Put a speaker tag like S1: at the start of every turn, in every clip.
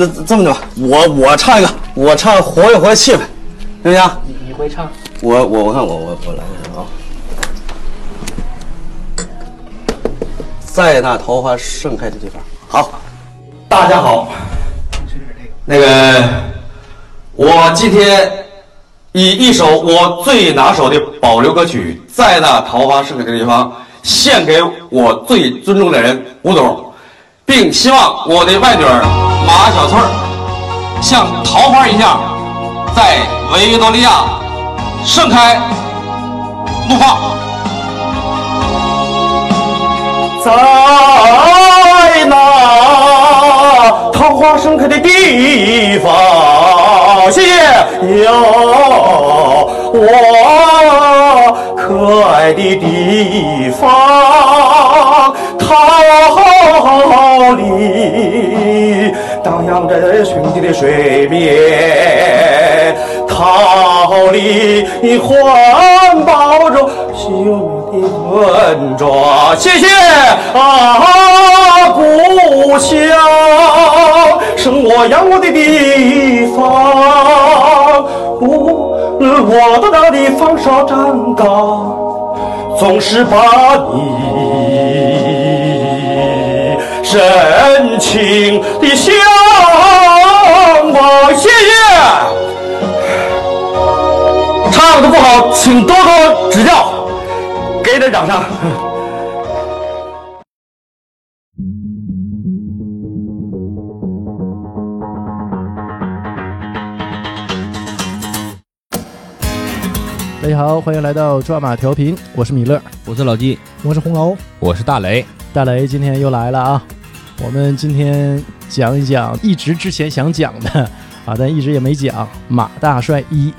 S1: 那这么着吧，我我唱一个，我唱活跃活跃气氛，行不行？
S2: 你你会唱？
S1: 我我我看我我我来一下啊。在那桃花盛开的地方，好，大家好，那个我今天以一首我最拿手的保留歌曲《在那桃花盛开的地方》献给我最尊重的人吴总，并希望我的外女儿马小翠儿像桃花一样，在维多利亚。盛开，怒放。
S3: 在那桃花盛开的地方下，有我可爱的地方，桃李荡漾在群体的水面，桃李环抱着秀美的村庄。谢谢啊，故乡生我养我的地方，我我的那地方少站岗。总是把你深情的向往。谢谢，唱的不好，请多多指教，给点掌声。
S4: 大家好，欢迎来到抓马调频，我是米勒，
S5: 我是老纪，
S4: 我是红楼，
S5: 我是大雷。
S4: 大雷今天又来了啊！我们今天讲一讲一直之前想讲的啊，但一直也没讲马大帅一。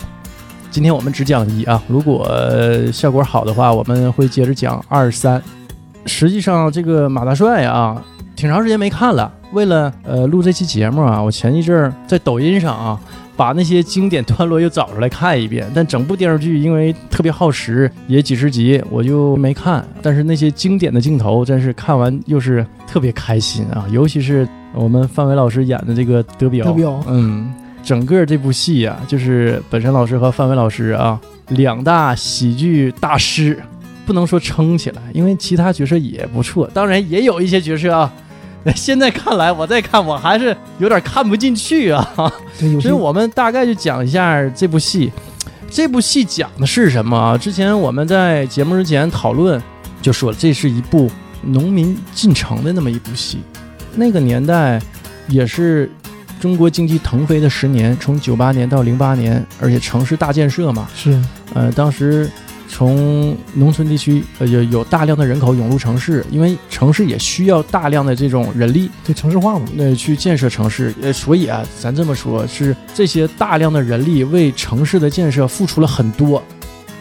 S4: 今天我们只讲一啊，如果、呃效果好的话，我们会接着讲二三。实际上，这个马大帅啊，挺长时间没看了。为了呃录这期节目啊，我前一阵儿在抖音上啊，把那些经典段落又找出来看一遍。但整部电视剧因为特别耗时，也几十集，我就没看。但是那些经典的镜头，真是看完又是特别开心啊！尤其是我们范伟老师演的这个德彪，
S6: 德彪
S4: 嗯，整个这部戏啊，就是本山老师和范伟老师啊，两大喜剧大师。不能说撑起来，因为其他角色也不错，当然也有一些角色啊，现在看来，我再看我还是有点看不进去啊。
S6: 对，有
S4: 所
S6: 些
S4: 以我们大概就讲一下这部戏。这部戏讲的是什么啊？之前我们在节目之前讨论，就说了这是一部农民进城的那么一部戏。那个年代也是中国经济腾飞的十年，从九八年到零八年，而且城市大建设嘛，
S6: 是
S4: 呃，当时从农村地区呃有有大量的人口涌入城市，因为城市也需要大量的这种人力，
S6: 对城市化嘛，
S4: 那去建设城市，呃，所以啊，咱这么说，是这些大量的人力为城市的建设付出了很多，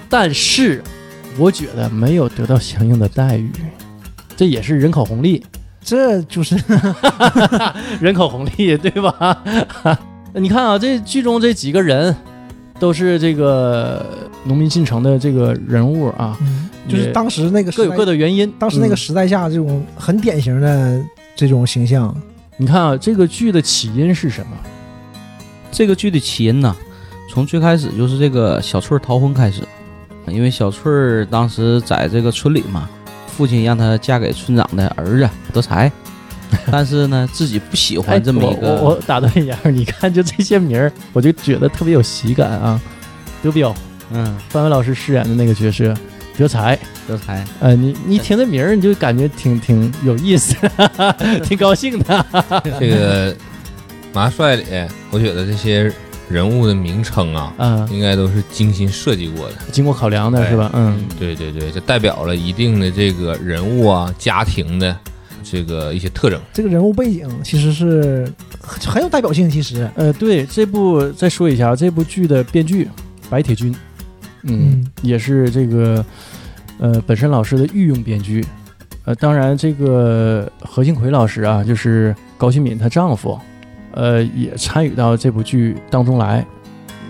S4: 但是我觉得没有得到相应的待遇，这也是人口红利，
S6: 这就是
S4: 人口红利，对吧？ 你看啊，这剧中这几个人都是这个农民进城的这个人物啊，
S6: 嗯就是
S4: 也
S6: 当时那个
S4: 各有
S6: 时代
S4: 各的嗯原因。
S6: 当时那个时代下这种很典型的这种形象，
S4: 你看啊，这个剧的起因是什么？
S5: 这个剧的起因呢，从最开始就是这个小翠儿逃婚开始，因为小翠儿当时在这个村里嘛，父亲让她嫁给村长的儿子德 才，但是呢自己不喜欢这么一
S4: 哎、我我
S5: 个，
S4: 我打断一下， 你看就这些名儿，我就觉得特别有喜感啊。德彪，
S5: 嗯，
S4: 范伟老师饰演的那个角色德才，
S5: 德才，
S4: 呃，你你听这名儿，你就感觉挺挺有意 思，挺高兴的。
S7: 这个马帅里，我觉得这些人物的名称啊，
S4: 嗯、
S7: 应该都是精心设计过的。
S4: 经过考量的是吧？嗯，
S7: 对对对，这代表了一定的这个人物啊、家庭的这个一些特征。
S6: 这个人物背景其实是很很有代表性。其实，
S4: 呃，对，这部再说一下，这部剧的编剧白铁军，嗯，
S6: 嗯
S4: 也是这个呃本身老师的御用编剧。呃，当然，这个何庆魁老师啊，就是高新敏她丈夫，呃，也参与到这部剧当中来。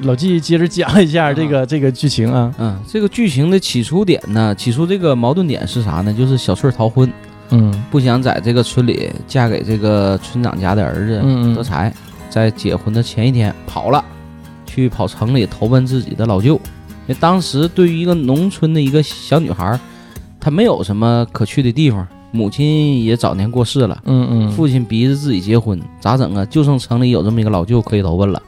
S4: 老纪接着讲一下这个、这个剧情啊，
S5: 嗯，这个剧情的起初点呢，起初这个矛盾点是啥呢？就是小翠儿逃婚，
S4: 嗯
S5: 不想在这个村里嫁给这个村长家的儿子
S4: 嗯
S5: 德
S4: 嗯
S5: 才，在结婚的前一天跑了，去跑城里投奔自己的老舅。因为当时对于一个农村的一个小女孩儿，她没有什么可去的地方，母亲也早年过世了。
S4: 嗯嗯，
S5: 父亲逼着自己结婚，咋整啊？就剩城里有这么一个老舅可以投奔了，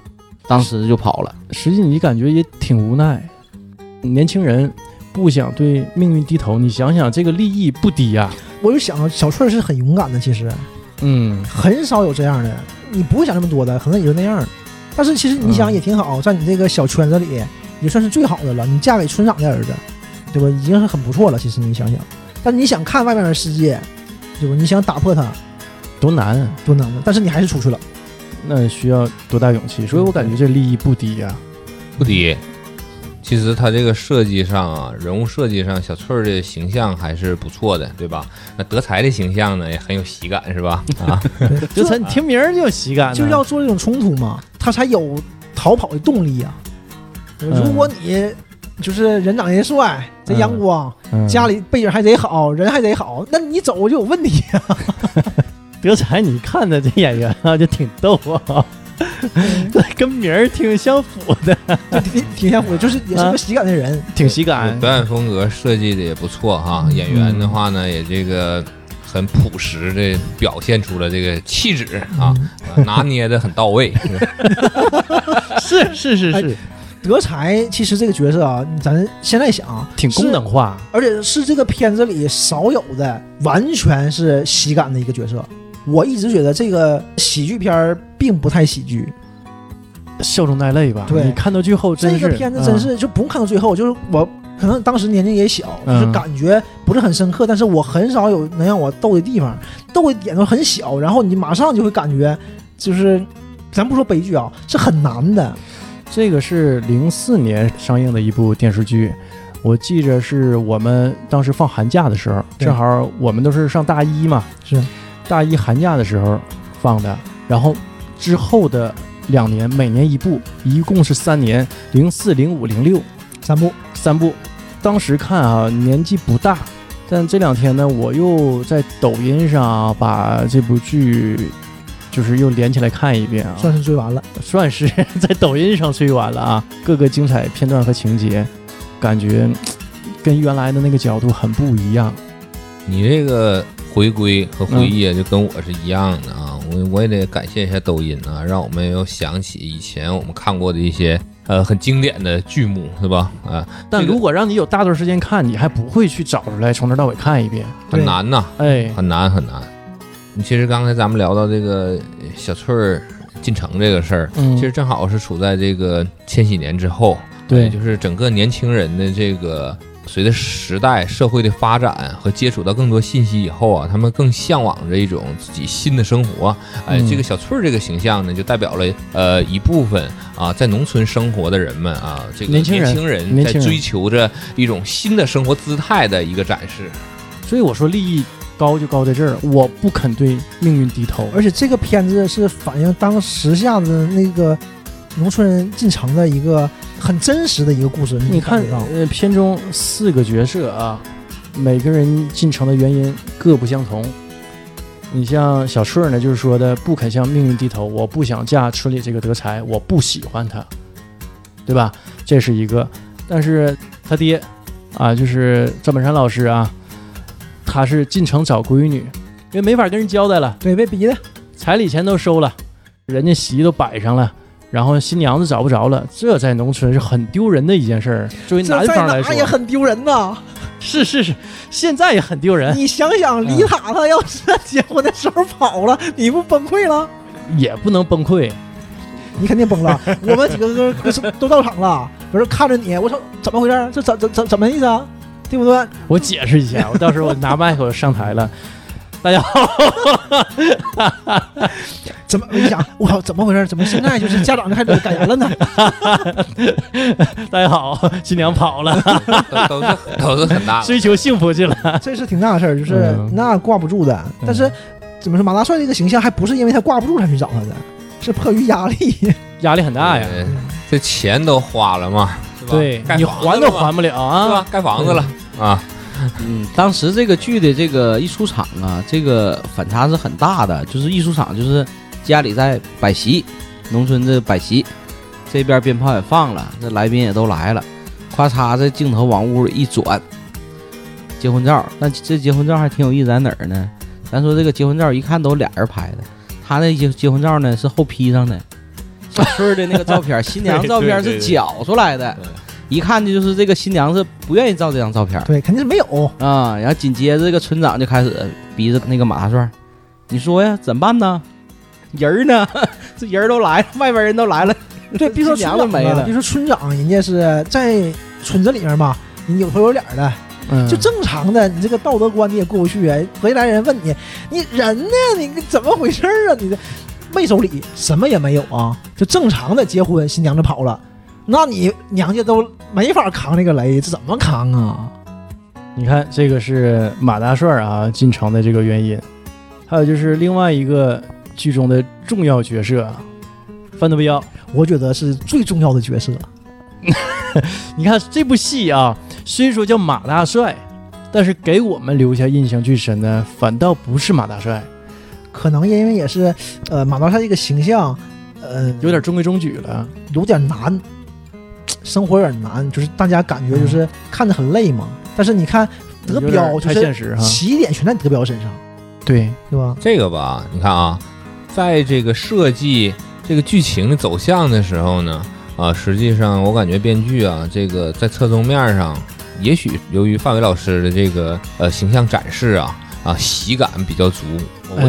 S5: 当时就跑了。
S4: 实际你感觉也挺无奈，年轻人不想对命运低头，你想想这个利益不低呀、
S6: 我就想小翠儿是很勇敢的，其实
S4: 嗯，
S6: 很少有这样的，你不会想这么多的，可能也就那样。但是其实你想
S4: 嗯
S6: 也挺好，在你这个小圈子里也算是最好的了。你嫁给村长的儿子，对吧？已经是很不错了。其实你想想，但你想看外面的世界，对吧？你想打破它
S4: 多难啊，
S6: 多难呢？但是你还是出去了。
S4: 那需要多大勇气？所以我感觉这利益不低呀、
S7: 不低。其实他这个设计上啊，人物设计上，小翠儿的形象还是不错的，对吧？那德才的形象呢，也很有喜感，是吧？啊，
S6: 对
S4: 就
S6: 就
S4: 咱听名儿就有喜感呢，
S6: 就要做这种冲突嘛，他才有逃跑的动力呀、
S4: 嗯
S6: 如果你就是人长得也帅，贼阳光，
S4: 嗯
S6: 家里背景还贼好，人还贼好，那你走就有问 题呀、
S4: 嗯德才，你看的这演员啊，就 挺逗啊，
S6: 嗯
S4: 这跟名儿挺相符 的，
S6: 挺挺像我，就是也是个喜感的人。
S4: 嗯挺喜感。
S7: 表演风格设计的也不错哈，
S4: 嗯
S7: 演员的话呢，也这个很朴实的表现出了这个气质啊，
S4: 嗯
S7: 拿捏的很 到位。
S4: 是是是
S6: 哎
S4: 是，
S6: 德才其实这个角色啊，咱现在想，啊
S4: 挺功能化。
S6: 而且是这个片子里少有的，完全是喜感的一个角色。我一直觉得这个喜剧片儿并不太喜剧，
S4: 笑中带泪吧？
S6: 对
S4: 你看到最后真
S6: 这
S4: 是
S6: 个片子真
S4: 嗯
S6: 是就不用看到最后，就是我可能当时年纪也小，就
S4: 嗯
S6: 是感觉不是很深刻，但是我很少有能让我逗的地方，逗的点都很小，然后你马上就会感觉就是。咱不说悲剧啊，是很难的。
S4: 这个是零四年上映的一部电视剧，我记着是我们当时放寒假的时候，
S6: 对
S4: 正好我们都是上大一嘛，
S6: 是
S4: 大一寒假的时候放的，然后之后的两年每年一部，一共是三年，零四、零五、零六
S6: 三部，
S4: 三部。当时看啊，年纪不大，但这两天呢，我又在抖音上把这部剧。就是又连起来看一遍啊，
S6: 算是追完了。
S4: 算是 在抖音上追完了啊，各个精彩片段和情节，感觉嗯跟原来的那个角度很不一样。
S7: 你这个回归和回忆啊，就跟我是一样的啊。我我也得感谢一下抖音啊，让我们又想起以前我们看过的一些呃很经典的剧目，是吧？啊，
S4: 但
S7: 这个
S4: 如果让你有大段时间看，你还不会去找出来，从头到尾看一遍。
S7: 很
S6: 对
S7: 难呐、
S4: 哎，
S7: 很难很难。其实刚才咱们聊到这个呃小翠儿进城这个事儿，
S4: 嗯，
S7: 其实正好是处在这个千禧年之后，
S4: 对
S7: 也就是整个年轻人的这个随着时代社会的发展和接触到更多信息以后啊，他们更向往着一种自己新的生活。哎，
S4: 嗯
S7: 这个小翠儿这个形象呢，就代表了呃一部分啊在农村生活的人们啊，这个
S4: 年轻人
S7: 年轻人
S4: 年
S7: 在
S4: 轻人
S7: 追求着一种新的生活姿态的一个展示。
S4: 所以我说利益高就高在这儿，我不肯对命运低头。
S6: 而且这个片子是反映当时下的那个农村人进城的一个很真实的一个故事。
S4: 你
S6: 你
S4: 看
S6: 感觉到，
S4: 呃，片中四个角色啊，每个人进城的原因各不相同。你像小顺儿呢，就是说的不肯向命运低头，我不想嫁村里这个德才，我不喜欢他，对吧？这是一个。但是他爹啊，就是赵本山老师啊，他是进城找闺女，因为没法跟人交代了，
S6: 对，被逼的，
S4: 彩礼钱都收了，人家席都摆上了，然后新娘子找不着了，这在农村是很丢人的一件事儿。作为
S6: 这
S4: 男
S6: 在
S4: 方来
S6: 哪
S4: 说，
S6: 也很丢人呐。
S4: 是是是，现在也很丢人，
S6: 你想想，李塔他要是在结婚的时候跑了，你不崩溃了？
S4: 也不能崩溃。
S6: 你肯定崩了。 我们几个哥都都到场了，我说看着你，我操，怎么回事？这怎怎怎怎么意思啊？对不对？
S4: 我解释一下，我到时候我拿麦克我上台了。大家好，
S6: 怎么？我一想，我操，怎么回事？怎么现在就是家长就开始改人了呢？
S4: 大家好，新娘跑了，
S7: 都都是都是很大的。
S4: 追求幸福去了。
S6: 这是挺大的事儿，就是
S4: 嗯
S6: 那挂不住的。但是怎么说，马大帅这个形象还不是因为他挂不住才去找他的，是迫于压力。
S4: 压力很大呀。
S7: 对哎这钱都花了嘛，是吧？
S4: 对
S7: 该
S4: 你
S7: 房子了
S4: 还都
S7: 嘛
S4: 还不了
S7: 是
S4: 啊
S7: 吧？？盖房子了啊，
S5: 嗯，当时这个剧的这个一出场啊，这个反差是很大的，就是一出场就是家里在摆席，农村这摆席，这边鞭炮也放了，这来宾也都来了，咔嚓，这镜头往屋里一转，结婚照。但这结婚照还挺有意思，在哪儿呢？咱说这个结婚照一看都俩人拍的，他那结结婚照呢是后 P 上的，小春儿的那个照片，新娘照片
S7: 对
S5: 是
S7: 对对
S5: 绞出来的
S7: 对，
S5: 一看这就是这个新娘是不愿意照这张照片。
S6: 对，肯定是没有。
S5: 啊，然后紧接着这个村长就开始逼着那个马大帅，你说呀，怎么办呢？人儿呢？ 这人儿都来了，外边人都来了，
S6: 对，别说村
S5: 娘都
S6: 长
S5: 没
S6: 了
S5: 了
S6: 别说村长，人家是在村子里面嘛，人有头有脸的，
S4: 嗯，
S6: 就正常的，你这个道德观你也过不去啊。回来人问你，你人呢？你怎么回事儿啊？你这没守礼，什么也没有啊，就正常的结婚，新娘子跑了，那你娘家都没法扛这个雷，这怎么扛啊？
S4: 你看，这个是马大帅啊进城的这个原因，还有就是另外一个剧中的重要角色啊范德彪。
S6: 我觉得是最重要的角色，
S4: 你看这部戏啊，虽说叫马大帅，但是给我们留下印象最深的，反倒不是马大帅，
S6: 可能因为也是，呃，马大帅这个形象，呃，
S4: 有点中规中矩了。
S6: 有点难，生活有点难，就是大家感觉就是看着很累嘛。但是你看德
S4: 嗯有点
S6: 彪，就
S4: 太现
S6: 是
S4: 实哈、
S6: 起点全在德彪身上，
S4: 对，
S6: 对吧？
S7: 这个吧，你看啊，在这个设计这个剧情的走向的时候呢，啊，实际上我感觉编剧啊，这个在侧重面上，也许由于范伟老师的这个呃形象展示啊啊喜感比较足，我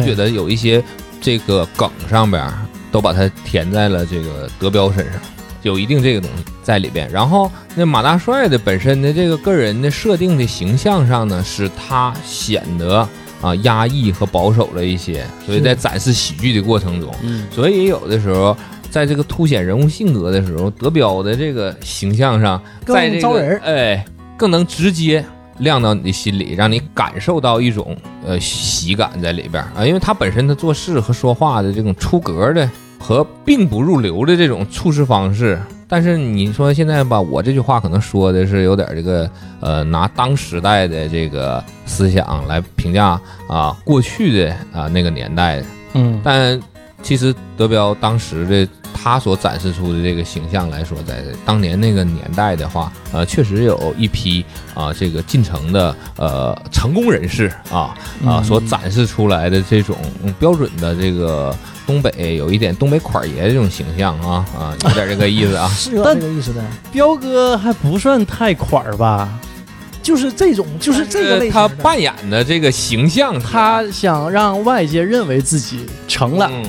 S4: 哎
S7: 觉得有一些这个梗上边儿都把它填在了这个德彪身上。有一定这个东西在里边，然后那马大帅的本身的这个个人的设定的形象上呢，使他显得啊压抑和保守了一些，所以在展示喜剧的过程中，
S5: 嗯，
S7: 所以有的时候在这个凸显人物性格的时候，德彪的这个形象上，
S6: 更
S7: 在这
S6: 招
S7: 个
S6: 人儿。
S7: 哎，更能直接亮到你的心里，让你感受到一种呃喜感在里边儿啊，因为他本身他做事和说话的这种出格的和并不入流的这种处事方式。但是你说现在吧，我这句话可能说的是有点这个，呃，拿当时代的这个思想来评价啊，过去的啊那个年代
S4: 嗯，
S7: 但其实德彪当时的他所展示出的这个形象来说，在当年那个年代的话，呃，确实有一批啊、这个进城的呃成功人士啊啊、
S4: 嗯
S7: 所展示出来的这种嗯标准的这个东北有一点东北款儿爷这种形象啊啊，有点这个意思啊
S6: 是有
S4: 但
S6: 这个意思的，
S4: 彪哥还不算太款儿吧？
S6: 就是这种，就是这个类型
S7: 他
S6: 的。
S7: 扮演的这个形象，
S4: 他想让外界认为自己成了，
S7: 嗯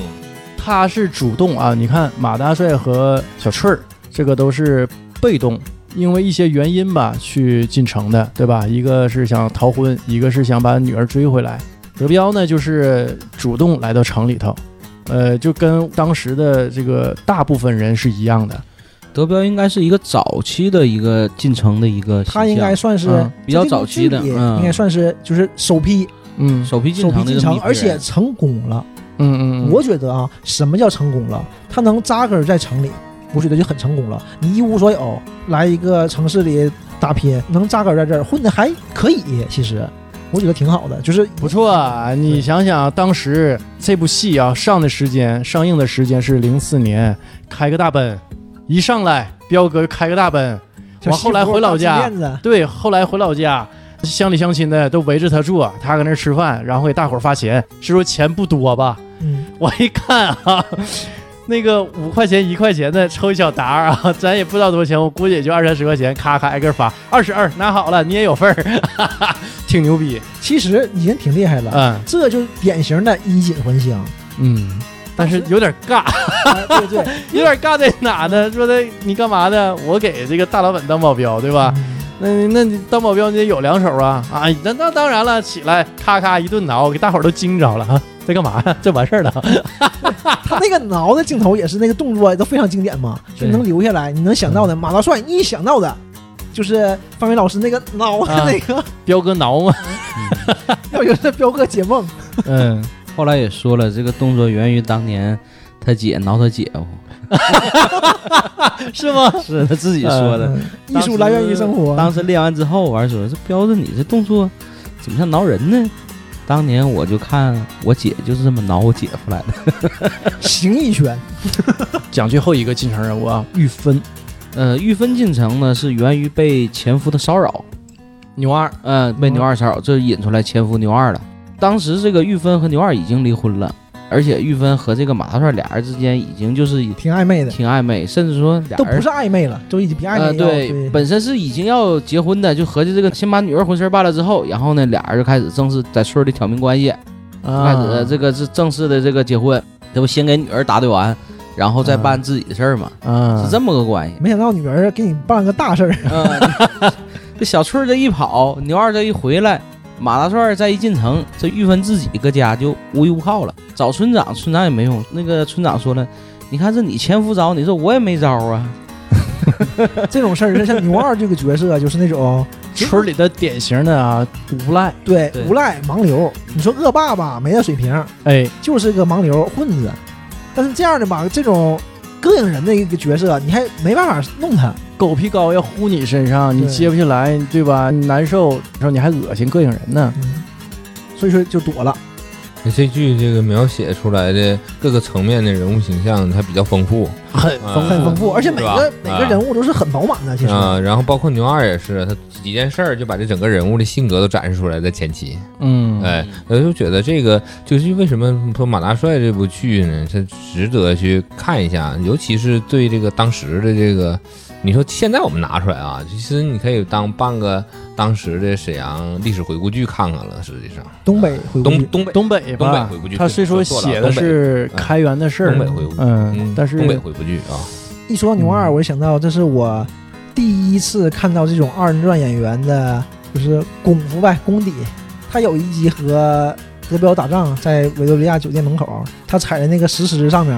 S4: 他是主动啊。你看马大帅和小翠儿，这个都是被动，因为一些原因吧去进城的，对吧？一个是想逃婚，一个是想把女儿追回来。德彪呢，就是主动来到城里头，呃，就跟当时的这个大部分人是一样的。
S5: 德彪应该是一个早期的一个进城的一个形象，
S6: 他应该算是、
S4: 嗯
S5: 比较早期的
S6: 这个剧里
S5: 嗯
S6: 应该算是就是首批
S4: 嗯
S5: 首批进
S6: 首批
S5: 城的
S6: 进
S5: 这么
S6: 城，
S5: 一批
S6: 而且
S5: 人
S6: 成功了。
S4: 嗯嗯，
S6: 我觉得啊，什么叫成功了？他能扎根在城里，我觉得就很成功了。你一无所有，来一个城市里打拼，能扎根在这儿混的还可以，其实我觉得挺好的。就是
S4: 不错啊！你想想，当时这部戏啊上的时间、上映的时间是零四年，开个大奔，一上来彪哥开个大奔，
S6: 小
S4: 完后来
S6: 西服
S4: 回老
S6: 大金
S4: 家
S6: 链子
S4: 对，后来回老家，乡里乡亲的都围着他坐，他搁那儿吃饭，然后给大伙儿发钱，是说钱不多吧？
S6: 嗯，
S4: 我一看啊，那个五块钱、一块钱的抽一小沓儿啊， 咱也不知道多少钱，我估计也就二三十块钱，咔咔挨个发，二十二拿好了，你也有份儿， 哈哈，挺牛逼，
S6: 其实已经挺厉害了。
S4: 嗯
S6: 这就是典型的衣锦还乡，
S4: 嗯。但是有点尬，
S6: 哎 对对，
S4: 有点尬在哪呢？说的你干嘛呢？我给这个大老板当保镖，对吧？
S5: 啊
S6: 嗯
S4: 那那你当保镖你得有两手啊啊！那那当然了，起来咔咔一顿挠，给大伙儿都惊着了啊！在干嘛 呀？这完事儿了。
S6: 他那个挠的镜头也是那个动作都非常经典嘛，就
S4: 对
S6: 能留下来。你能想到的，马大帅，你一想到的，就是范伟老师那个挠的
S4: 啊
S6: 那个，
S4: 彪哥挠嘛，
S6: 要有这彪哥解梦，
S4: 嗯，
S5: 后来也说了，这个动作源于当年他姐挠他姐 夫，
S4: 是吗？
S5: 是嗯他自己说的。
S6: 嗯艺术来源于生活。
S5: 当时练完之后，完说这彪子你这动作怎么像挠人呢？当年我就看我姐就是这么挠我姐夫来的。
S6: 形意拳，
S4: 讲最后一个进城人物啊，玉芬
S5: 呃，玉芬进城呢是源于被前夫的骚扰，
S4: 牛二，
S5: 呃，被牛二骚扰，这引出来前夫牛二了。当时这个玉芬和牛二已经离婚了，而且玉芬和这个马大帅俩人之间已经就是
S6: 挺暧昧的，
S5: 挺暧昧，甚至说俩
S6: 都
S5: 人
S6: 不是暧昧了，都已经比暧昧
S5: 呃，
S6: 要
S5: 对，本身是已经要结婚的，就合计这个先把女儿婚事儿办了之后，然后呢，俩人就开始正式在村里挑明关系，
S4: 啊，
S5: 开始呃这个是正式的这个结婚，这不先给女儿答对完，然后再办自己的事儿嘛，
S4: 啊，
S5: 是这么个关 系。
S6: 没想到女儿给你办个 大事儿，
S5: 嗯这小翠儿这一跑，牛二这一回来，马大帅儿再一进城，这玉芬自己搁家就无依无靠了，找村长，村长也没用。那个村长说了，你看这你前夫找你，这我也没招儿啊。
S6: 这种事儿，像牛二这个角色就是那 种
S4: 村里的典型的啊无赖，
S6: 对
S5: 对
S6: 无赖盲流。你说恶霸吧，没那水平，
S4: 哎，
S6: 就是个盲流混子。但是这样的吧，这种膈应人的一个角色，你还没办法弄他。
S4: 狗皮膏药呼你身上，你
S6: 对
S4: 接不下来，对吧？你难受，然后你还恶心膈应人呢。
S6: 嗯所以说就躲了，
S7: 这剧这个描写出来的各个层面的人物形象，它比较丰富，
S4: 很
S7: 丰
S6: 很丰富，而且每
S7: 嗯是
S6: 个
S7: 吧
S6: 每个人物都是很饱满的。其实，
S7: 啊、然后包括牛二也是，他几件事儿就把这整个人物的性格都展示出来，在前期。
S4: 嗯，
S7: 哎，我就觉得这个就是为什么说《马大帅》这部剧呢，它值得去看一下，尤其是对这个当时的这个，你说现在我们拿出来啊，其实你可以当半个当时的沈阳历史回顾剧看看了。实际上，
S6: 嗯东北回归
S7: 东东北
S4: 东北
S7: 东北
S4: 吧
S7: 回不去，
S4: 他虽说写的是开元的事儿，
S7: 嗯东北回不去
S4: 嗯，但是
S7: 东北回不去啊，
S6: 一说到牛
S7: 嗯
S6: 二，我就想到这是我第一次看到这种二人转演员的，就是功夫呗，功底。他有一集和德彪打仗，在维多利亚酒店门口，他踩在那个石狮上面，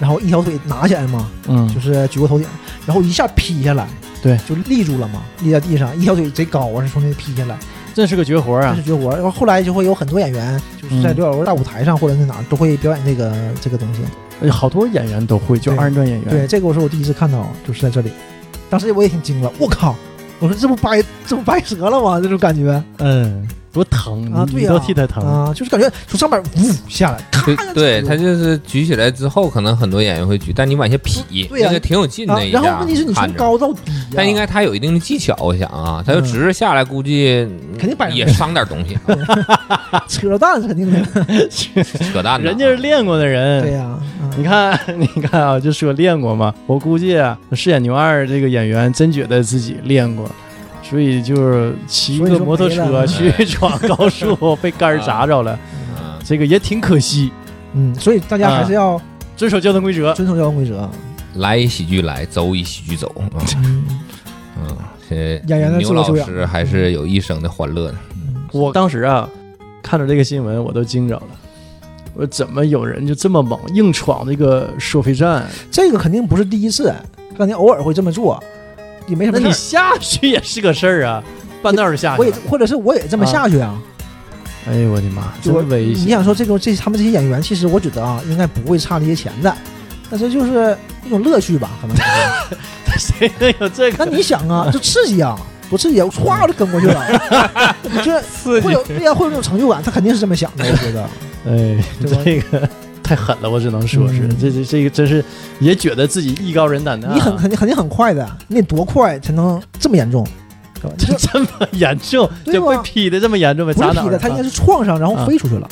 S6: 然后一条腿拿起来嘛，
S4: 嗯
S6: 就，是举过头顶，然后一下劈下来，
S4: 对，
S6: 就立住了嘛，立在地上，一条腿贼高啊，是从那劈下来，
S4: 这是个绝活
S6: 这
S4: 啊
S6: 是，绝活。然后后来就会有很多演员，就是在
S4: 嗯
S6: 刘小楼大舞台上或者在哪儿都会表演这个这个东西。
S4: 哎好多演员都会，就
S6: 对
S4: 二人转演员，
S6: 对，这个我是我第一次看到，就是在这里，当时我也挺惊了，我靠！我说这不掰这不掰折了吗？这种感觉
S4: 嗯，多疼
S6: 啊
S4: 你
S6: 对
S4: 你
S6: 呀
S4: 都替他疼，
S6: 啊、就是感觉从上面呜下来，咔
S7: 对，对
S6: 就
S7: 他就是举起来之后，可能很多演员会举，但你往下劈，
S6: 对呀
S7: 那个挺有劲
S6: 啊
S7: 的一，下。
S6: 然后问题是你
S7: 看
S6: 从
S7: 着
S6: 高啊嗯到低、呀
S7: 但应该他有一定的技巧，我想啊，他要直着下来，估计
S6: 肯定摆
S7: 也伤点东西，
S6: 扯淡，肯定 的，
S7: 扯淡 的。
S4: 人家是练过的人，
S6: 对呀、啊
S4: 你看，你看啊，就说练过嘛，我估计啊，饰演牛二这个演员真觉得自己练过，所以就是骑一
S6: 所
S4: 个
S6: 以说
S4: 摩托
S6: 没
S4: 车
S6: 了
S4: 去闯高速，被杆儿砸着 了，
S7: 嗯
S4: 这个也挺可惜。
S6: 嗯，所以大家还是要
S4: 遵守交通规则，
S6: 遵守交通规则，
S7: 来一喜剧来，走一喜剧走。嗯
S6: 嗯，
S7: 嗯，这
S6: 演员的
S7: 牛
S6: 自我
S7: 老
S6: 修养
S7: 师还是有一生的欢乐呢。
S4: 我当时啊，看着这个新闻我都惊着了。我怎么有人就这么猛，硬闯这个收费站？
S6: 这个肯定不是第一次，肯定偶尔会这么做，也没什
S4: 那
S6: 么事
S4: 你
S6: 儿。
S4: 下去也是个事儿啊，半道儿就下
S6: 我
S4: 去
S6: 也
S4: 了。
S6: 或者是我也这么
S4: 啊
S6: 下去啊，
S4: 哎呦我的妈，
S6: 就
S4: 真
S6: 我
S4: 危险！
S6: 你想说 这种这他们这些演员，其实我觉得啊，应该不会差这些钱的，但是就是一种乐趣吧，可能。
S4: 谁能有哎这
S6: 那
S4: 个？
S6: 你想啊，就刺激啊，多刺激啊！唰我就跟过去了， 就是
S4: 刺
S6: 会有哎对呀，会有这种成就感，他肯定是这么想 的，我觉得。
S4: 哎，
S6: 对吧
S4: 这个太狠了，我只能说是，
S6: 嗯
S4: 这这这个真是也觉得自己艺高人胆大，
S6: 你很肯定肯定很快的，你得多快才能这么严重？对吧 你
S4: 这
S6: 这
S4: 这么严重，
S6: 对
S4: 就
S6: 吧
S4: 被劈的这么严重呗？
S6: 不
S4: 砸
S6: 是
S4: 哪
S6: 劈
S4: 儿
S6: 的，
S4: 了？
S6: 他应该是撞上然后飞出去了，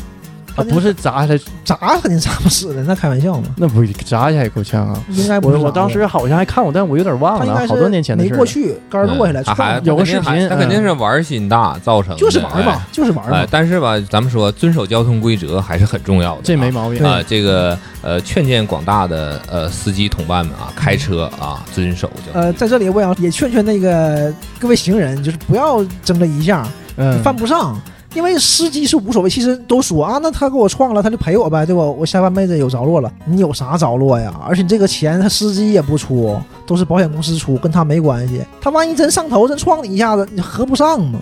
S4: 啊，不是砸下来，
S6: 砸肯定砸不死的，那开玩笑嘛，
S4: 那不砸一下也够呛啊！
S6: 应该不
S4: 我
S6: 是砸
S4: 我
S6: 的
S4: 当时好像还看过，但我有点
S6: 他
S4: 忘
S6: 应
S4: 了
S6: 该
S4: 啊，
S6: 是
S4: 好多年前的
S6: 没
S4: 事儿
S6: 过
S4: 了。
S6: 去，杆儿落下来
S7: 嗯他还
S6: 撞，
S4: 有个视频
S7: 他肯定是玩心大造成的，
S6: 嗯就是玩儿嘛
S7: 哎。，
S6: 就是玩儿嘛
S7: 哎，。但是吧，咱们说遵守交通规则还是很重要的啊。
S4: 这没毛病。
S7: 啊，这个呃，劝谏广大的呃司机同伴们啊，开车啊，遵守交通。
S6: 呃，在这里我想也劝劝那个各位行人，就是不要争这一下，
S4: 嗯，
S6: 犯不上。因为司机是无所谓，其实都说啊，那他给我撞了，他就赔我呗，对吧？我下半辈子有着落了，你有啥着落呀？而且你这个钱他司机也不出，都是保险公司出，跟他没关系。他万一真上头，真撞你一下子，你合不上嘛？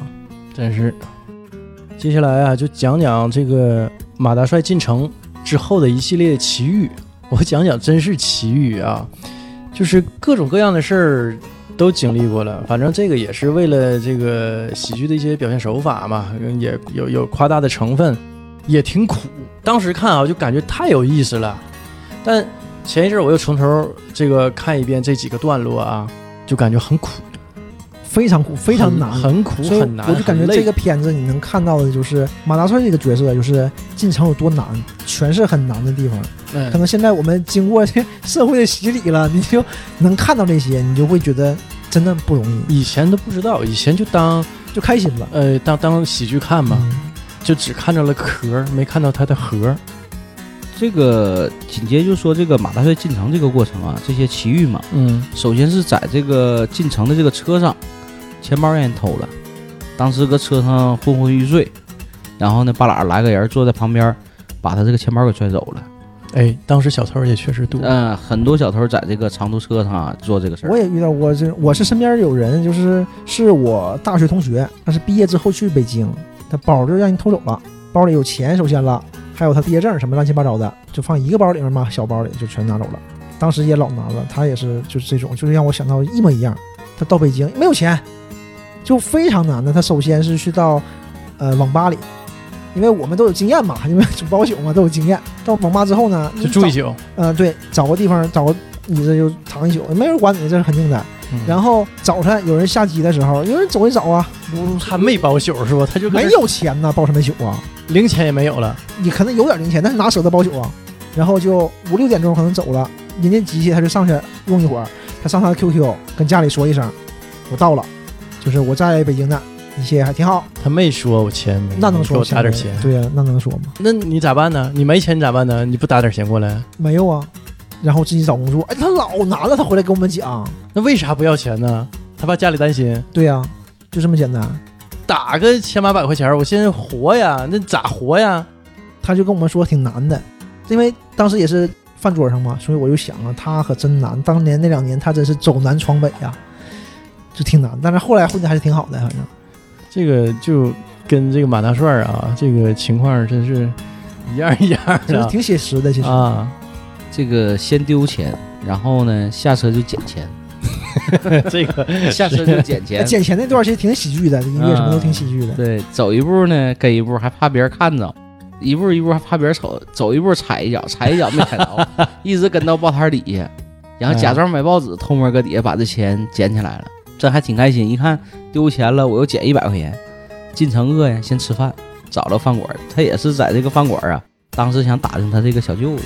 S4: 真是。接下来啊，就讲讲这个马大帅进城之后的一系列奇遇。我讲讲真是奇遇啊，就是各种各样的事儿都经历过了。反正这个也是为了这个喜剧的一些表现手法嘛，也有有夸大的成分。也挺苦。当时看啊，就感觉太有意思了。但前一阵儿我又从头这个看一遍这几个段落啊，就感觉很苦，
S6: 非常苦，非常
S4: 很
S6: 难，
S4: 很苦，
S6: 所以
S4: 很难，
S6: 我就感觉
S4: 很累
S6: 这个片子你能看到的就是马大帅这个角色，就是进城有多难，全是很难的地方。
S4: 嗯
S6: 可能现在我们经过这社会的洗礼了，你就能看到这些，你就会觉得真的不容易，
S4: 以前都不知道，以前就当
S6: 就开心了。
S4: 呃当当喜剧看嘛，
S6: 嗯
S4: 就只看到了壳儿，没看到它的核儿。
S5: 这个紧接着就说这个马大帅进城这个过程啊，这些奇遇嘛，
S4: 嗯
S5: 首先是在这个进城的这个车上，钱包让人偷了，当时搁车上昏昏欲睡，然后呢，半拉来个人坐在旁边，把他这个钱包给拽走了。
S4: 哎，当时小偷也确实多，
S6: 呃
S5: 嗯、很多小偷在这个长途车上啊做这个事
S6: 我
S5: 儿。
S6: 也遇到过，这我是身边有人，就是是我大学同学，但是毕业之后去北京，他包就让人偷走了，包里有钱首先了，还有他毕业证什么乱七八糟的，就放一个包里面嘛，小包里就全拿走了。当时也老难了，他也是就是这种，就是让我想到一模一样。他到北京没有钱，就非常难的。他首先是去到呃网吧里，因为我们都有经验嘛，因为就包宿嘛都有经验。到网吧之后呢，
S4: 就住一
S6: 找
S4: 宿。
S6: 呃，对，找个地方找个椅子就躺一宿，没人管你，这是肯定的。
S4: 嗯
S6: 然后早晨有人下机的时候，有人走一走啊，
S4: 他没包宿是吧？他就跟
S6: 没
S4: 那
S6: 有钱呐，包什么宿啊？
S4: 零钱也没有了。
S6: 你可能有点零钱，但是哪舍得包宿啊？然后就五六点钟可能走了，人家机器他就上去用一会儿，他上他的 QQ 跟家里说一声，我到了，就是我在北京呢，一切还挺好，
S4: 他没说我钱没有，
S6: 那能
S4: 哎给
S6: 说
S4: 我
S6: 吗
S4: 打点钱？
S6: 对呀、啊那能说吗？
S4: 那你咋办呢？你没钱你咋办呢？你不打点钱过来？
S6: 没有啊，然后自己找工作，哎，他老难了，他回来跟我们讲，
S4: 那为啥不要钱呢？他怕家里担心，
S6: 对呀、就这么简单。
S4: 打个千八百块钱，我现在活呀，那咋活呀？
S6: 他就跟我们说挺难的，因为当时也是饭桌上嘛，所以我就想啊，他可真难。当年那两年他真是走南闯北呀、就挺难。但是后来混的还是挺好的，反正
S4: 这个就跟这个马大帅啊，这个情况真是一样一样
S7: 啊
S6: 就是
S4: 的
S6: 挺写实的。其实、呃
S4: 啊。
S5: 这个先丢钱，然后呢下车就捡钱，
S4: 这个
S5: 下车就捡
S6: 那
S5: 钱。
S6: 捡钱那段其实挺喜剧的，
S7: 嗯
S6: 音乐什么都挺喜剧的。
S5: 对，走一步呢跟一步，还怕别人看着。一步一步还怕别人瞅，走一步踩一脚，踩一脚没踩着， 一直跟到报摊底下，然后假装买报纸，偷摸搁底下把这钱捡起来了，这还挺开心。一看丢钱了，我又捡一百块钱，进城饿呀，先吃饭，找了饭馆，他也是在这个饭馆啊，当时想打听他这个小舅子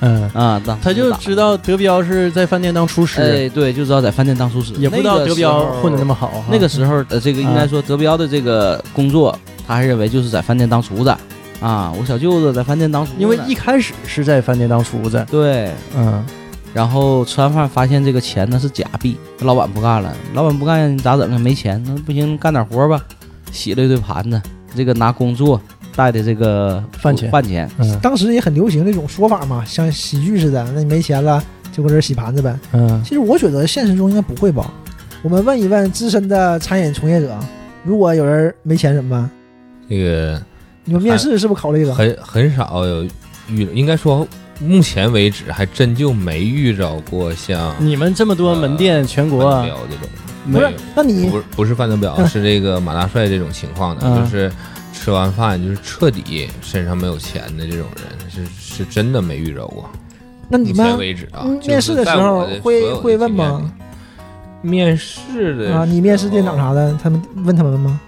S4: 嗯，
S5: 啊，当时
S4: 他就
S5: 打
S4: 知道德彪是在饭店当厨师，
S5: 哎，对，就知道在饭店当厨师，
S4: 也不知道德彪混的
S5: 么。
S4: 那么好哈。
S5: 那个时候，呃，这个应
S4: 啊
S5: 该说德彪的这个工作，他还认为就是在饭店当厨子啊。我小舅子在饭店当厨子呢，
S4: 嗯因为一开始是在饭店当厨子，
S5: 对，
S4: 嗯，
S5: 然后吃完饭发现这个钱呢是假币，老板不干了，老板不干咋整啊？没钱，那不行，干点活吧。洗了一堆盘子，这个拿工作带的这个
S4: 饭钱
S5: 饭钱，
S4: 嗯
S6: 当时也很流行这种说法嘛，像喜剧似的，那你没钱了就搁这儿洗盘子呗。
S4: 嗯，
S6: 其实我觉得现实中应该不会吧。我们问一问资深的餐饮从业者，如果有人没钱怎么办？
S7: 这个
S6: 你们面试是不是考虑这个？
S7: 很很少有遇，应该说目前为止还真就没遇着过像
S6: 嗯
S4: 你们这么多门店，全国啊，
S7: 范德彪这种，
S4: 没
S7: 呃没
S4: 有
S7: 有。
S6: 那你
S7: 不是不是范德彪，
S6: 嗯
S7: 是这个马大帅这种情况的，
S4: 嗯
S7: 就是吃完饭就是彻底身上没有钱的这种人，是是真的没遇着过。
S6: 那你
S7: 目前
S6: 们
S7: 为止啊
S6: 嗯，
S7: 就是
S6: 面试的时
S7: 在
S6: 候
S7: 我的
S6: 会
S7: 所有的
S6: 会问
S7: 经验
S6: 吗
S7: 里？面试的
S6: 啊，你面试店长
S7: 啥？
S6: 啥的，他们问他们吗？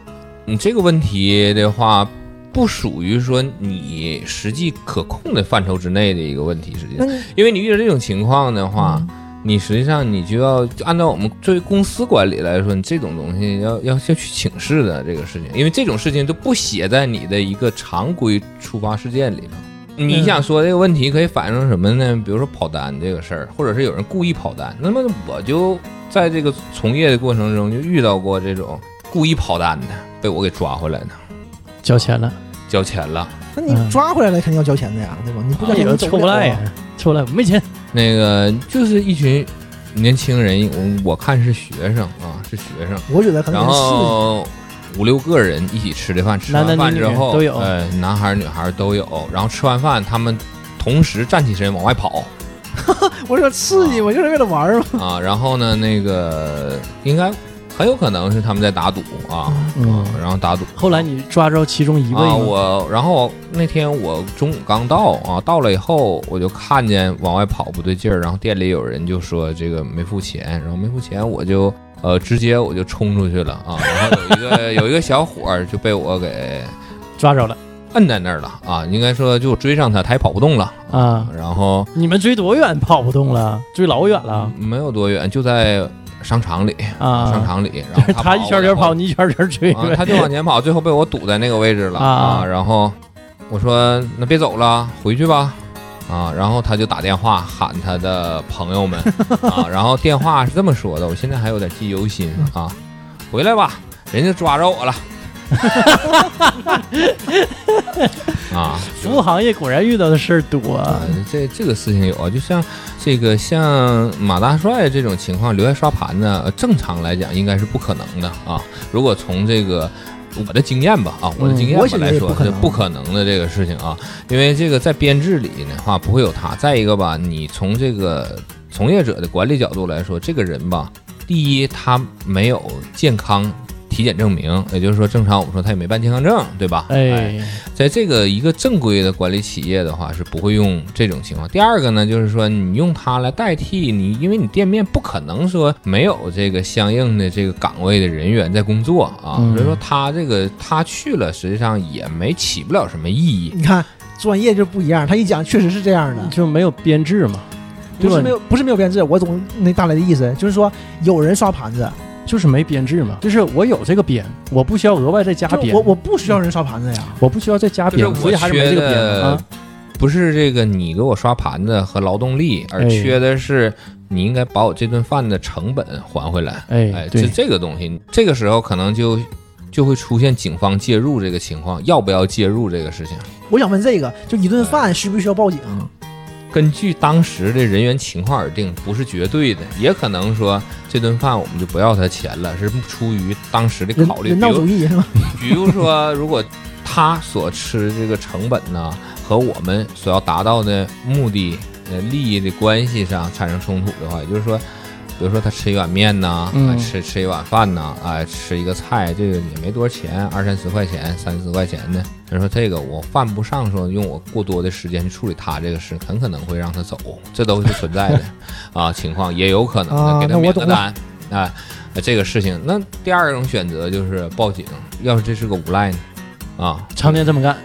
S7: 你这个问题的话，不属于说你实际可控的范畴之内的一个问题，实际
S6: 那
S7: 上，
S6: 你
S7: 因为你遇到这种情况的话。
S6: 嗯
S7: 你实际上你就要按照我们作为公司管理来说，你这种东西要要要去请示的这个事情，因为这种事情都不写在你的一个常规触发事件里头。你想说这个问题可以反映成什么呢？比如说跑单这个事儿，或者是有人故意跑单。那么我就在这个从业的过程中就遇到过这种故意跑单的，被我给抓回来的，
S4: 交钱了，
S7: 交钱了。
S6: 那你
S4: 嗯
S6: 抓回来了，肯定要交钱的呀，对吧？你不交
S4: 那
S6: 钱
S4: 也
S6: 你走
S4: 哎出不
S6: 了啊
S4: 来
S7: 哦
S4: 呀，出不来，没钱，
S7: 那个就是一群年轻人，我我看是学生啊，是学生。
S6: 我觉得可能
S7: 然
S6: 也是
S7: 后五六个人一起吃的饭，吃
S4: 男
S7: 完
S4: 男
S7: 饭
S4: 女
S7: 之
S4: 女
S7: 后
S4: 都有
S7: 呃，男孩儿女孩儿都有。然后吃完饭，他们同时站起身往 外跑啊
S6: 我说刺激，我就是为了玩儿嘛。
S7: 啊。然后呢，那个应该很有可能是他们在打赌啊，
S4: 嗯
S7: 然后打赌。
S4: 后来你抓着其中一位
S7: 啊，
S4: 吗，
S7: 我然后那天我中午刚到啊，到了以后我就看见往外跑不对劲儿，然后店里有人就说这个没付钱，然后没付钱我就呃直接我就冲出去了啊，然后有一个 有一个小伙儿就被我给
S4: 抓着了
S7: 摁在那儿了啊，应该说就追上他，他也跑不动了啊，
S4: 啊！
S7: 然后
S4: 你们追多远跑不动了？追老远了
S7: 没有多远就在商场里，
S4: 啊！
S7: 嗯商场里，然后
S4: 他一圈圈
S7: 跑
S4: 跑，。你一圈圈追
S7: 啊，他就 往前跑，最后被我堵在那个位置了
S4: 啊
S7: 啊。然后我说那别走了，回去吧。啊，然后他就打电话喊他的朋 友们啊，然后电话是这么说的，我现在还有点记犹新啊，回来吧，人家抓着 我了。啊，
S4: 服务行业果然遇到的事儿多
S7: 啊
S4: 啊，
S7: 这这个事情有啊，就像这个像马大帅这种情况留下刷盘呢，呃正常来讲应该是不可能的啊。如果从这个我的经验吧，啊，我的经验
S6: 嗯
S7: 吧
S6: 我也觉得
S7: 来说
S6: 不可
S7: 是
S6: 能
S7: 不可能的这个事情啊，因为这个在编制里的话不会有他。再一个吧，你从这个从业者的管理角度来说，这个人吧，第一他没有健康体检证明，也就是说正常我们说他也没办健康证，对吧？
S4: 哎，
S7: 在这个一个正规的管理企业的话，是不会用这种情况。第二个呢，就是说你用它来代替你，因为你店面不可能说没有这个相应的这个岗位的人员在工作啊，
S4: 嗯
S7: 所以说他这个他去了，实际上也没起不了什么意义。
S6: 你看专业就不一样，他一讲确实是这样的，
S4: 就没有编制嘛，嗯对
S6: 不是
S4: 吧
S6: 没？有不是没有编制，我懂那大雷的意思，就是说有人刷盘子，
S4: 就是没编制嘛，就是我有这个编，我不需要额外再加
S6: 就
S4: 编，
S6: 我我不需要人刷盘子呀，
S7: 嗯
S4: 我不需要再加
S7: 就是
S4: 编，所
S7: 我
S4: 以还是没
S7: 缺
S4: 这个编
S7: 的
S4: 啊。
S7: 不是这个你给我刷盘子和劳动力，而
S4: 哎
S7: 缺的是你应该把我这顿饭的成本还回来。哎
S4: 哎，，
S7: 这
S4: 对，
S7: 这个东西，这个时候可能就就会出现警方介入这个情况，要不要介入这个事情？
S6: 我想问这个，就
S7: 嗯
S6: 一顿饭需不需要报警？
S7: 根据当时的人员情况而定，不是绝对的，也可能说这顿饭我们就不要他钱了，是出于当时的
S6: 人
S7: 考虑。
S6: 人
S7: 比
S6: 道
S7: 如
S6: 主义是吧？
S7: 比如说，如果他所吃这个成本呢，和我们所要达到的目的、呃利益的关系上产生冲突的话，也就是说，比如说他吃一碗面呐，
S4: 嗯
S7: 啊吃吃一碗饭呐，啊、吃一个菜，这个也没多少钱，二三十块钱、三四块钱的。他说这个我犯不上说用我过多的时间去处理他这个事，很可能会让他走，这都是存 在的啊情况，也有可能的、
S6: 啊
S7: 给
S6: 那
S7: 他
S6: 我
S7: 免
S6: 懂
S7: 个
S6: 了
S7: 单。啊，呃这个事情。那第二种选择就是报警，要是这是个无赖呢？啊，
S4: 常年这么干，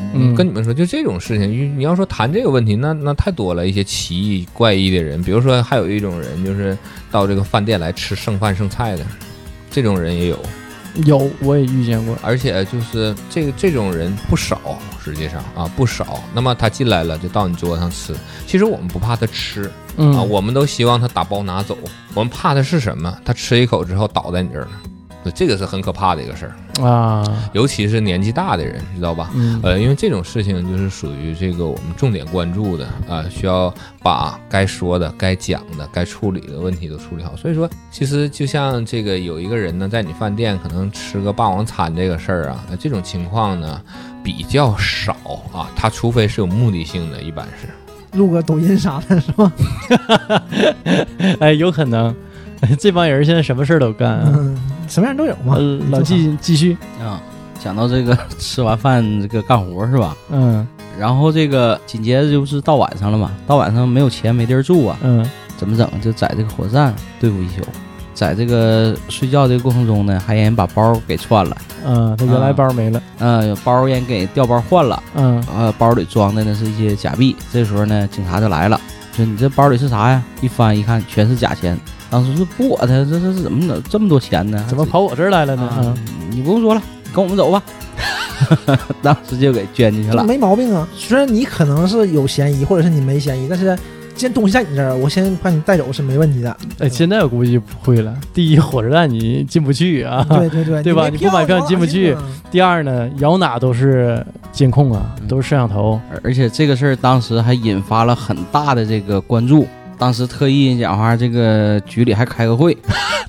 S4: 嗯
S7: 嗯，跟你们说，就这种事情，你你要说谈这个问题，那那太多了，一些奇异怪异的人，比如说还有一种人，就是到这个饭店来吃剩饭剩菜的，这种人也有，
S4: 有我也遇见过，
S7: 而且就是这个这种人不少，实际上啊不少。那么他进来了，就到你桌上吃，其实我们不怕他吃，
S4: 嗯，
S7: 啊，我们都希望他打包拿走，我们怕的是什么？他吃一口之后倒在你这儿了，这个是很可怕的一个事儿，
S4: 啊，
S7: 尤其是年纪大的人，知道吧？
S4: 嗯，
S7: 呃，因为这种事情就是属于这个我们重点关注的啊、需要把该说的、该讲的、该处理的问题都处理好。所以说，其实就像这个有一个人呢，在你饭店可能吃个霸王餐这个事儿啊，那这种情况呢比较少啊，他除非是有目的性的，一般是。
S6: 录个抖音啥的是吧？
S4: 哎，有可能， 这帮人现在什么事儿都干啊。
S6: 嗯，什么样都有嘛。
S4: 呃，老纪继续，
S5: 啊，讲到这个 吃完饭这个干活是吧？
S4: 嗯
S5: 然后这个紧接着就是到晚上了嘛，到晚上没有钱没地儿住啊，
S4: 嗯
S5: 怎么整？就在这个火车站对付一宿，在这个睡觉这个过程中呢，还让人把包给串了，
S4: 嗯，他原
S6: 啊
S4: 来包没了，
S5: 嗯、有包让人给调包换了，
S4: 嗯
S5: 呃，包里装的呢是一些假币。这时候呢，警察就来了，说你这包里是啥呀？一翻一看，全是假钱。当时是不我他，这这是怎么整这么多钱呢？
S4: 怎么跑我这儿来了呢？
S5: 啊
S4: 啊，？
S5: 你不用说了，跟我们走吧。 当时就给捐进去
S6: 这
S5: 了。
S6: 没毛病啊。虽然你可能是有嫌疑，或者是你没嫌疑，但是既然东西在你这儿，我先把你带走是没问题的。
S4: 哎，现在我估计不会了。第一，火车站你进不去啊。
S6: 对对对，
S4: 对吧
S6: 没
S4: 你不买票
S6: 往哪
S4: 进不去
S6: 啊。
S4: 第二呢，摇哪都是监控啊，
S5: 嗯
S4: 都是摄像头。
S5: 而而且这个事儿当时还引发了很大的这个关注。当时特意讲话，这个局里还开个会，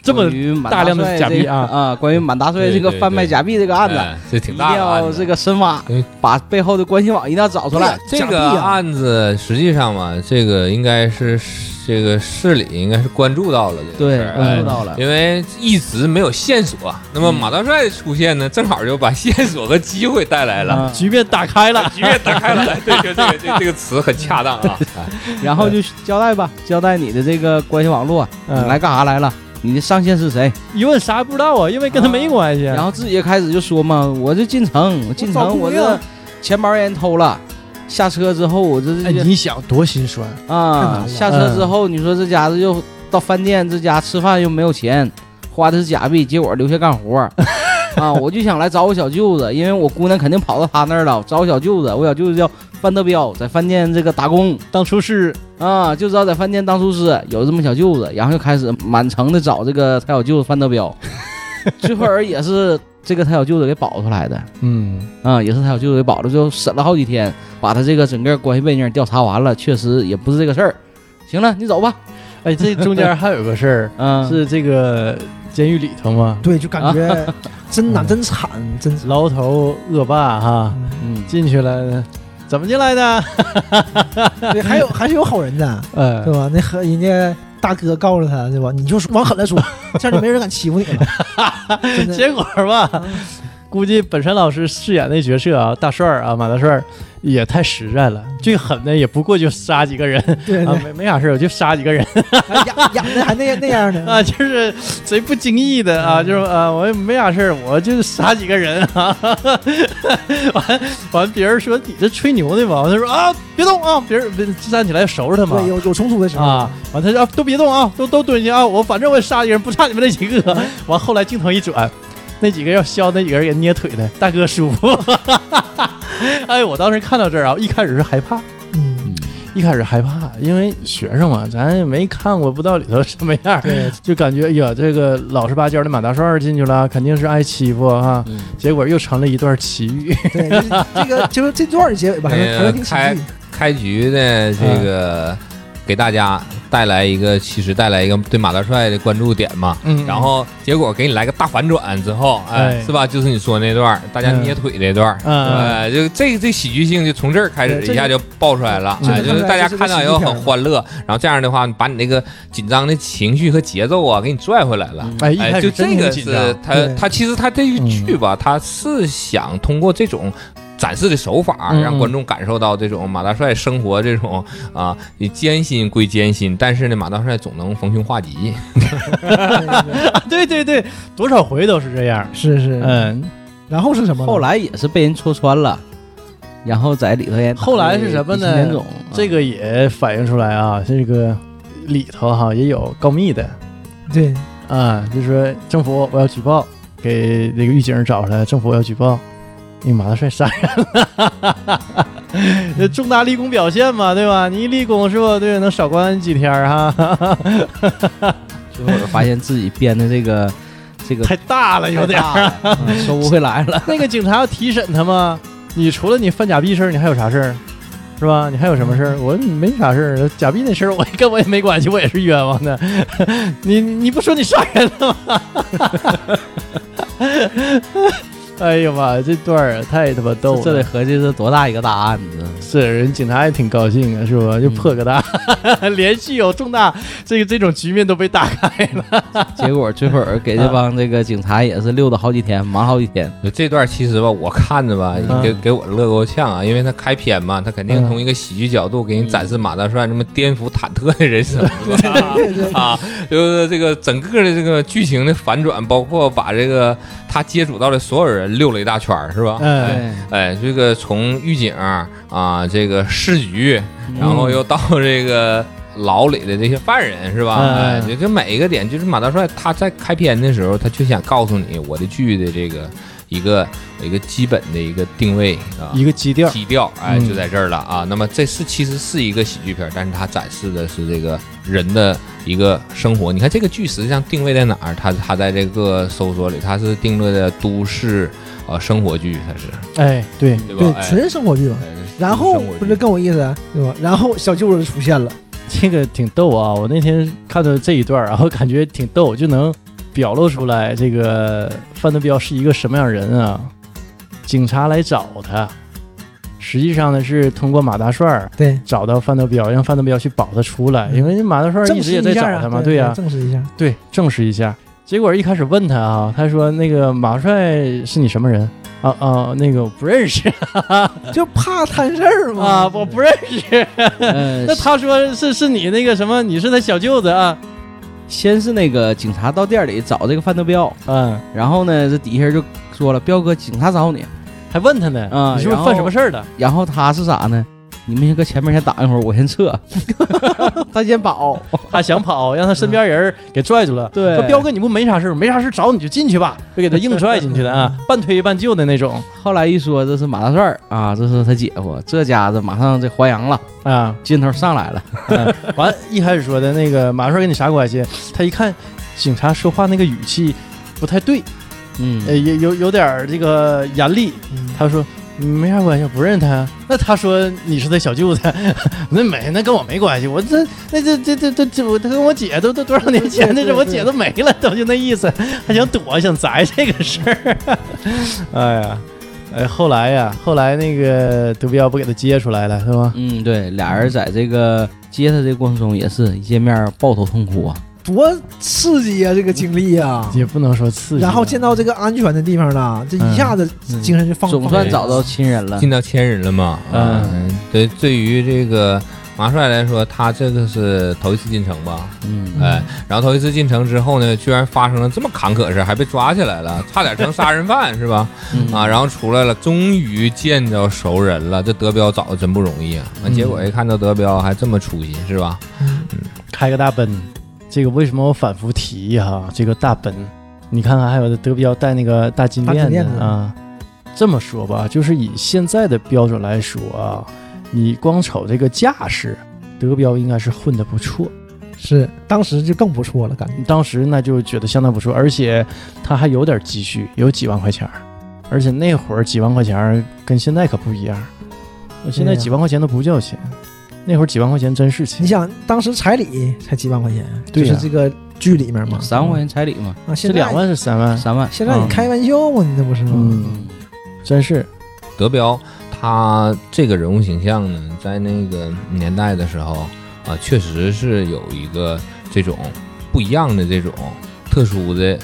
S4: 这么
S5: 关嗯于满
S4: 大量的
S5: 帅
S4: 假币
S5: 这个
S4: 啊
S5: 啊，关于满大帅这个
S7: 对对
S5: 贩卖
S7: 对
S5: 假币这个案子，
S7: 哎这挺
S5: 一定
S7: 大的案
S5: 要
S7: 子
S5: 这个深挖
S4: 哎
S7: 因为，
S5: 把背后的关系网一定要找出来。
S7: 这
S6: 假币
S7: 个
S6: 啊
S7: 案子实际上嘛，这个应该是这个市里应该是关注到了这个
S5: 对
S7: 事，儿，
S5: 关
S7: 哎
S5: 注到了。
S7: 因为一直没有线索。啊那么马大帅的出现呢，正好就把线索和机会带来了。
S4: 啊
S5: 嗯
S4: 局面打开了，
S7: 局面打 开了，对对对，这这个词很恰当 啊。哎
S5: 然后就交代吧，交代你的这个关系网络，啊你
S4: 嗯
S5: 来干啥来了？你的上线是谁？
S4: 一问啥也不知道啊，因为跟他没关系。
S5: 嗯然后自己也开始就说嘛，我这进城，我进
S6: 我早
S5: 城，
S6: 哭
S5: 我
S6: 了
S5: 这钱包让人偷了。下车之后，我这
S4: 哎，
S5: 这
S4: 你想多心酸？
S6: 难
S5: 啊
S6: 了，
S5: 下车之后，你说这家子又到饭店，这家吃饭又没有钱，花的是假币，结果留下干活儿啊，我就想来找我小舅子，因为我姑娘肯定跑到他那儿了，找我小舅子，我小舅子叫范德彪，在饭店这个打工，
S4: 当初是
S5: 啊，就知道在饭店当厨师，有这么小舅子，然后就开始满城的找这个他小舅子范德彪，最后人也是这个他小舅子给保出来的，
S4: 嗯，
S5: 啊，也是他小舅子给保了，就审了好几天，把他这个整个关系背景调查完了，确实也不是这个事儿。行了，你走吧。
S4: 哎，这中间还有个事儿，
S5: 嗯，
S4: 是这个监狱里头嘛，
S6: 对，就感觉 真难，
S4: 嗯
S6: 真惨，真惨。
S4: 牢头恶霸哈
S5: 嗯，
S4: 进去了，怎么进来的？
S6: 对，还有还是有好人的，
S5: 嗯
S6: 对
S4: 呃，
S6: 吧？那和人家大哥告诉他，对吧？你就往狠 了说，这样就没人敢欺负你了。真的啊
S4: 结果吧，估计本山老师饰演那角色啊，大帅儿啊，马大帅儿也太实在了，最狠的也不过就杀几 个人
S6: 对
S4: 啊
S6: 对，，
S4: 没没啥事儿，我就杀几个人
S6: 还养养的还那那样呢
S4: 啊，就是贼不经意的啊，就是啊，我也没啥事儿，我就杀几个人啊。 完完，别人说你这吹牛呢吧？完他说啊，别动啊，别人别站起来收拾他嘛
S6: 对，。有有冲突的时候
S4: 啊，完他说、啊、都别动啊，都都蹲下啊，我反正我也杀一个人，不差你们那几个。 完后来镜头一转，那几个要削那几个人给捏腿的，大哥舒服。 哎，我当时看到这儿啊，一开始是害怕，
S6: 嗯，
S4: 一开始害怕，因为学生嘛，咱也没看过，不知道里头什么样儿，
S6: 对，
S4: 就感觉哎呀，这个老实巴交的马大帅儿进去了，肯定是挨欺负啊。
S5: 嗯
S4: 结果又成了一段奇遇，
S6: 对，就是这个就是这段儿结尾吧，还是还是挺喜
S7: 哎
S6: 剧。
S7: 开局呢，这个给大家带来一个，其实带来一个对马大帅的关注点嘛。
S4: 嗯
S7: 然后结果给你来个大反转之后，哎，
S4: 哎
S7: 是吧？就是你说那段儿大家
S4: 嗯
S7: 捏腿那段儿，
S4: 嗯，
S7: 哎，就这这喜剧性就从这儿开始
S6: 对这
S7: 一下就爆出来了，
S6: 嗯
S7: 哎，
S6: 这
S7: 就
S6: 就是
S7: 大家
S6: 这就是
S7: 看到以后
S6: 喜剧片
S7: 很
S6: 儿
S7: 欢乐，然后这样的话，把你那个紧张的情绪和节奏啊，给你拽回来了。
S4: 哎，一
S7: 哎，
S4: 开
S7: 就
S4: 始
S7: 这
S4: 真挺
S7: 个
S4: 紧
S7: 是
S4: 张，
S7: 他
S6: 对嗯
S7: 他其实他这个剧吧，他是想通过这种。展示的手法
S4: 嗯
S7: 让观众感受到这种马大帅生活这种啊，你艰辛归艰辛，但是呢，马大帅总能逢凶化吉。
S4: 啊对对对，多少回都是这样，
S6: 是是，
S4: 嗯，
S6: 然后是什么呢？
S5: 后来也是被人戳穿了，然后在里头也打
S4: 后来是什么呢
S5: 李青田总
S4: 这个也反映出来啊，这个里头哈、也有告密的
S6: 对，
S4: 啊，就说政府我要举报，给那个狱警找出来，政府我要举报，你马大帅杀人 了，这重大立功表现嘛，对吧？你一立功是吧？对，能少关几天啊儿哈，
S5: 最后我就发现自己编的这个这个
S4: 太大了 有点儿。
S5: 太大了 嗯收不回来 了。
S4: 那个警察要提审他吗？你除了你犯假币事儿，你还有啥事儿？是吧？你还有什么事儿？我没啥事儿，假币那事儿我跟我也没关系，我也是冤枉的。 你你不说你杀人了吗？ 哎呀妈，这段儿太他妈逗了！
S5: 这得合计这多大一个大案 子？
S4: 是人警察也挺高兴啊，是吧？就破个大， 连续有重大这个这种局面都被打开了。
S5: 结果最后儿给这帮这个警察也是溜达好几天，忙好几天。
S7: 就这段其实吧，我看着吧
S4: 嗯，
S7: 给给我乐够呛啊，因为他开篇嘛，他肯
S6: 嗯
S7: 定从一个喜剧角度给你展示马大帅那么颠覆忐忑的人生，是吧
S6: 嗯对对，
S7: 啊，就是这个整个的这个剧情的反转，包括把这个他接触到的所有人溜了一大圈儿，是吧？
S4: 嗯
S5: 对，
S7: 哎，这个从狱警啊、这个市局，
S4: 嗯
S7: 然后又到这个牢里的这些犯人，是吧？
S4: 嗯
S7: 哎，就这每一个点，就是马大帅他在开篇的时候，他就想告诉你我的剧的这个一个一个基本的一个定位啊，
S4: 一个基调，
S7: 基调，哎，
S4: 嗯
S7: 就在这儿了啊。那么这是其实是一个喜剧片，但是它展示的是这个人的一个生活。你看这个剧实际上定位在哪儿？它它在这个搜索里，它是定位在都市呃生活剧，它是
S4: 哎，对，
S7: 对吧？
S6: 对，纯生活剧嘛
S7: 哎。
S6: 然后不是
S7: 更
S6: 更有意思，啊对吧？然后小舅子出现了，
S4: 这个挺逗啊！我那天看到这一段儿，然后感觉挺逗，就能表露出来这个范德彪是一个什么样人啊。警察来找他，实际上呢是通过马大帅儿
S6: 对，
S4: 找到范德彪，让范德彪去保他出来，因为马大帅儿
S6: 证
S4: 一直
S6: 实
S4: 也
S6: 一
S4: 在找
S6: 下啊
S4: 他嘛，
S6: 对
S4: 呀、
S6: 证实一下，
S4: 对，证实一下。结果一开始问他啊，他说那个马帅是你什么人？啊啊，那个我不认识
S6: 就怕摊事儿嘛。
S4: 啊，我不认识。
S5: 呃
S4: 那他说是是你那个什么，你是他小舅子啊？
S5: 先是那个警察到店里找这个范德彪，
S4: 嗯，
S5: 然后呢，这底下人就说了：“彪哥，警察找你。
S4: 还问他呢，
S5: 啊
S4: 你是不是
S5: 然后
S4: 犯什么事儿了？”
S5: 然后他是啥呢？你们先搁前面先打一会儿，我先撤。他先跑，
S4: 他想 跑，让他身边人儿给拽住了。
S5: 对
S4: 说彪哥，你不没啥事儿吗，没啥事儿找你就进去吧，就给他硬拽进去 的啊，半推半就的那种
S5: 后来一说这是马大帅儿啊，这是他姐夫，这家子马上这还阳了，
S4: 啊。
S5: 劲头上来了。
S4: 完，一开始说的那个马帅跟你啥关系？他一看警察说话那个语气不太对，
S5: 嗯
S4: 呃，有有有点儿这个严厉。他说没啥关系，我不认识他。那他说你是他小舅子， 那没，那跟我没关系。我这那这这这这这，我他跟我姐都都多少年前的事，我姐都没了，都就那意思，还想躲，想宅这个事儿。 哎呀，哎，后来呀，后来那个德彪不给他接出来了，是吧？
S5: 嗯，对，俩人在这个接他这过程中也是一见面抱头痛哭啊。
S6: 多刺激啊，这个经历啊！
S4: 也不能说刺激嗯吧。
S6: 然后见到这个安全的地方了，这一下子精神就放。
S5: 总算找到亲人了。
S7: 进到千人了嘛？
S4: 嗯
S7: 嗯，对，对于这个马帅来说，他这个是头一次进城吧？
S5: 嗯，
S7: 哎，然后头一次进城之后呢，居然发生了这么坎坷事儿，还被抓起来了，差点成杀人犯是吧？
S5: 嗯
S7: 啊，然后出来了，终于见着熟人了。这德彪找的真不容易啊！完结果一看到德彪还这么出息是吧？
S4: 开个大奔，这个为什么我反复提哈、这个大奔，你看看还有德彪戴那个大金
S6: 大
S4: 链
S6: 金链子
S4: 啊。这么说吧，就是以现在的标准来说啊，你光瞅这个架势，德彪应该是混得不错。
S6: 是当时就更不错了，感觉
S4: 当时那就觉得相当不错，而且他还有点积蓄，有几万块钱儿，而且那会儿几万块钱儿跟现在可不一样，现在
S6: 对呀
S4: 几万块钱都不叫钱，那会儿几万块钱真是钱
S6: 你。想当时彩礼才几万块钱，
S4: 对呀
S6: 就是这个剧里面嘛，
S5: 三万块钱彩礼嘛，
S6: 啊，
S4: 这
S6: 现在
S4: 两万是三万，
S5: 三万。嗯
S6: 现在你开玩笑吗？你这不是吗？
S4: 嗯，真是
S7: 德彪他这个人物形象呢，在那个年代的时候啊，确实是有一个这种不一样的这种特殊的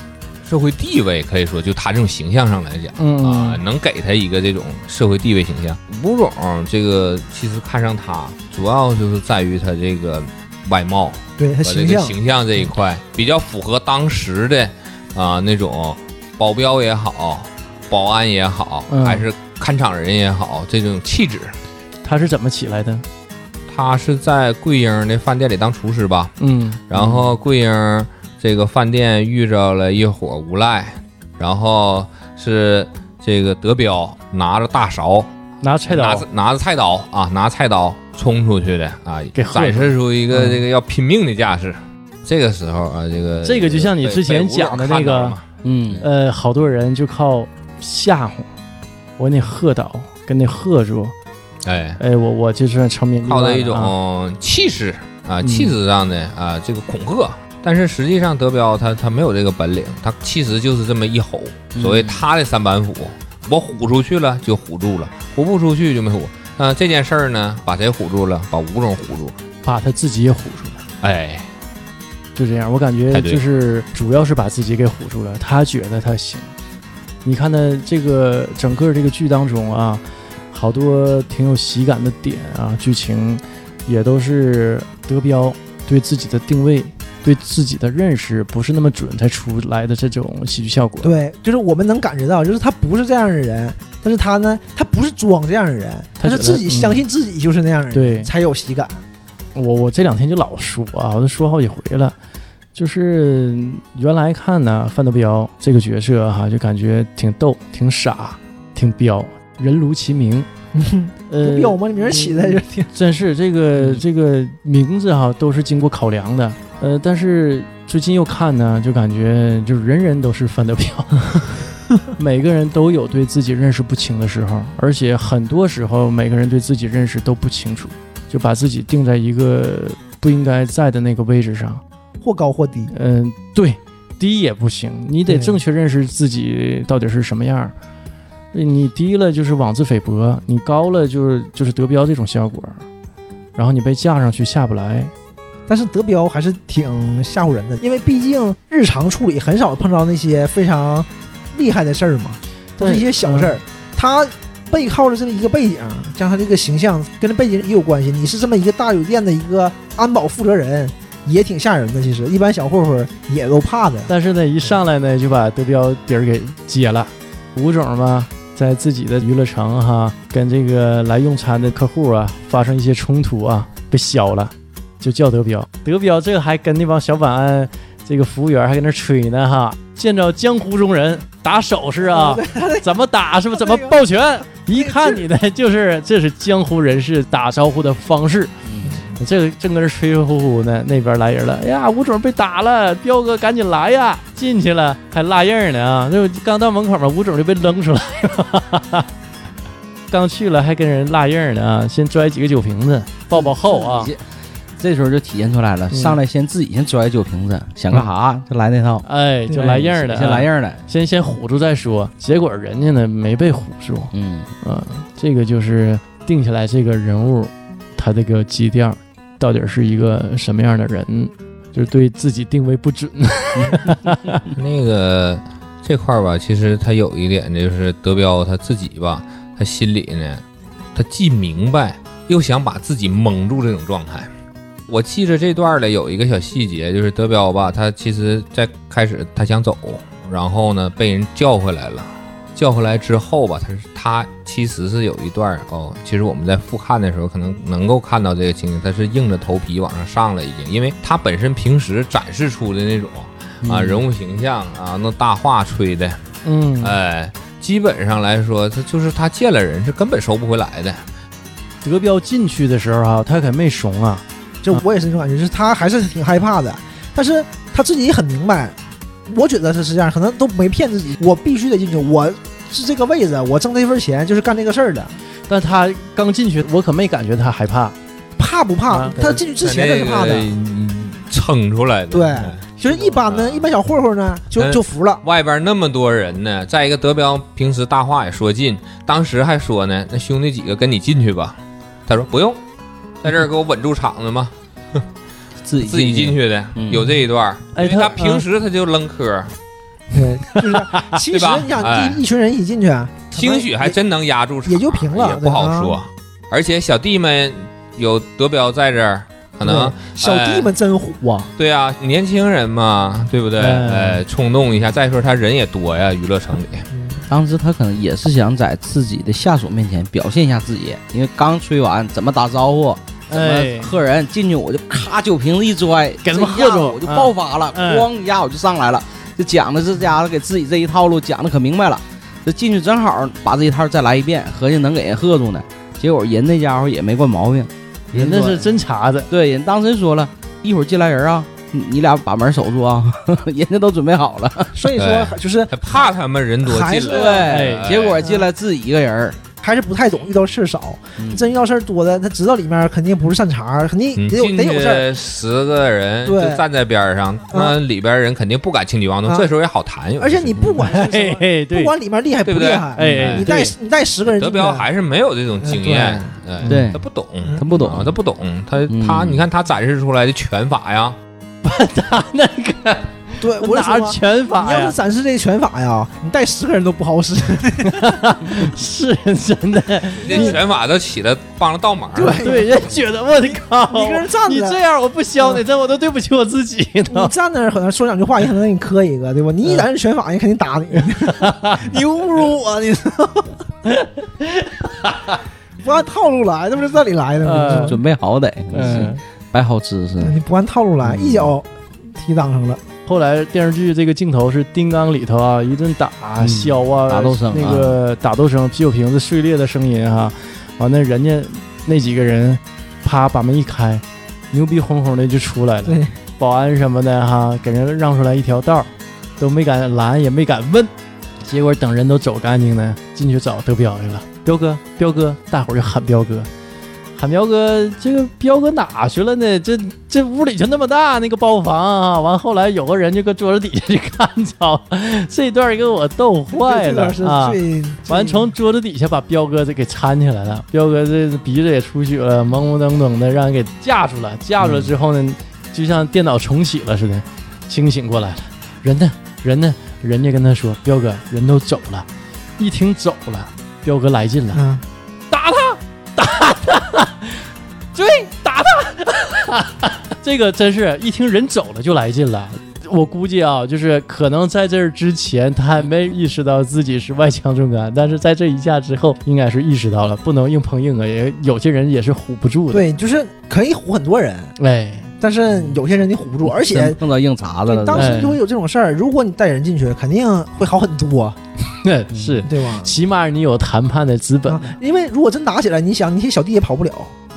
S7: 社会地位，可以说就他这种形象上来讲。
S4: 嗯
S7: 啊、能给他一个这种社会地位形象。吴总这个其实看上他，主要就是在于他这个外貌
S6: 对他
S7: 和这
S6: 形
S7: 个
S6: 象，
S7: 形象这一块，比较符合当时的啊、那种保镖也好，保安也好，
S4: 嗯
S7: 还是看场人也好，这种气质。
S4: 他是怎么起来的？
S7: 他是在桂英的饭店里当厨师吧，
S4: 嗯，
S7: 然后桂英这个饭店遇着了一伙无赖，然后是这个德彪拿着大勺
S4: 拿菜刀
S7: 拿着拿着菜刀啊，拿菜刀冲出去的啊
S4: 给，喝
S7: 展示出一个
S4: 嗯
S7: 这个要拼命的架势。这个时候啊，这个
S4: 这个就像你
S7: 被
S4: 之前
S7: 被吴老
S4: 讲的
S7: 看
S4: 那个
S7: 到了嘛
S5: 嗯，
S4: 呃，好多人就靠吓唬，我给你喝倒，给你喝住，
S7: 哎，
S4: 哎，我我就算成名立
S7: 靠
S4: 万
S7: 的
S4: 了
S7: 一
S4: 啊
S7: 种气势啊，
S4: 嗯
S7: 气势上的啊这个恐吓。但是实际上，德彪他他没有这个本领，他其实就是这么一吼，
S5: 嗯
S4: 嗯
S7: 所谓他的三板斧，我唬出去了就唬住了，唬不出去就没唬。那、这件事儿呢，把谁唬住了？把吴总唬住。
S4: 把他自己也唬住了。
S7: 哎，
S4: 就这样，我感觉
S7: 太对
S4: 就是主要是把自己给唬住了。他觉得他行，你看他这个整个这个剧当中啊，好多挺有喜感的点啊，剧情也都是德彪对自己的定位、对自己的认识不是那么准才出来的这种喜剧效果。
S6: 对，就是我们能感觉到，就是他不是这样的人，但是他呢，他不是装这样的人，
S4: 他觉
S6: 他
S4: 得嗯
S6: 是自己相信自己就是那样的人，
S4: 对
S6: 才有喜感。
S4: 我我这两天就老说啊，我都说好几回了，就是原来看呢范德彪这个角色哈、就感觉挺逗、挺傻、挺彪，人如其 名。呃，
S6: 彪吗？这名儿起的就 挺
S4: 真是这个这个名字哈、都是经过考量的。呃，但是最近又看呢，就感觉就是人人都是范德彪， 每个人都有对自己认识不清的时候，而且很多时候每个人对自己认识都不清楚，就把自己定在一个不应该在的那个位置上。
S6: 或高或低。
S4: 嗯、对，低也不行，你得
S6: 对
S4: 正确认识自己到底是什么样儿。你低了就是妄自菲薄，你高了就是就是德标这种效果，然后你被架上去下不来。
S6: 但是德彪还是挺吓唬人的，因为毕竟日常处理很少碰到那些非常厉害的事儿嘛，都是一些小事
S4: 嗯
S6: 儿。他背靠着这么一个背景，加上他这个形象跟这背景也有关系。你是这么一个大酒店的一个安保负责人，也挺吓人的。其实一般小混混也都怕的。
S4: 但是呢，一上来呢就把德彪底儿给揭了。吴总嘛，在自己的娱乐城哈，跟这个来用餐的客户啊发生一些冲突啊，被削了，就叫德彪。德彪这还跟那帮小保安、这个服务员还跟那吹呢哈，见着江湖中人打手势啊，怎么打是不是？怎么抱拳？一看你呢，就是这是江湖人士打招呼的方式。
S5: 嗯
S4: 这个正跟这吹吹呼呼呢，那边来人了，哎呀，吴总被打了，彪哥赶紧来呀！进去了还拉印儿呢啊，就刚到门口嘛，吴总就被扔出来了， 刚去了还跟人拉印儿呢啊，先拽几个酒瓶子抱抱后啊，
S5: 这这时候就体现出来了，
S4: 嗯
S5: 上来先自己先拽酒瓶子，想干啥就来那套，
S4: 哎，就来印儿了啊，
S5: 嗯先来样儿了，
S4: 先先唬住再说。结果人家呢没被唬住，
S5: 嗯，
S4: 啊，这个就是定下来这个人物，他这个基调到底是一个什么样的人，就是对自己定位不 准。
S7: 那个这块儿吧，其实他有一点就是德彪他自己吧，他心里呢，他既明白又想把自己蒙住这种状态。我记着这段儿里有一个小细节，就是德彪吧，他其实在开始他想走，然后呢被人叫回来了。叫回来之后吧，他是他其实是有一段儿哦，其实我们在复看的时候可能能够看到这个情景，他是硬着头皮往上上了已经，因为他本身平时展示出的那种
S5: 嗯
S7: 啊，人物形象啊，那大话吹的，
S4: 嗯，
S7: 哎，基本上来说，他就是他见了人是根本收不回来的。
S4: 德彪进去的时候啊，他可没怂啊，
S6: 这
S7: 嗯
S6: 我也是这种感觉，就是他还是挺害怕的，但是他自己也很明白，我觉得他是这样，可能都没骗自己，我必须得进去，我是这个位置，我挣这份钱就是干这个事儿的，
S4: 但他刚进去，我可没感觉他害怕。
S6: 怕不怕？
S4: 啊
S6: 他进去之前他是怕的，
S7: 嗯撑出来的。
S6: 对
S7: 哎
S6: 就是一般呢，一般小混混呢就
S7: 嗯
S6: 就服了，
S7: 外边那么多人呢，再一个德彪平时大话也说尽，当时还说呢，那兄弟几个跟你进去吧。他说不用，在这儿给我稳住场子嘛，
S5: 自己
S7: 自己进，去的，
S5: 嗯
S7: 有这一段儿。
S4: 哎
S7: 因为
S4: 他
S7: 他平时他就扔嗑，
S6: 对，就是这样其实
S7: 啊对吧
S6: 你想
S7: 哎
S6: 一一群人一起进去，啊
S7: 兴许还真能压住场，
S6: 也就平了
S7: 也不好
S6: 对
S7: 说
S6: 啊。
S7: 而且小弟们有德彪在这儿，可
S6: 可
S7: 能
S6: 小
S7: 哎
S6: 弟们真虎啊，
S7: 对啊，年轻人嘛，对不对？
S4: 嗯
S7: 哎，冲动一下。再说他人也多呀，娱乐城里。
S5: 当时他可能也是想在自己的下属面前表现一下自己，因为刚吹完怎么打招呼，怎
S4: 哎
S5: 么客人进去我就咔酒瓶子一拽，
S4: 给他们
S5: 这一下
S4: 喝住
S5: 我就爆发了，
S4: 嗯
S5: 咣一下我就上来了，就讲的这家伙给自己这一套路讲的可明白了，这进去正好把这一套再来一遍，合计能给人喝住呢，结果人那家伙也没惯毛病，
S4: 人那是真茬子，
S5: 对，人当时说了一会儿进来人啊，你你俩把门守住啊， 人家都准备好了。
S6: 所以说
S7: 对
S6: 就是
S7: 他怕他们人多
S6: 还
S7: 进
S6: 是
S7: 来，
S4: 哎
S5: 结果进来自己一个人儿，
S6: 还是不太懂，遇到事儿少，
S5: 嗯
S6: 真遇到事儿多的，他知道里面肯定不是善茬儿，肯定
S7: 你
S6: 得有
S7: 嗯进
S6: 得有事儿。
S7: 去十个人就
S6: 对
S7: 站在边儿上，那里边人肯定不敢轻举妄动，
S6: 啊
S7: 这时候也好谈。有的
S6: 而且
S7: 时
S6: 你
S7: 候
S6: 不管是什
S4: 嘿
S6: 么，
S4: 嘿，
S6: 不
S4: 哎对，
S6: 管里面厉 害
S7: 对不
S6: 厉
S7: 对
S6: 害，
S4: 哎，对
S6: 你带你带十个人进
S7: 德
S6: 去，
S7: 彪还是没有这
S6: 嗯
S7: 种经验，哎
S5: 对
S7: 他不懂，
S5: 他不懂
S7: 啊，他不懂，他
S5: 嗯
S7: 他你看他展示出来的拳法呀，
S6: 嗯
S4: 那个
S6: 对，我就
S4: 哪
S6: 说
S4: 儿拳
S6: 你
S4: 法
S6: 要
S4: 呀
S6: 是？展示这个拳法呀，你带十个人都不 好使。
S4: 是真的，
S7: 那拳法都起了帮了倒忙了。
S4: 对，人觉得我的嗯靠，
S6: 你跟人站着
S4: 你这样我不削你，这我都对不起我自己
S6: 你
S4: 呢。
S6: 站那儿可能说两句话，也可能给你磕一个，对吧？你
S4: 嗯
S6: 一展示拳法，人家肯 定打你，你侮辱我，你知道吗？不按套路来，这不是这里来的吗？
S4: 嗯
S5: 准备好得，
S4: 嗯，
S5: 摆好姿势。
S6: 你不按套路来，一脚踢裆上了。
S4: 后来电视剧这个镜头是丁刚里头啊，一顿打、削啊，
S5: 嗯打斗声啊
S4: 那个打斗声、啤酒瓶子碎裂的声音哈、完了人家那几个人，啪把门一开，牛逼哄哄的就出来了
S6: 对，
S4: 保安什么的哈、给人让出来一条道儿，都没敢拦，也没敢问，结果等人都走干净呢，进去找德彪去了，彪哥，彪哥，大伙儿就喊彪哥，喊彪哥，这个彪哥哪去了呢？这这屋里就那么大，那个包房啊，完后来有个人就搁桌子底下去看着，这段给我逗坏
S6: 这
S4: 了
S6: 段是
S4: 啊！
S6: 最
S4: 完从桌子底下把彪哥这给搀起来了，彪哥这鼻子也出血了，懵懵懂懂的让人给架住了，架住了之后呢，就像电脑重启了似的，清醒过来了，人呢？人呢？人家跟他说，彪哥人都走了，一听走了，彪哥来劲了。
S6: 嗯，
S4: 打他，打他，追，打他。 这个真是一听人走了就来劲了。我估计啊，就是可能在这儿之前他还没意识到自己是外强中干，但是在这一下之后，应该是意识到了，不能硬碰硬啊。也有些人也是唬不住的。
S6: 对，就是可以唬很多人，
S4: 哎，
S6: 但是有些人你唬不住，而且
S5: 弄到硬茬子
S6: 对
S5: 了。
S6: 当
S4: 哎
S6: 时就会有这种事儿。如果你带人进去，肯定会好很多，
S4: 哎 是，
S6: 对吧？
S4: 起码你有谈判的资本
S6: 啊。，因为如果真打起来，你想你小弟也跑不了，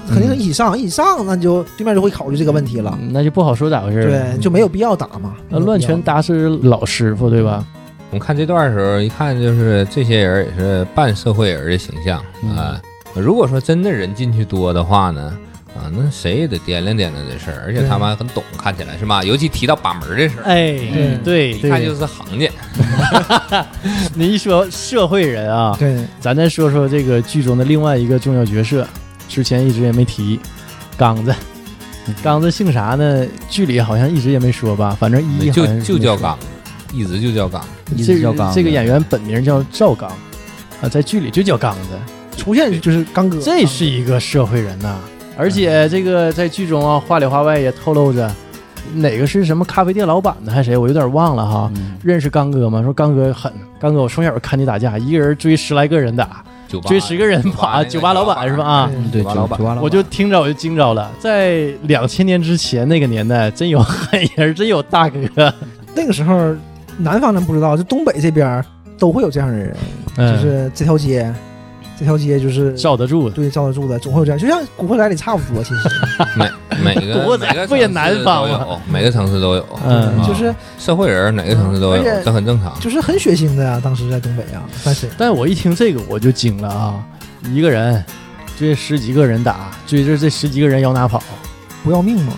S6: 肯定是一起上，一起上，那就对面就会考虑这个问题了。
S4: 嗯那就不好说咋回事儿了。
S6: 对，就没有必要打嘛。
S4: 呃乱拳打死老师傅，对吧？
S7: 我们看这段的时候，一看就是这些人也是半社会人的形象
S4: 嗯
S7: 啊、如果说真的人进去多的话呢，啊，那谁也得掂量掂量这事儿，而且他们还很懂，看起来是吧？尤其提到把门这事儿，
S4: 哎，对
S7: 一看就
S4: 对，
S7: 是行家。
S4: 你一说社会人啊，
S6: 对，
S4: 咱再说说这个剧中的另外一个重要角色，之前一直也没提，刚子。刚子姓啥呢？剧里好像一直也没说吧，反正一
S7: 就
S4: 好像是
S7: 就叫
S4: 没说
S7: 刚，一直就叫刚。
S5: 一
S4: 这
S5: 直叫刚
S4: 这个
S5: 子
S4: 演员本名叫赵刚，啊，在剧里就叫刚子。
S6: 出现就是刚哥，
S4: 这是一个社会人呐、而且这个在剧中啊，话里话外也透露着，哪个是什么咖啡店老板呢，还是谁，我有点忘了哈。
S5: 嗯
S4: 认识刚哥吗？说刚哥狠，刚哥我从小看你打架，一个人追十来个人打，
S7: 酒吧
S4: 追十个人
S7: 那
S4: 打，
S7: 个
S4: 酒吧老板是吧？啊，
S5: 对，
S6: 对
S7: 酒吧老板
S5: 酒吧老板
S4: 我就听着我就惊着了，在两千年之前那个年代，真有狠人，真有大哥，
S6: 那个时候，南方咱不知道，就东北这边儿都会有这样的人，
S4: 嗯
S6: 就是这条街，这条街就是
S4: 罩得住的。
S6: 对罩得住的，总会有这样，就像《古惑仔》里差不多，其实
S7: 每每 个
S4: 国仔
S7: 每个
S4: 不也
S7: 城市
S4: 南方
S7: 都
S4: 吗
S7: 有，每个城市都有，
S4: 嗯
S7: 啊
S6: 就是
S7: 社会人哪个城市都有
S6: 而，且
S7: 这很正常。
S6: 就是很血腥的呀、当时在东北啊，但是
S4: 但我一听这个我就惊了啊！一个人追十几个人打，追着这十几个人摇拿跑，
S6: 不要命嘛，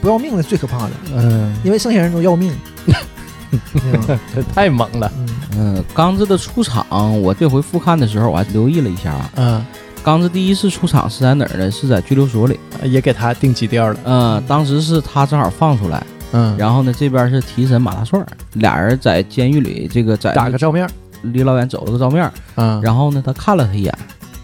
S6: 不要命的最可怕的，
S4: 嗯，
S6: 因为剩下人都要命，对吧？
S4: 这太猛了，
S6: 嗯，
S5: 嗯，刚子的出场，我这回复看的时候我还留意了一下啊。
S4: 嗯，
S5: 刚子第一次出场是在哪儿呢？是在拘留所里。
S4: 也给他定基调了，
S5: 嗯，当时是他正好放出来，
S4: 嗯，
S5: 然后呢这边是提审马大帅儿，俩人在监狱里这个在
S4: 打个照面，
S5: 离老远走了个照面儿，
S4: 嗯，
S5: 然后呢他看了他一眼，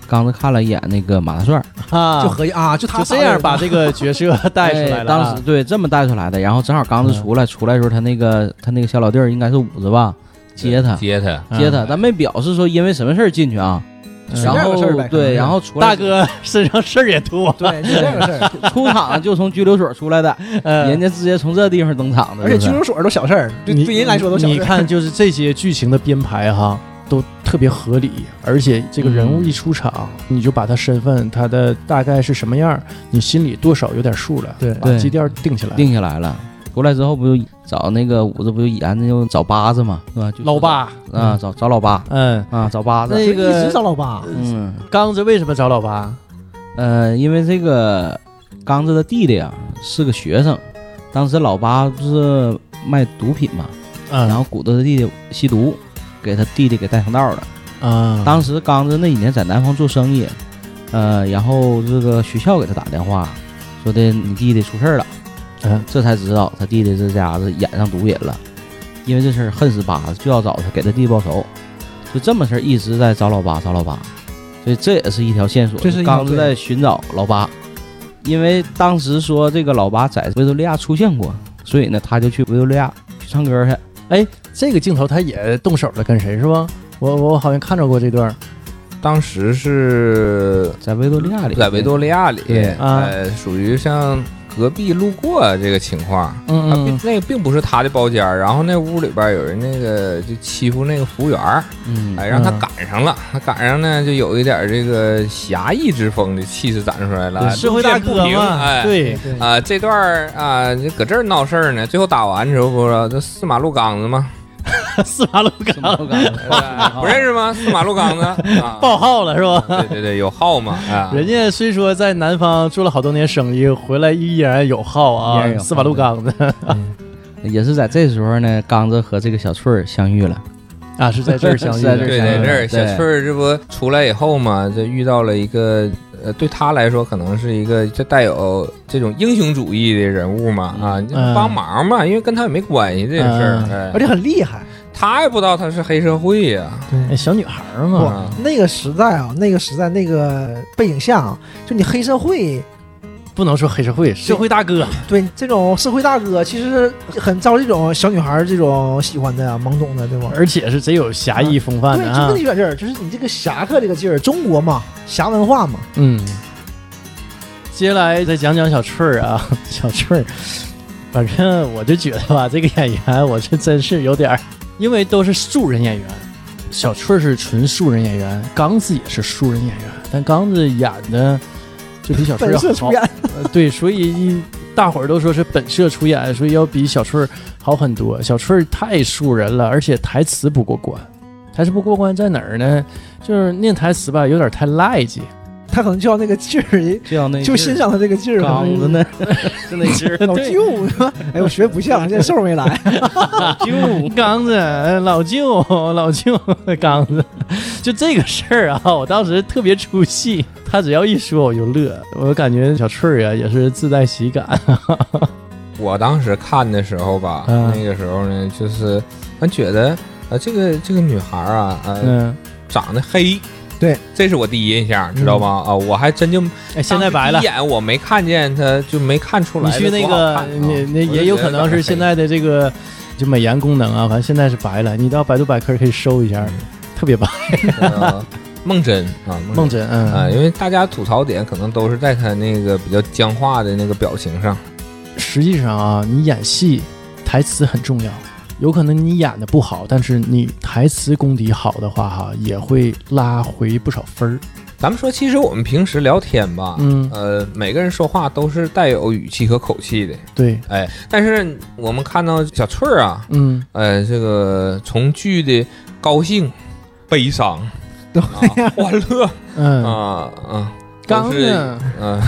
S5: 刚子看了一眼那个马大帅儿，
S4: 啊
S6: 就合计啊，就他
S4: 就
S6: 仨
S4: 这样
S6: 人
S4: 把这个角色带出来
S5: 哎
S4: 了啊，嗯
S5: 当时对这么带出来的，然后正好刚子出来，出来的时候他那个他那个小老弟儿应该是五子吧，接他
S7: 接他，
S4: 嗯
S5: 接他，但没表示说因为什么事儿进去啊。
S4: 嗯
S5: 然
S6: 随便有事儿呗
S5: 后
S6: 可能
S5: 对，
S6: 是
S5: 然后出来
S4: 大哥身上事儿也多，
S6: 对，就这样 个事儿，
S5: 出场就从拘留所出来的，人
S4: 嗯。
S5: 家直接从这地方登场的，
S6: 而且
S5: 是
S6: 拘
S5: 不是
S6: 留所都小事儿，对
S4: 你
S6: 对人来说都小
S4: 你
S6: 事儿。
S4: 看，就是这些剧情的编排哈，都特别合理，而且这个人物一出场，你就把他身份、他的大概是什么样儿，你心里多少有点数了，
S6: 对
S4: 把基调定起来。
S5: 定下来了。出来之后不就找那个五子不就演那就找八子嘛，是吧？就
S4: 老八，
S5: 啊，找找老八
S4: 嗯，
S5: 啊，找八子。
S4: 那
S6: 一直
S4: 个
S6: 找老八，
S5: 嗯
S4: 刚子为什么找老八？
S5: 呃，因为这个刚子的弟弟啊是个学生，当时老八不是卖毒品嘛，然
S4: 嗯
S5: 后鼓捣他弟弟吸毒，给他弟弟给带上道了。
S6: 嗯
S4: 啊，
S5: 当时刚子那几年在南方做生意，呃，然后这个学校给他打电话，说的你弟弟出事儿了，
S4: 嗯
S5: 这才知道他弟弟这家子染上毒瘾了，因为这事儿恨死八子，就要找他给他弟弟报仇，就这么事儿一直在找老八找老八，所以这也是一条线索，
S6: 这是一条
S5: 刚子在寻找老八，因为当时说这个老八在维多利亚出现过，所以呢他就去维多利亚去唱歌去，
S4: 这个镜头他也动手了，跟谁是吧？我我好像看着过这段儿，
S7: 当时是
S5: 在维多利
S4: 嗯
S5: 亚里，
S7: 在维多利亚里，
S5: 对
S4: 啊
S7: 呃，属于像隔壁路过这个情况。他并
S4: 嗯
S7: 那个并不是他的包间儿，然后那屋里边有人那个就欺负那个服务员儿，
S5: 嗯，
S7: 哎，让他
S4: 嗯
S7: 赶上了。他赶上呢，就有一点这个侠义之风的气势展出来了，
S4: 社会大哥
S7: 啊路见不平
S4: 嘛，
S7: 哎，
S4: 对，
S6: 对
S7: 啊，这 段儿啊，就搁这儿闹事儿呢。最后打完之后，不是这四马路刚子吗？
S4: 司马路岗
S5: 我感觉
S7: 不认识吗？司马路岗子啊，
S4: 报号了是吧？
S7: 对对对，有号嘛啊，
S4: 人家虽说在南方做了好多年生意，回来依然有号
S5: 依然
S4: 啊，
S5: 有号
S4: 司马路岗子
S5: 也是在这时候呢，刚子和这个小翠儿相遇了。
S4: 啊，是在这儿相遇
S5: 是 在这
S4: 的。
S5: 儿
S7: 对，
S5: 相遇的
S7: 在这儿，小
S5: 对
S7: 翠儿这不出来以后嘛，就遇到了一个呃，对她来说可能是一个就带有这种英雄主义的人物嘛啊，你就
S4: 嗯
S7: 帮忙嘛，因为跟她也没关系这件事
S4: 嗯
S7: 儿，
S6: 而
S7: 哎
S6: 且很厉害。
S7: 她也不知道她是黑社会呀，
S4: 哎小女孩儿
S6: 不
S4: 嘛，
S7: 啊，
S6: 那个时代啊，那个时代那个背景下啊，就你黑社会，
S4: 不能说黑社会，社会大哥啊
S6: 对这种社会大哥，其实很招这种小女孩儿这种喜欢的呀、懵懂的，对吗？
S4: 而且是贼有侠义风范
S6: 对，
S4: 的
S6: 就
S4: 啊
S6: 跟你。远劲儿，就是你这个侠客这个劲儿，中国嘛，侠文化嘛，
S4: 嗯，接下来再讲讲小翠儿啊， 小翠儿，反正我就觉得吧，这个演员我是真是有点儿，因为都是素人演员，小翠儿是纯素人演员，刚子也是素人演员，但刚子演的就比小翠儿
S6: 本
S4: 啊要
S6: 色
S4: 好
S6: 出，演。
S4: 呃 对，所以一大伙儿都说是本色出演，所以要比小翠儿好很多。小翠儿太素人了，而且台词不过关。台词不过关在哪儿呢？就是念台词吧，有点太赖叽，
S6: 他可能就要那个劲儿，
S5: 就像那
S6: 就欣赏他这个劲儿吧。
S5: 刚子呢，
S4: 就那劲儿
S6: 老舅，哎，我学不像，现在瘦儿没来。
S4: 舅， 刚子，呃老舅，老舅，刚子， 就这个事儿啊，我当时特别出戏。他只要一说，我就乐。我感觉小翠儿啊，也是自带喜感。
S7: 我当时看的时候吧，
S4: 嗯
S7: 那个时候呢，就是俺觉得呃，这个这个女孩儿啊，呃，
S4: 嗯，
S7: 长得黑，
S6: 对，
S7: 这是我第一印象，知道
S4: 嗯
S7: 吗？啊，我还真就
S4: 哎，现在白了
S7: 当时第一。眼我没看见她，就没看出来
S4: 你
S7: 她
S4: 去那
S7: 多好看
S4: 个
S7: 啊。，
S4: 那那
S7: 我就
S4: 也有
S7: 觉得
S4: 可能是现在的这个就美颜功能啊，反正现在是白了。你到百度百科可以搜一下，
S7: 嗯
S4: 特别白。
S7: 长得黑 呃梦真啊，
S4: 梦
S7: 真
S4: 真，
S7: 啊，
S4: 嗯，
S7: 因为大家吐槽点可能都是在她那个比较僵化的那个表情上。
S4: 实际上啊，你演戏台词很重要。有可能你演的不好，但是你台词功底好的话，哈，也会拉回不少分儿。
S7: 咱们说，其实我们平时聊天吧，
S4: 嗯
S7: 呃，每个人说话都是带有语气和口气的，
S4: 对，
S7: 哎，但是我们看到小翠儿啊，
S4: 嗯，
S7: 呃，这个从剧的高兴、悲伤、
S6: 都
S7: 啊、欢乐啊
S4: 嗯，
S7: 啊，
S4: 刚
S7: 都是
S4: 呢，
S7: 嗯、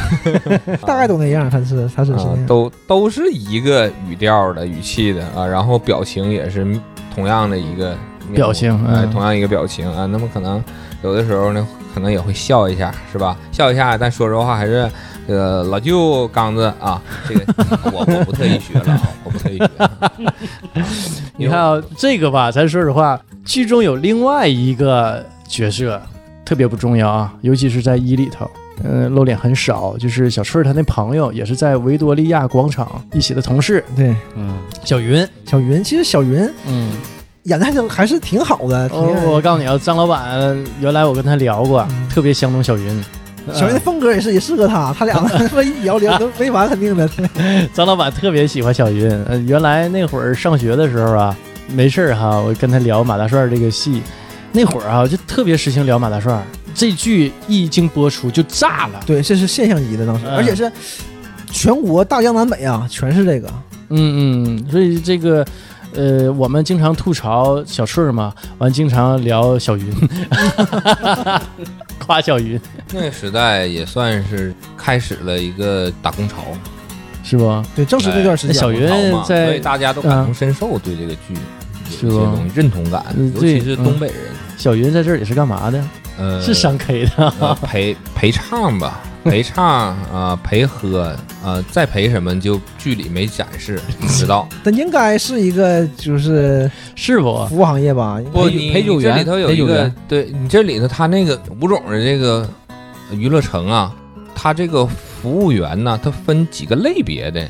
S6: 大概都那样，他是他是是那
S7: 啊
S6: 样。
S7: 都都是一个语调的语气的啊，然后表情也是同样的一个面部
S4: 表情
S7: 哎，
S4: 嗯
S7: 同样一个表情啊，那么可能有的时候呢，可能也会笑一下，是吧？笑一下，但说实话还是呃老舅刚子啊，这个 我我不特意学了啊，我不特意学啊。
S4: 你看啊，这个吧，咱说实话，剧中有另外一个角色特别不重要啊，尤其是在一里头，嗯、露脸很少。就是小翠儿她那朋友，也是在维多利亚广场一起的同事
S6: 对，
S5: 嗯，
S4: 小云，
S6: 小云其实小云
S4: 嗯，
S6: 演的还是还是挺好的，挺
S4: 哦，我告诉你啊，张老板原来我跟他聊过，
S6: 嗯
S4: 特别相中小云。
S6: 小云的风格也是也适合他，他俩他妈一聊聊都没完，肯定的。
S4: 张老板特别喜欢小云，呃，原来那会儿上学的时候啊，没事儿哈，我跟他聊马大帅这个戏，那会儿啊就特别时兴聊马大帅，这剧一经播出就炸了，
S6: 对，这是现象级的当时，
S4: 嗯
S6: 而且是全国大江南北啊，全是这个。
S4: 嗯嗯，所以这个。呃，我们经常吐槽小顺儿嘛，完经常聊小云， 夸小云
S7: 那个时代也算是开始了一个打工潮，
S4: 是不？
S6: 对，正是这段时
S4: 哎那
S6: 间
S4: 小云
S7: 打工潮嘛
S4: 在嗯
S7: 所以大家都感同身受，对这个剧
S4: 是
S7: 有一些
S4: 吧
S7: 东西认同感
S4: 嗯，
S7: 尤
S4: 对
S7: 其是东北人，
S4: 小云在这儿也是干嘛的？
S7: 呃，
S4: 是商 K 的，
S7: 呃陪陪唱 吧，陪唱啊，陪喝啊，再陪什么就剧里没展 示，不知道。
S6: 但应该是一个就是
S4: 是不？
S6: 服务行业吧，应该
S7: 不，
S5: 陪
S7: 你
S5: 陪酒
S7: 你这
S5: 员
S7: 里头有
S5: 陪
S7: 一
S5: 酒
S7: 个
S5: 员，
S7: 对你这里头他那个吴总的这个娱乐城啊，他这个服务员呢，他分几个类别的。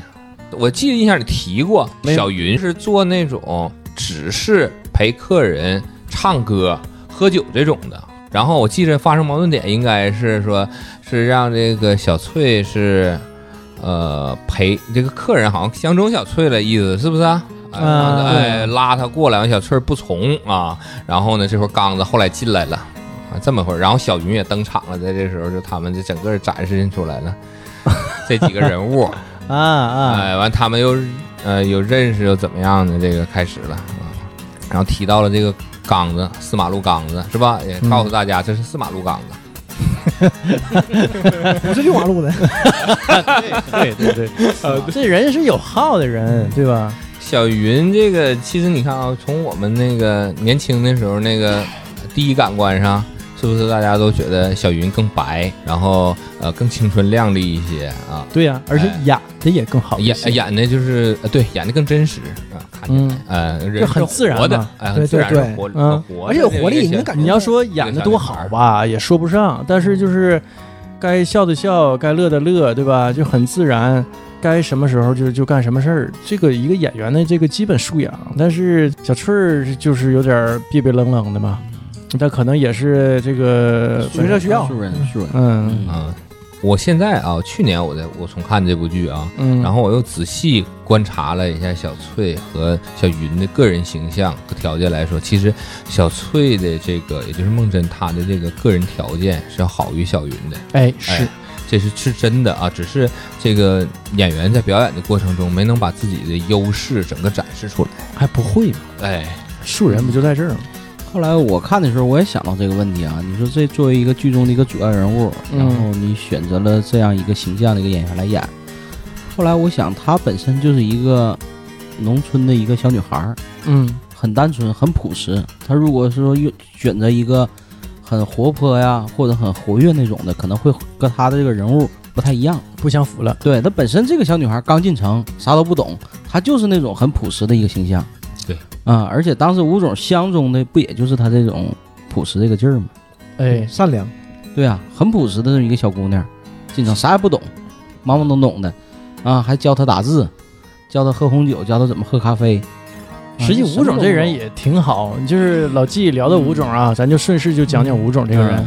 S7: 我记得印象里提过，
S5: 没有
S7: 小云是做那种只是陪客人唱歌、喝酒这种的。然后我记着发生矛盾点应该是说，是让这个小翠是，呃，陪这个客人好像相中小翠了，意思是不是啊？哎
S4: 啊
S7: 哎，拉他过来，完小翠儿不从啊，然后呢，这会儿刚子后来进来了，啊，这么会儿，然后小云也登场了，在这时候就他们就整个展示出来了 这几个人物，
S4: 啊啊！
S7: 哎，完他们又呃有认识又怎么样的，这个开始了啊，然后提到了这个岗子，四马路岗子是吧？也告诉大家这是四马路岗子。
S6: 不是六马路的，
S4: 哎对对对， 这人是有号的人，对吧？
S7: 小云这个，其实你看啊，从我们那个年轻的时候，那个第一感官上，是不是大家都觉得小云更白，然后呃更青春靓丽一些啊？
S4: 对呀、而且
S7: 哎
S4: 演的也更好一
S7: 演
S4: 些，
S7: 演的就是呃对，演的更真实啊，看起来
S4: 嗯，
S7: 呃，
S4: 就
S7: 人
S4: 很
S7: 是
S4: 自然
S7: 活的
S4: 嘛，
S7: 哎，
S6: 对
S7: 很自
S6: 对
S7: 然，
S6: 对
S7: 很活
S4: 嗯
S7: 很活的，
S6: 而且有活力，你能
S7: 能
S6: 感觉
S4: 你要说演的多好吧，也说不上，但是就是该笑的笑，该乐的乐，对吧？就很自然，该什么时候就就干什么事儿，这个一个演员的这个基本素养。但是小翠儿就是有点儿别别愣愣的嘛，但可能也是这个，
S6: 学校需要
S5: 素人素人，
S4: 嗯
S7: 嗯，我现在啊，去年我在我重看这部剧啊，
S4: 嗯，
S7: 然后我又仔细观察了一下小翠和小云的个人形象和条件来说，其实小翠的这个，也就是梦真她的这个个人条件是要好于小云的，
S4: 哎是
S7: 哎，这是是真的啊。只是这个演员在表演的过程中没能把自己的优势整个展示出来。
S4: 还不会嘛，
S7: 哎，
S4: 素人不就在这儿吗？
S5: 后来我看的时候，我也想到这个问题啊。你说这作为一个剧中的一个主要人物，
S4: 嗯
S5: 然后你选择了这样一个形象的一个演员来演，后来我想，她本身就是一个农村的一个小女孩儿，
S4: 嗯
S5: 很单纯，很朴实。她如果说用选择一个很活泼呀，或者很活跃那种的，可能会跟她的这个人物不太一样。
S4: 不相符了，
S5: 对她本身这个小女孩刚进城，啥都不懂，她就是那种很朴实的一个形象。
S7: 对，
S5: 啊、而且当时吴总相中的不也就是她这种朴实这个劲儿吗？
S4: 哎
S6: 善良，
S5: 对啊，很朴实的这么一个小姑娘，进城啥也不懂，懵懵懂懂的，啊，还教她打字，教她喝红酒，教她怎么喝咖啡。啊
S4: 嗯实
S5: 什
S4: 际
S5: 么
S4: 吴总
S5: 都
S4: 这
S5: 不
S4: 人
S5: 懂
S4: 也挺好，就是老纪聊到吴总啊，咱就顺势就讲讲吴总这个人，
S5: 嗯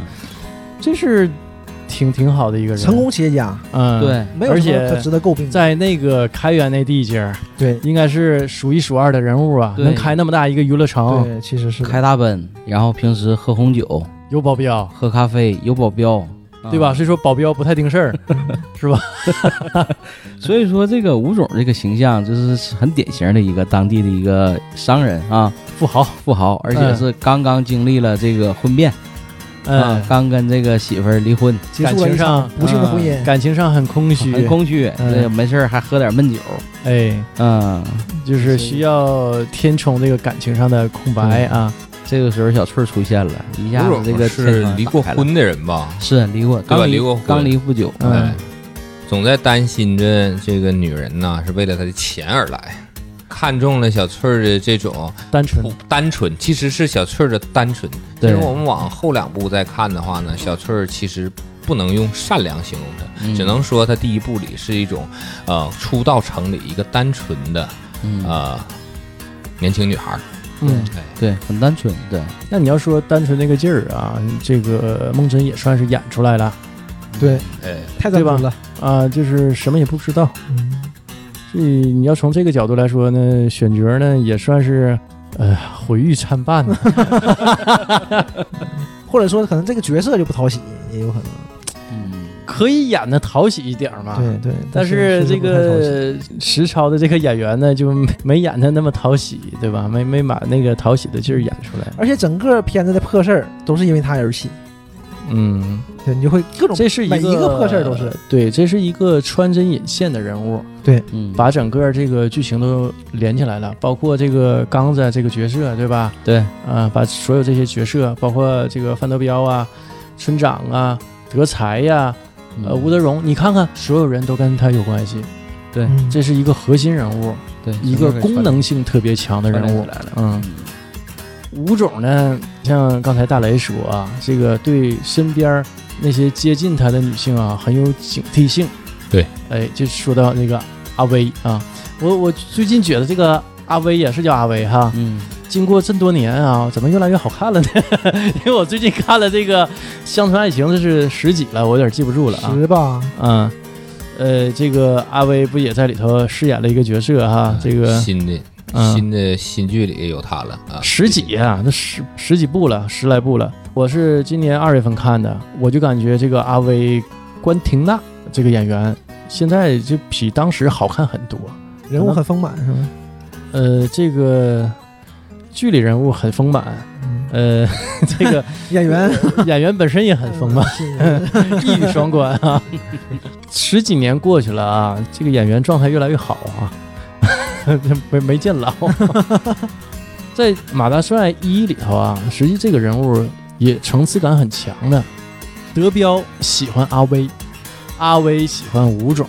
S4: 这是挺挺好的一个人，
S6: 成，功企业家，
S4: 嗯，，
S5: 对，
S6: 没
S4: 啊
S6: 有什
S4: 而
S6: 么
S4: 且
S6: 可值得诟病的。
S4: 在那个开元那地界儿，
S6: 对
S4: 应该是数一数二的人物啊，
S5: 对
S4: 能开那么大一个娱乐城，
S6: 对，其实是的
S5: 开大奔，然后平时喝红酒、
S4: 有保镖，
S5: 喝咖啡，有保镖，啊
S4: 对吧？？所以说保镖不太 盯事儿，
S5: 所以说这个吴总这个形象就是很典型的一个当地的一个商人啊，
S4: 富豪，
S5: 富豪，而且
S4: 嗯
S5: 是刚刚经历了这个婚变、
S4: 嗯
S5: 啊，，刚跟这个媳妇儿离婚，
S6: 结
S4: 感
S6: 束了
S4: 情
S6: 一场
S4: 上嗯
S6: 不幸的婚姻，
S4: 感情上很空虚，
S5: 很空虚，
S4: 嗯
S5: 这没事儿还喝点闷酒，
S4: 哎，
S5: 嗯。
S4: 就是需要填充这个感情上的空白啊，
S5: 这个时候小翠儿出现了，一下子
S7: 吴总
S5: 这个
S7: 是离过
S5: 天窗打开了，
S7: 婚的人吧？
S5: 是离过，刚
S7: 离过婚
S5: 刚离不久。啊
S4: 嗯
S7: 哎，总在担心着这个女人呐，是为了她的钱而来，看中了小翠儿的这种
S4: 单纯
S7: 不，单纯，其实是小翠儿的单纯。其
S5: 对
S7: 实我们往后两步再看的话呢，小翠儿其实不能用善良形容她，
S5: 嗯
S7: 只能说她第一步里是一种，呃，初到城里一个单纯的
S5: 嗯，
S7: 呃年轻女孩儿。
S4: 嗯。
S7: 哎，
S5: 对，很单纯，对，
S4: 那你要说单纯那个劲儿啊，这个梦真也算是演出来了
S6: 对，
S7: 哎，
S6: 太赞同了。
S4: 啊、就是什么也不知道。
S6: 嗯
S4: 所以嗯你要从这个角度来说呢，选角呢也算是呃毁誉参半呢。
S6: 或者说可能这个角色就不讨喜，也有可能。
S5: 嗯，
S4: 可以演的讨喜一点儿嘛。
S6: 对对，
S4: 啊但
S6: 是
S4: 是这
S6: 是
S4: 个实操的这个演员呢，就没没演的那么讨喜，对吧？没没把那个讨喜的劲儿演出来。
S6: 而且整个片子的破事儿都是因为他而起，
S4: 嗯，
S6: 对，你就会各种
S4: 这是一
S6: 每
S4: 个
S6: 一个破事儿都是
S4: 对，这是一个穿针引线的人物，
S5: 嗯，
S4: 把整个这个剧情都连起来了，包括这个刚子啊这个角色，对吧？
S5: 对，
S4: 啊，把所有这些角色，包括这个范德彪啊、村长啊、德才呀、
S5: 嗯
S4: 呃吴德荣，你看看，所有人都跟他有关系，
S5: 对
S6: 嗯
S4: 这是一个核心人物，
S5: 对
S4: 嗯一个功能性特别强的
S5: 的
S4: 人物。嗯，吴总呢，像刚才大雷说啊，这个对身边儿那些接近他的女性啊，很有警惕性。
S7: 对，
S4: 哎，就说到那个阿威啊，我我最近觉得这个阿威也是叫阿威哈，
S5: 嗯，
S4: 经过这么多年啊，怎么越来越好看了呢？ 因为我最近看了这个《乡村爱情》，这是十几了，我有点记不住了啊。
S6: 十吧，
S4: 嗯，呃，这个阿威不也在里头饰演了一个角色哈？啊这个
S7: 啊新的、
S4: 嗯
S7: 新的新剧里有她了啊，
S4: 十几
S7: 啊，
S4: 啊，那十十几部了，十来部了。我是今年二月份看的，我就感觉这个阿威关婷娜这个演员现在就比当时好看很多。
S6: 人物很丰满是吧？
S4: 呃，这个剧里人物很丰满，
S7: 嗯
S4: 呃， 这个
S6: 演员
S4: 演员本身也很丰满，
S6: 是
S4: 一语双关啊。十几年过去了啊，这个演员状态越来越好啊， 没没见 老。在《马大帅一》里头啊，实际这个人物也层次感很强的。德彪喜欢阿威，阿威喜欢吴总，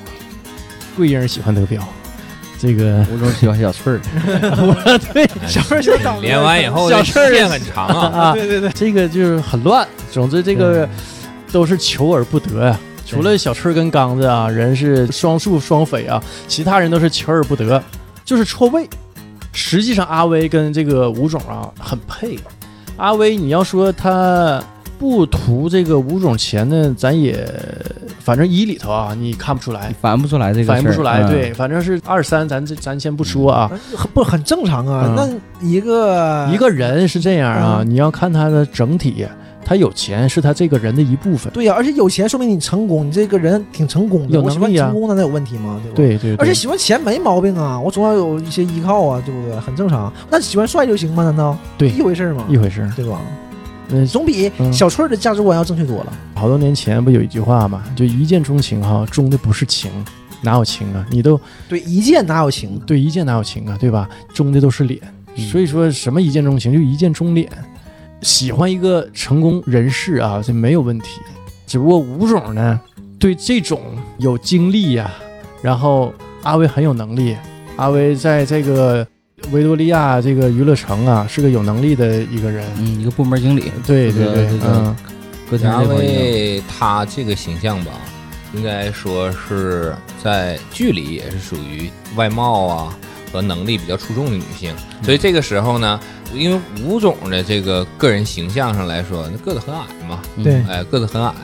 S4: 桂英喜欢德彪。这个，
S5: 吴总喜欢小翠儿，
S4: 我对小妹儿想
S7: 你连完以后，
S4: 小
S7: 这
S4: 事儿
S7: 线很长啊。
S4: 哎啊，对对对，这个就是很乱。总之，这个都是求而不得呀。除了小春跟刚子啊，人是双宿双飞啊，其他人都是求而不得，就是错位。实际上，阿威跟这个吴总啊很配。阿威，你要说他不图这个吴总钱呢，咱也反正一里头啊，你看不出来，
S5: 反不出来这个事儿，
S4: 反映不出来。
S5: 嗯
S4: 对，反正是二三，咱这咱先不说啊。
S6: 很不很正常啊
S4: 嗯？
S6: 那一个
S4: 一个人是这样啊，
S6: 嗯
S4: 你要看他的整体，他有钱是他这个人的一部分。
S6: 对呀，而且有钱说明你成功，你这个人挺成功的。
S4: 有
S6: 我喜
S4: 能
S6: 欢
S4: 力啊
S6: 成功，难道有问题吗？对吧？
S4: 对对，
S6: 而且
S4: 对
S6: 喜欢钱没毛病啊，我总要有一些依靠啊，对不对？很正常。那喜欢帅就行吗？难道
S4: 对
S6: 一回事儿吗？
S4: 一回事儿。
S6: 对吧？
S4: 嗯，
S6: 总比
S4: 嗯
S6: 小翠儿的价值观要正确多了。
S4: 好多年前不有一句话嘛，就一见钟情哈，钟的不是情，哪有情啊？你都
S6: 对，一见哪有情？
S4: 对一见哪有情啊，对吧？钟的都是脸，
S5: 嗯
S4: 所以说什么一见钟情就一见钟脸。喜欢一个成功人士啊，这没有问题。只不过吴总呢，对这种有经历呀、然后阿威很有能力，阿威在这个维多利亚这个娱乐城啊，是个有能力的一个人。
S5: 嗯，一个部门经理，
S4: 对
S5: 这
S4: 对
S5: 个
S4: 对
S5: 这，个
S4: 嗯，
S5: 歌厅
S7: 然
S5: 这
S7: 后
S5: 块儿
S7: 他这个形象吧，应该说是在剧里也是属于外貌啊和能力比较出众的女性，所
S6: 嗯
S7: 以这个时候呢，因为吴总的这个个人形象上来说，那个子很矮 嘛，
S5: 嗯
S6: 对
S7: 哎，个子很矮。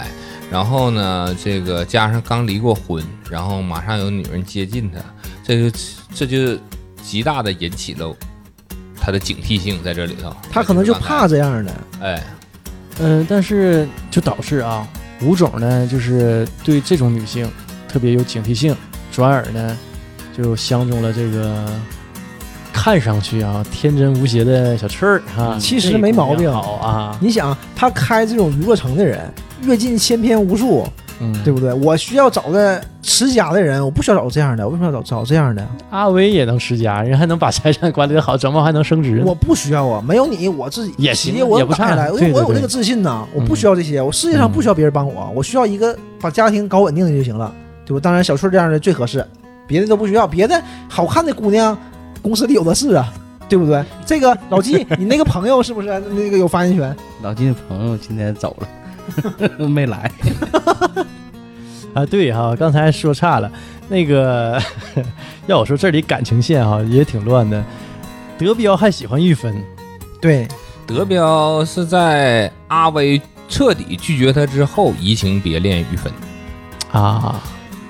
S7: 然后呢，这个加上刚离过婚，然后马上有女人接近他，这就这就极大的引起了他的警惕性在这里头。
S6: 他可能就
S7: 刚才
S6: 怕，这样的。
S7: 哎，
S4: 嗯，但是就导致啊，吴总呢，就是对这种女性特别有警惕性，转而呢就相中了这个看上去啊天真无邪的小翠儿啊，
S6: 其实
S4: 这个
S6: 没
S4: 姑娘
S6: 毛病
S4: 好啊，
S6: 你想，他开这种娱乐城的人，阅尽千篇无数，
S4: 嗯，
S6: 对不对？我需要找个持家的人，我不需要找这样的，我为什么要找找这样的？
S4: 阿威也能持家，人还能把财产管理的好，怎么还能升职呢？
S6: 我不需要啊，没有你，我自己
S4: 也
S6: 企
S4: 行
S6: 业我
S4: 也不
S6: 打下
S4: 差
S6: 来，我
S4: 对
S6: 我
S4: 对
S6: 有
S4: 对
S6: 这个自信呐，我
S4: 嗯
S6: 不需要这些，我世界上不需要别人帮我，我需要一个把家庭搞稳定的就行了，对吧？当然，小翠这样的最合适，别的都不需要，别的好看的姑娘，公司里有的是啊，对不对？ 这个老纪，你那个朋友是不是那个有发言权？
S5: 老金的朋友今天走了，没来。
S4: 啊，对哈、刚才说差了。那个 要我说，这里感情线哈、也挺乱的。德彪还喜欢玉芬，
S6: 对，
S7: 德彪是在阿威彻底拒绝他之后移情别恋于芬，
S4: 啊，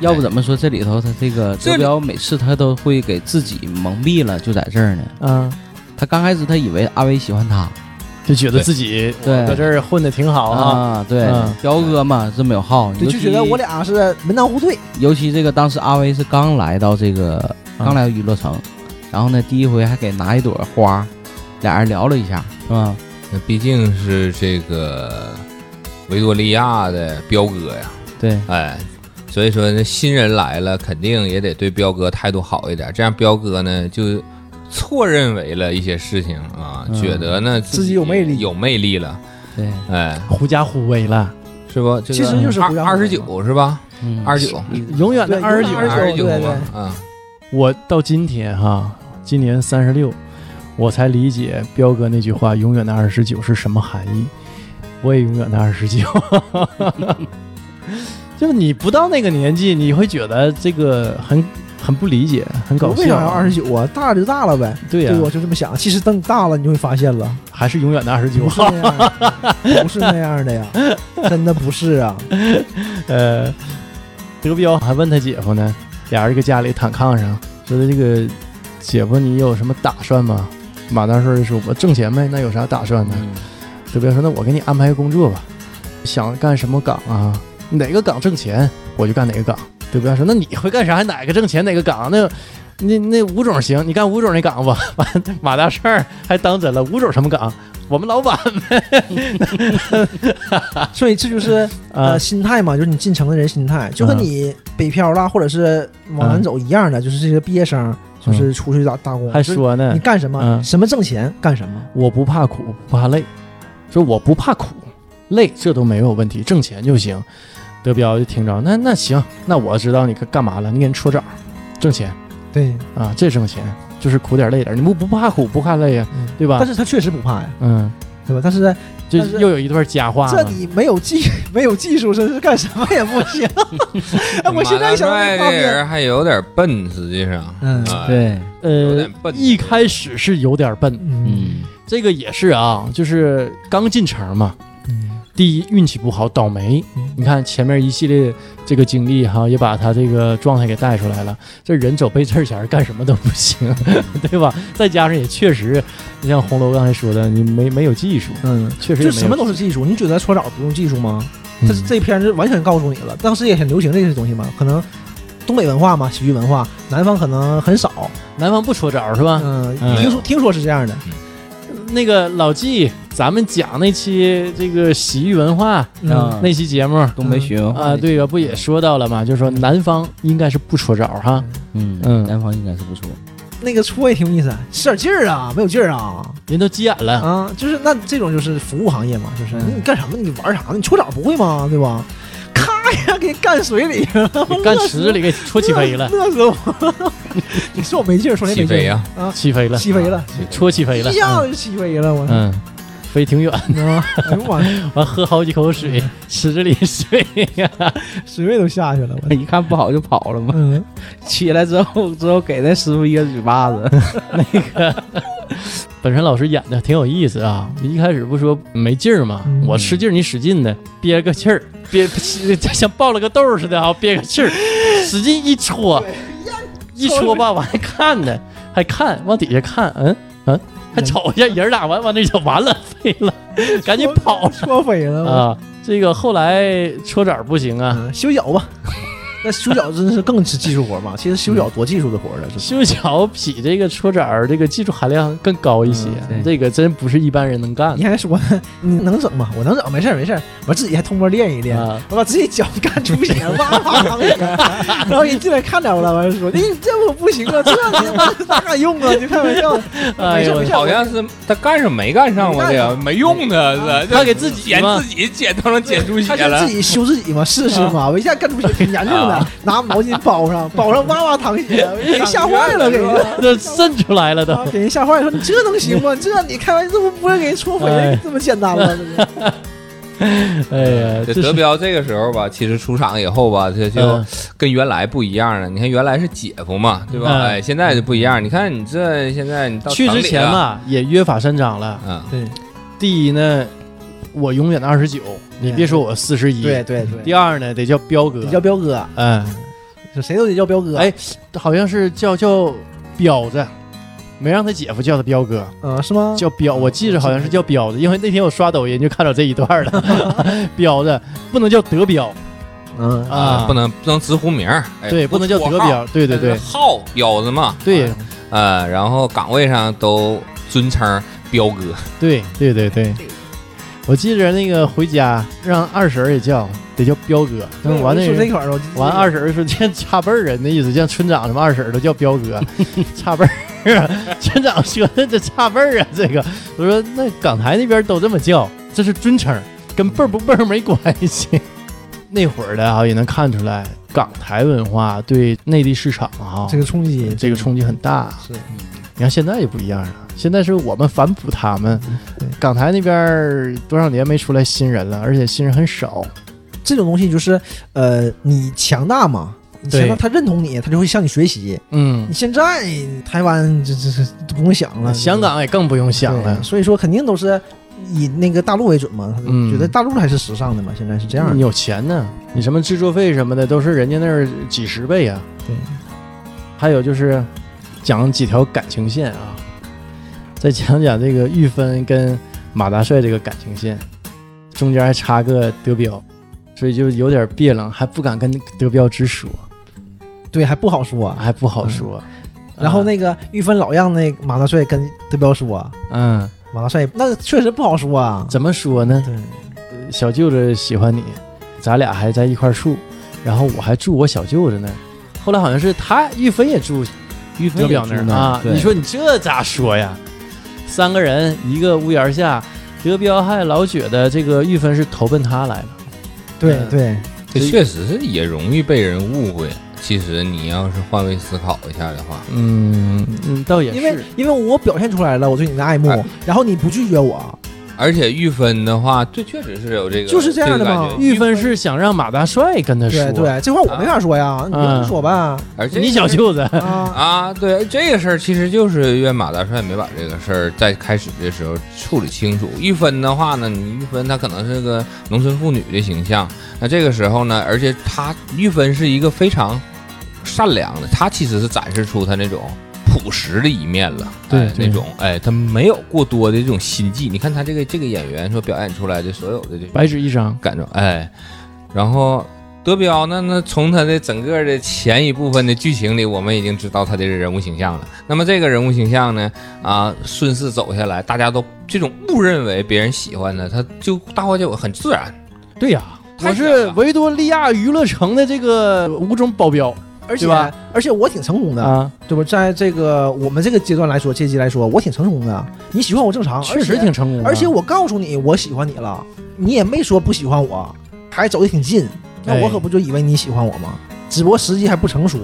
S5: 要不怎么说这里头他这个
S7: 这
S5: 德
S7: 里
S5: 彪每次他都会给自己蒙蔽了，就在这儿呢。
S4: 嗯，
S5: 他刚开始他以为阿威喜欢他
S4: 就觉得自己
S5: 对
S4: 哦我搁这儿混的挺好啊。
S5: 啊，对
S4: 嗯，
S5: 彪哥嘛这么有号，
S6: 对，就觉得我
S5: 俩，
S6: 俩是门当户对，
S5: 尤其这个当时阿威是刚来到这个
S4: 啊
S5: 刚来到娱乐城，然后呢第一回还给拿一朵花，俩人聊了一下，是吧？
S7: 那毕竟是这个维多利亚的彪哥呀，
S5: 对，
S7: 哎，所以说那新人来了，肯定也得对彪哥态度好一点，这样彪哥呢就错认为了一些事情啊，
S5: 嗯
S7: 觉得呢
S6: 自己有魅力
S7: 有魅力了，
S5: 对，
S7: 哎，
S4: 狐假虎威了，
S7: 是不？这个
S6: 其实就是胡杨
S7: 二二十九是吧？
S5: 嗯
S7: 二十九，
S4: 永远的
S6: 对
S4: 二十
S6: 永远
S4: 九。
S6: 29
S7: 十九
S6: 对对
S7: 吧，嗯，
S4: 我到今天哈、今年三十六，我才理解彪哥那句话“永远的二十九”是什么含义。我也永远的二十九， 就是你不到那个年纪，你会觉得这个很很不理解，很搞
S6: 我
S4: 笑。
S6: 为啥要二十九啊？大了就大了呗，
S4: 对啊呀、
S6: 对，我就这么想。其实等你大了，你就会发现了。
S4: 还是永远的二十九
S6: 不。是那样 的，不是那样的呀，真的不是啊。
S4: 呃，德彪还问他姐夫呢，俩人搁家里躺炕上，说的这个姐夫你有什么打算吗？马大帅就说：“我挣钱呗，那有啥打算呢？”
S5: 嗯
S4: 德彪说：“那我给你安排个工作吧，想干什么岗啊？哪个岗挣钱，我就干哪个岗。”德彪说：“那你会干啥？哪个挣钱哪个岗？那那那吴总行，你干吴总那岗吧。 完，马大帅儿还当真了，吴总什么岗？我们老板
S6: 所以这就是
S4: 啊
S6: 呃，心态嘛，就是你进城的人心态，就跟
S4: 嗯
S6: 你北漂啦，或者是往南走一样的，就是这些毕业生，就是出去打打工，
S4: 还
S6: 就是
S4: 说呢
S6: 你，干什么，
S4: 嗯
S6: 什么挣钱干什么，
S4: 我不怕苦，不怕累，说我不怕苦，累这都没有问题，挣钱就行。德彪就听着，那那行，那我知道你干干嘛了，你给人戳枣，挣钱
S6: 对，
S4: 啊，这挣钱就是苦点儿累点儿，你不不怕苦不怕累呀、
S6: 嗯
S4: 对吧？
S6: 但是他确实不怕呀，
S4: 嗯，
S6: 对吧？但是
S4: 这
S6: 但是
S4: 又有一段佳话
S6: 这
S4: 了。
S6: 你没有技 没有技术，真是干什么也不行。哎， 我现在一想到
S7: 嗯马
S6: 那
S7: 大帅这
S6: 画面，
S7: 人还有点笨，实际上，
S6: 嗯
S7: 啊，
S5: 对，
S7: 有
S4: 呃
S7: 点，笨
S4: 一开始是有点笨，
S6: 嗯，
S5: 嗯，
S4: 这个也是啊，就是刚进城嘛，
S6: 嗯
S4: 第一运气不好，倒霉。
S6: 嗯
S4: 你看前面一系列这个经历哈，也把他这个状态给带出来了。这人走背字儿前儿干什么都不行， 对吧？再加上也确实，你像红楼刚才说的，你没没有技术，
S6: 嗯，
S4: 确实也
S6: 就
S4: 没有
S6: 什么都是技术。你觉得搓澡不用技术吗？
S4: 嗯
S6: 这这片儿就完全告诉你了。当时也很流行这些东西嘛，可能东北文化嘛，洗浴文化，南方可能很少。
S4: 南方不戳枣是吧？
S6: 嗯，
S4: 啊嗯
S6: 听说听说是这样的。
S4: 那个老纪，咱们讲那期这个洗浴文化、
S6: 嗯
S4: 那期节目
S5: 东北雪文化
S4: 啊，对呀，不也说到了嘛，就说南方应该是不戳枣哈。
S5: 嗯
S4: 嗯
S5: 南方应该是不错，
S6: 那个搓也挺有意思，使点劲儿啊，没有劲儿啊
S4: 人都急眼了，
S6: 啊！就是那这种就是服务行业嘛，就是
S4: 嗯
S6: 你干什么你玩啥呢？你搓澡不会吗？对吧？咔呀，给干水里了，
S4: 给干池里给 戳起飞了，
S6: 乐死我！ 你说我没劲儿，说你
S7: 起
S6: 没劲
S7: 飞
S6: 儿
S7: 呀，
S6: 啊，
S4: 起飞了，
S6: 起飞了，
S4: 戳起飞了
S6: 一，下子就起飞了，我操！
S4: 嗯，飞挺远，
S6: 啊，哎呦我
S4: 完喝好几口水，池子里睡呀，
S6: 水位都下去了，
S4: 哎
S6: 我操！
S5: 一看不好就跑了嘛。
S6: 嗯，
S5: 起来之后，之后给那师傅一个嘴巴子。
S4: 本山老师演的挺有意思啊，一开始不说没劲儿嘛，
S6: 嗯
S4: 我吃劲儿，你使劲的憋个气儿，憋 像爆了个豆儿似的啊，憋个气 儿，使劲一戳，一戳吧，完还看呢，还看往底下看，嗯嗯，还瞅一下人俩完完那就完了，废了，赶紧跑
S6: 搓飞了我
S4: 啊！这个后来戳枣不行啊，
S6: 嗯修脚吧。 那修脚真是更是技术活嘛？其
S4: 嗯
S6: 实修脚多技术的活了，这是。
S4: 修脚比这个戳枣这个技术含量更高一些，
S5: 嗯对
S4: 这个真不是一般人能干
S6: 你还说你能整吗？我能整，没事儿没事儿，我自己还偷摸练一
S4: 的
S6: 练。
S4: 啊。
S6: 我把自己脚干出血，哇 哇淌血，然后人进来看着我了，完了说：“你这我不行啊，这 你哪敢用啊？你开玩笑，
S4: 哎
S6: 没事
S4: 呦
S6: 没事，
S7: 好像是他干上没干上过这个，没用的，是吧
S4: 他给自己
S7: 剪
S4: 嘛
S7: 自己剪都能剪出血
S6: 他就
S7: 了
S6: 自。己修自己嘛，试试
S4: 啊
S6: 嘛。我一下干出血，挺严重的
S7: 啊，
S6: 拿毛巾包上，包上哇哇淌血， 给人吓坏了，给人。”
S4: 都渗出来 了都。
S6: 啊，给人吓坏了，说你这能行吗？这你开玩笑，这不不是给人戳回
S4: 哎
S6: 来这么简单吗？这个
S4: 哎呀，
S7: 这
S4: 是
S7: 德彪这个时候吧，其实出场以后吧，这就
S4: 嗯
S7: 跟原来不一样了。你看原来是姐夫嘛，对吧？
S4: 嗯
S7: 哎，现在就不一样。你看你这现在你到
S4: 去
S7: 厂里
S4: 之前
S7: 了，
S4: 嘛，也约法三章了。
S7: 嗯，
S4: 第一呢，我永远的二十九，你
S6: 嗯
S4: 别说我四十一。
S6: 对。对 对，
S4: 第二呢，得叫彪哥
S6: 得。叫彪哥，啊
S4: 嗯，
S6: 就谁都得叫彪哥。啊
S4: 哎，好像是叫叫彪子，没让他姐夫叫他彪哥，
S6: 嗯，是吗？
S4: 叫彪。我记着好像是叫彪子，因为那天我刷抖音就看到这一段了。 彪子不能叫德彪
S6: 嗯
S4: 啊，
S7: 不。能不能直呼名儿，哎
S4: 对，不能叫德
S7: 绰号
S6: 啊
S4: 彪。对对
S7: 但
S6: 嗯
S4: 对
S7: 是号彪子嘛，
S4: 对
S6: 哎
S7: 呃，然后岗位上都尊称彪哥，
S4: 对对对对，我记着那个回家让二婶儿也叫，得叫彪哥。
S6: 对
S4: 完
S6: 我就
S4: 那
S6: 说这
S4: 人
S6: 块儿了，我就
S4: 完二婶儿说这差辈儿啊，那意思像村长什么二婶儿都叫彪 哥，差辈儿 啊。村长说的这差辈儿啊，这个我说那港台那边都这么叫，这是尊称，跟辈儿不辈儿没关系。 那会儿的啊，也能看出来港台文化对内地市场啊
S6: 这个冲击，
S4: 这个冲击很大。
S6: 是
S4: 你看现在也不一样了，现在是我们反哺他们
S6: 嗯对。
S4: 港台那边儿多少年没出来新人了，而且新人很少。
S6: 这种东西就是呃，你强大嘛，你强
S4: 对
S6: 大，他认同你，他就会向你学习。
S4: 嗯嗯
S6: 你，现在台湾这这这都不用想了，
S4: 香港也更不用想了
S6: 对。所以说肯定都是以那个大陆为准嘛。他
S4: 嗯
S6: 觉得大陆还是时尚的嘛，现在是这样的
S4: 你。有钱呢，你什么制作费什么的都是人家那儿几十倍啊。
S6: 对，
S4: 还有就是讲几条感情线啊，再讲讲这个玉芬跟马大帅这个感情线，中间还插个德彪，所以就有点别冷，还不敢跟德彪直说，哎
S6: 对，还不好说啊。
S4: 还不好说。
S6: 然后那个玉芬老让那马大帅跟德彪说，啊
S4: 嗯，
S6: 马大帅那确实不好说啊。
S4: 怎么说呢？
S6: 对，
S4: 小舅子喜欢你，咱俩还在一块儿住，然后我还住我小舅子那儿。后来好像是他玉芬也住
S5: 玉
S4: 德
S5: 芬也
S4: 表
S5: 住
S4: 那儿
S5: 那
S4: 啊。
S5: 对
S4: 你说你这咋说呀？三个人一个屋檐下，德彪还老觉得这个玉芬是投奔他来了。
S6: 对
S4: 嗯
S6: 对，
S7: 这确实是也容易被人误会。其实你要是换位思考一下的话，
S4: 嗯嗯，倒也
S6: 因为
S4: 是。
S6: 因为我表现出来了我对你的爱慕
S7: 哎，
S6: 然后你不拒绝我，
S7: 而且玉芬的话，这确实是有这个，
S6: 就是这样的嘛
S7: 这个感觉
S4: 玉芬是想让马大帅跟他说，
S6: 对对，这话我没法说呀，你
S4: 嗯
S6: 就说吧
S7: 而且
S4: 你小舅子，
S6: 啊。
S7: 啊，对这个事儿，其实就是怨马大帅没把这个事儿在开始的时候处理清楚。玉芬的话呢，你玉芬她可能是个农村妇女的形象，那这个时候呢，而且她玉芬是一个非常善良的，她其实是展示出她那种。朴实的一面了，
S4: 对
S7: 哎
S4: 对
S7: 那种，哎，她没有过多的这种心计。你看她这个这个演员所表演出来的所有的这种
S4: 白纸一张。
S7: 感受，哎，然后德彪呢，那从他的整个的前一部分的剧情里，我们已经知道他的人物形象了。那么这个人物形象呢，啊，顺势走下来，大家都这种误认为别人喜欢他，他就大伙就很自然。
S4: 对呀、
S7: 太
S4: 我
S7: 远
S4: 是
S7: 了
S4: 维多利亚娱乐城的这个五种保镖
S6: 而且
S4: 对吧
S6: 而且我挺成功的，
S4: 啊，
S6: 对吧？在这个我们这个阶段来说，阶级来说，我挺成功的。你喜欢我正常，
S4: 确
S6: 而且
S4: 实挺成功的。
S6: 而且我告诉你，我喜欢你了，你也没说不喜欢我，还走得挺近，那我
S4: 哎
S6: 可不就以为你喜欢我吗？只不过时机还不成熟，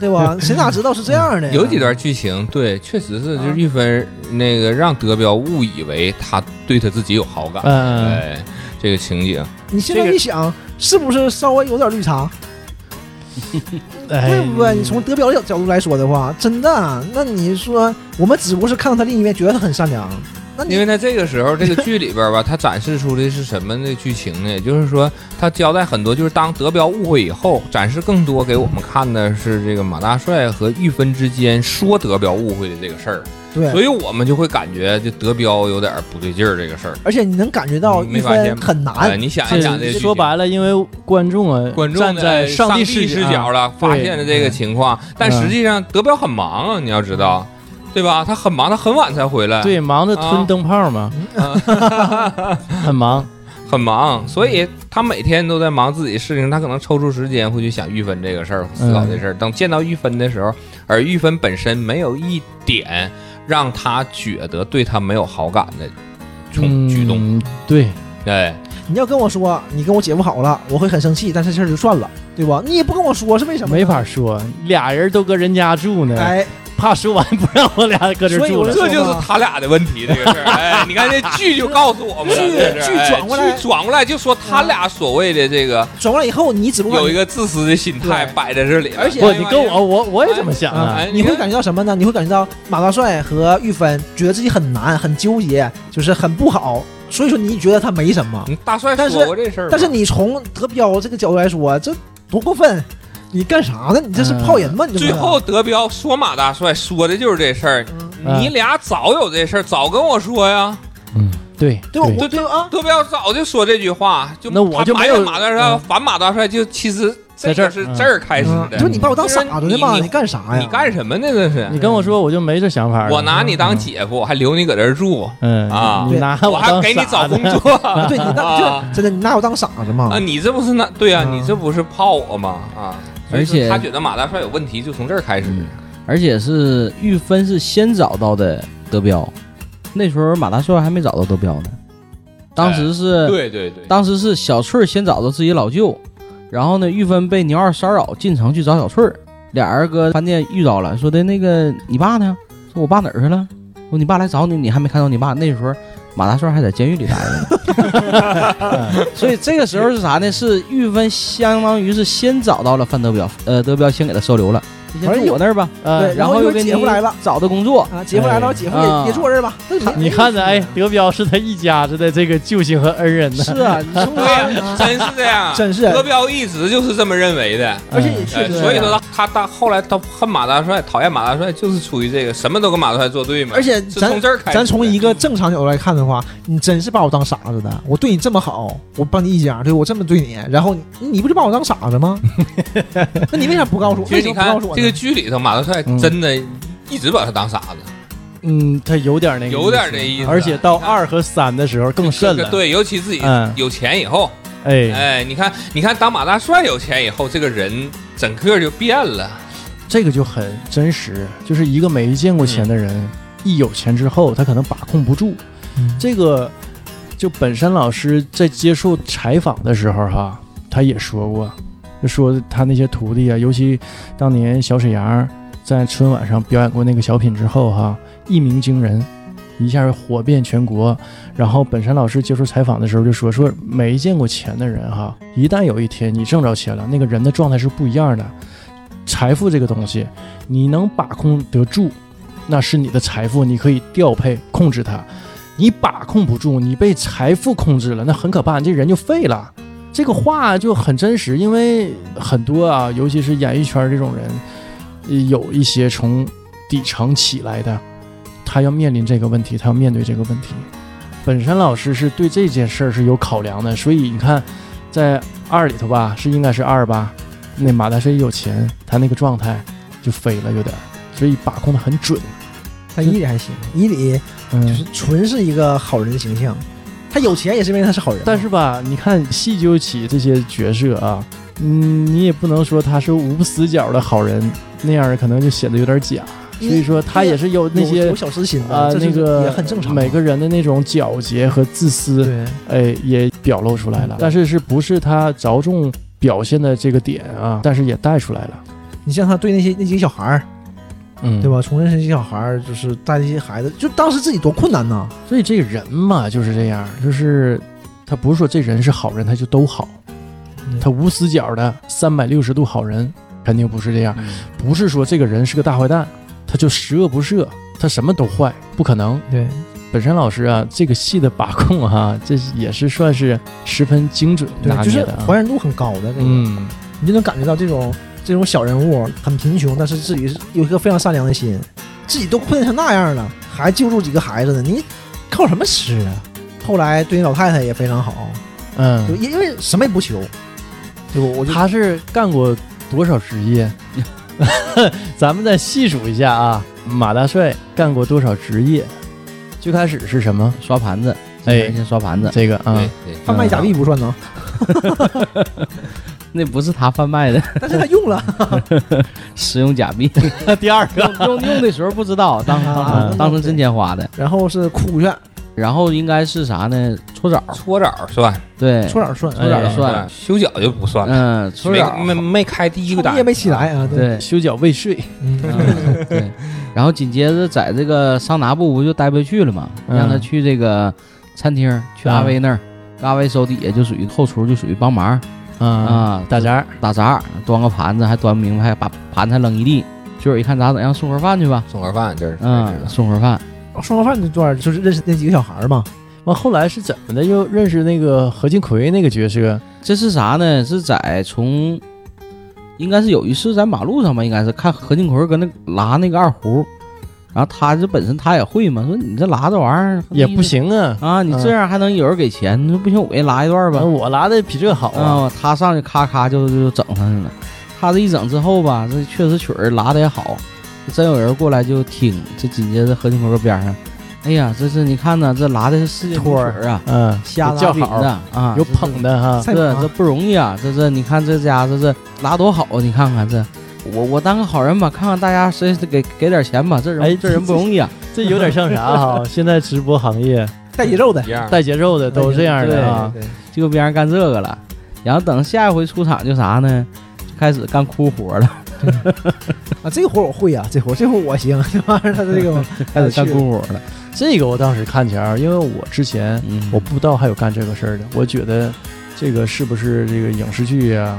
S6: 对吧？ 谁哪知道是这样的？
S7: 有几段剧情，对，确实是就是玉芬那个让德彪误以为他对他自己有好感，
S4: 嗯，
S7: 哎，这个情景。
S6: 你现在
S4: 这个
S6: 一想，是不是稍微有点绿茶？
S4: 哎
S6: 对不对？你从德彪角角度来说的话，真的，啊那你说我们只不过是看到他另一面，觉得他很善良，那
S7: 因
S6: 你
S7: 为在这个时候，这个剧里边儿吧，它展示出的是什么的剧情呢？也就是说，它交代很多，就是当德彪误会以后，展示更多给我们看的是这个马大帅和玉芬之间说德彪误会的这个事儿，所
S6: 对，
S7: 以我们就会感觉这德彪有点儿不对劲儿这个事儿。
S6: 而且你能感觉到
S7: 你没
S6: 玉
S7: 发现
S6: 芬
S7: 吗
S6: 很
S7: 哎，
S6: 难，
S7: 你想一想
S4: 这
S7: 这个剧
S4: 说
S7: 情。
S4: 白了，因为观众啊，
S7: 观众
S4: 站
S7: 的
S4: 在
S7: 上
S4: 帝
S7: 视
S4: 角啊
S7: 角了，
S4: 对嗯
S7: 发现了这个情况，但实际上德彪很忙啊，你要知道，对吧？他很忙，他很晚才回来。
S4: 对，忙着
S7: 啊
S4: 吞灯泡嘛，
S7: 嗯
S4: 很忙。
S7: 很忙，所以他每天都在忙自己事情，他可能抽出时间会去想玉芬这个事儿，思考这事儿。等见到玉芬的时候，而玉芬本身没有一点让他觉得对他没有好感的 冲举动，
S4: 嗯，对，
S7: 哎，
S6: 你要跟我说你跟我姐夫好了，我会很生气，但是这事儿就算了，对吧？你也不跟我说是为什么？
S4: 没。法说，俩人都搁人家住呢，
S6: 哎，
S4: 怕说完不让我俩搁这
S6: 所以
S4: 住
S6: 我
S4: 了。
S7: 这就是他俩的问题，这个事儿。哎，你看这剧就告诉我们了，
S6: 剧
S7: 这是
S6: 剧
S7: 哎
S6: 转过来
S7: 剧转过来就说他俩所谓的这个
S6: 转过来以后，你只不过
S7: 有一个自私的心态
S6: 嗯对
S7: 摆在这里了，
S6: 而且
S4: 不，你跟我，我我也这么想
S6: 啊
S4: 啊。
S7: 哎，
S6: 你会感觉到什么呢？你会感觉到马大帅和玉芬觉得自己很难、很纠结，就是很不好，所以说你觉得他没什么。
S7: 嗯大帅
S6: 但是
S7: 说过这事儿吗，
S6: 但是你从德彪这个角度来说，啊这多过分！你干啥呢？你这是
S7: 嗯
S6: 泡人吗？你这不是
S7: 最后德彪说马大帅说的就是这事儿，
S4: 嗯
S7: 你俩早有这事儿，早跟我说呀。
S4: 嗯，对
S6: 对我对啊，
S7: 德彪早就说这句话，就
S4: 那我就
S7: 他
S4: 没
S7: 埋
S4: 有
S7: 怨马大帅，
S4: 嗯
S7: 反马大帅就其实
S4: 在
S7: 这
S4: 这儿
S7: 个是这儿开始
S6: 嗯
S7: 的。
S6: 就是你把我当傻子呢
S7: 就
S6: 嘛？
S7: 是你
S6: 你干啥呀？
S7: 你干什么呢？这是
S4: 你跟我说，我就没这想法了。
S7: 我拿你当姐夫，还留你搁这儿住，
S4: 嗯
S7: 啊
S4: 你拿
S7: 我还
S4: 当
S7: 给你
S4: 傻
S7: 找
S4: 子
S7: 工作。
S6: 对你当
S7: 啊
S6: 就真的你拿我当傻子吗
S7: 啊，？你这不是那对啊，
S6: 嗯
S7: 你这不是泡我吗？啊，
S5: 而且
S7: 所以说他觉得马大帅有问题，就从这儿开始。
S5: 嗯而且是玉芬是先找到的德彪，那时候马大帅还没找到德彪呢，当时是、
S7: 对对对，
S5: 当时是小翠儿先找到自己老舅，然后呢，玉芬被牛二骚扰，进城去找小翠儿，俩人搁饭店遇到了，说的那个你爸呢？说我爸哪儿去了？说你爸来找你，你还没看到你爸。那时候马大帅还在监狱里待着呢，所以这个时候是啥呢？是玉芬相当于是先找到了范德彪，呃，德彪先给他收留了，就
S6: 而
S5: 先
S6: 且
S5: 住我那儿吧。
S4: 呃
S6: 对，
S5: 然后
S6: 一会
S5: 又
S6: 儿
S5: 给你
S6: 姐夫来了
S5: 找的工作，
S6: 啊，姐夫
S7: 哎
S6: 来了，姐夫
S5: 啊
S6: 也也坐这儿吧。这没
S4: 你看着，哎，，德彪是他一家子的这个救星和恩人呢。
S5: 是啊，
S6: 没有意 思
S7: 对 呀，
S6: 啊
S7: 真是这样，
S6: 真是
S7: 德彪一直就是这么认为的。
S6: 而且也确
S7: 哎
S6: 实，
S7: 所以说他他他后来他恨马大帅，讨厌马大帅，就是出于这个，什么都跟马大帅作对嘛。
S6: 而且
S7: 是
S6: 咱
S7: 从这儿开始的，
S6: 咱从一个正常角度来看的话，你真是把我当傻子的。我对你这么好，我帮你一家， 对我这么对你，然后你你不就把我当傻子吗？那你为啥不告诉我？
S7: 其
S6: 为
S7: 实
S6: 什
S7: 你
S6: 么不
S7: 看
S6: 告诉我，
S7: 这个剧里头，马大帅
S4: 嗯
S7: 真的一直把他当傻子，
S4: 嗯，他有点那个，
S7: 有点这意思啊
S4: 而且到二和三的时候更甚了，，
S7: 对，尤其自己
S4: 嗯
S7: 有钱以后，
S4: 哎，
S7: 哎，你看，你看，当马大帅有钱以后，这个人整个就变了。
S4: 这个就很真实，就是一个没见过钱的人，
S7: 嗯
S4: 一有钱之后，他可能把控不住。
S6: 嗯
S4: 这个就本山老师在接受采访的时候哈、他也说过，就说他那些徒弟啊，尤其当年小沈阳在春晚上表演过那个小品之后哈、一鸣惊人。一下火遍全国，然后本山老师接受采访的时候就说：“说没见过钱的人哈、一旦有一天你挣着钱了，那个人的状态是不一样的。财富这个东西，你能把控得住，那是你的财富，你可以调配控制它。你把控不住，你被财富控制了，那很可怕，你这人就废了。这个话就很真实，因为很多啊，尤其是演艺圈这种人，呃有一些从底层起来的，他要面临这个问题，他要面对这个问题。本山老师是对这件事儿是有考量的，所以你看，在二里头吧，是应该是二吧，那马大帅一有钱，他那个状态就飞了，有点儿，所以把控的很准。
S6: 但伊里还行，伊里
S4: 嗯，
S6: 就是纯是一个好人形象，他有钱也是因为他是好人嘛，
S4: 但是吧，你看细究起这些角色啊，嗯，你也不能说他是无死角的好人，那样儿可能就显得有点假。所以说他也是有那
S6: 有
S4: 些
S6: 有小私心的，
S4: 啊、
S6: 这
S4: 那
S6: 是
S4: 个
S6: 也很正常嘛。
S4: 每个人的那种皎洁和自私，
S6: 对，嗯
S4: 哎，也表露出来了。但是是不是他着重表现的这个点啊？但是也带出来了，
S6: 你像他对那些那几个小孩儿，
S4: 嗯，
S6: 对吧？重认识这些小孩儿，就是带这些孩子，就当时自己多困难呐。
S4: 所以这个人嘛就是这样，就是他不是说这人是好人他就都好，
S6: 嗯
S4: 他无死角的三百六十度好人肯定不是这样，不是说这个人是个大坏蛋，他就十恶不赦，他什么都坏，不可能。
S6: 对，
S4: 本山老师啊，这个戏的把控啊， 这也是算是十分精准
S6: 对
S4: 拿，
S6: 就
S4: 捏
S6: 是
S4: 的啊。
S6: 还原度很高的这个，
S4: 嗯，
S6: 你就能感觉到这种这种小人物很贫穷，但是自己是有一颗非常善良的心，自己都困成那样了，还救助几个孩子呢，你靠什么吃啊？后来对你老太太也非常好，就
S4: 嗯，
S6: 因因为什么也不求，对不？我就
S4: 他是干过多少职业？ 咱们再细数一下啊，马大帅干过多少职业？最开始是什么？
S5: 刷盘子，
S4: 哎
S5: 先刷盘子，
S4: 这个啊
S7: 对，对，
S6: 嗯贩卖假币不算呢，
S5: 那不是他贩卖的，
S6: 但是他用了，
S5: 使用假币，
S4: 第二个
S5: 用用的时候不知道，当
S6: 啊
S5: 当当成真钱花的。
S6: 然后是哭去，
S5: 然后应该是啥呢？搓澡，
S7: 嗯搓澡算，
S5: 对，
S6: 搓澡算，
S5: 搓澡
S7: 哎
S5: 算
S7: 修脚就不算了。
S5: 嗯，搓澡
S7: 没没没开第一个
S6: 创
S7: 单
S6: 业，没起来啊，对，
S5: 对，
S4: 修脚未遂，
S5: 嗯对。然后紧接着在这个桑拿部不就待不下去了嘛，
S4: 嗯啊
S5: 让他去这个餐厅，去阿威那儿，阿威手底下就属于后厨，就属于帮忙
S4: 啊，
S5: 啊，
S4: 打杂，
S5: 打杂，端个盘子还端不明白，还把盘子还扔一地。最后一看咋整，让送盒饭去吧，
S7: 送盒饭这是。
S5: 嗯，送盒饭，
S6: 双哦饭这段就是认识那几个小孩儿嘛，
S4: 完后来是怎么的？又认识那个何庆魁那个角色，
S5: 这是啥呢？是在从，应该是有一次在马路上吧，应该是看何庆魁跟那拉那个二胡，然后他这本身他也会嘛，说你这拉这玩意儿
S4: 也不行啊。
S5: 啊，你这样还能有人给钱？你说不行，我给你拉一段
S4: 完
S5: 吧。
S4: 嗯我拉的比这好啊，
S5: 啊，他上去咔咔就就整上去了。他这一整之后吧，这确实曲儿拉的也好，真有人过来就听。这紧接着何庆魁边上，哎呀，这是你看呐，这拉的是世界名曲儿啊，
S4: 嗯，
S5: 瞎拉
S4: 叫
S5: 饼
S4: 好，
S5: 的啊，
S4: 有捧的 哈，
S6: 菜
S5: 这
S6: 谱啊
S5: 这不容易啊！这这，你看这家这这拉多好啊！你看看这，我我当个好人吧，看看大家谁给给点钱吧。这人、
S4: 哎
S5: 这人不容易啊！
S4: 这有点像啥哈？ 现在直播行业
S6: 嗯带节奏的
S7: 一，样，
S4: 带节奏的都这样的啊，
S6: 对，对对
S5: 就别人干这个了。然后等下一回出场就啥呢？就开始干哭活了，
S6: 啊，这个活儿我会啊，这活儿这活儿我行， 这玩意儿他这个
S5: 开始干哭活了。
S4: 这个我当时看前儿，因为我之前
S5: 嗯，
S4: 我不知道还有干这个事儿的，我觉得这个是不是这个影视剧啊，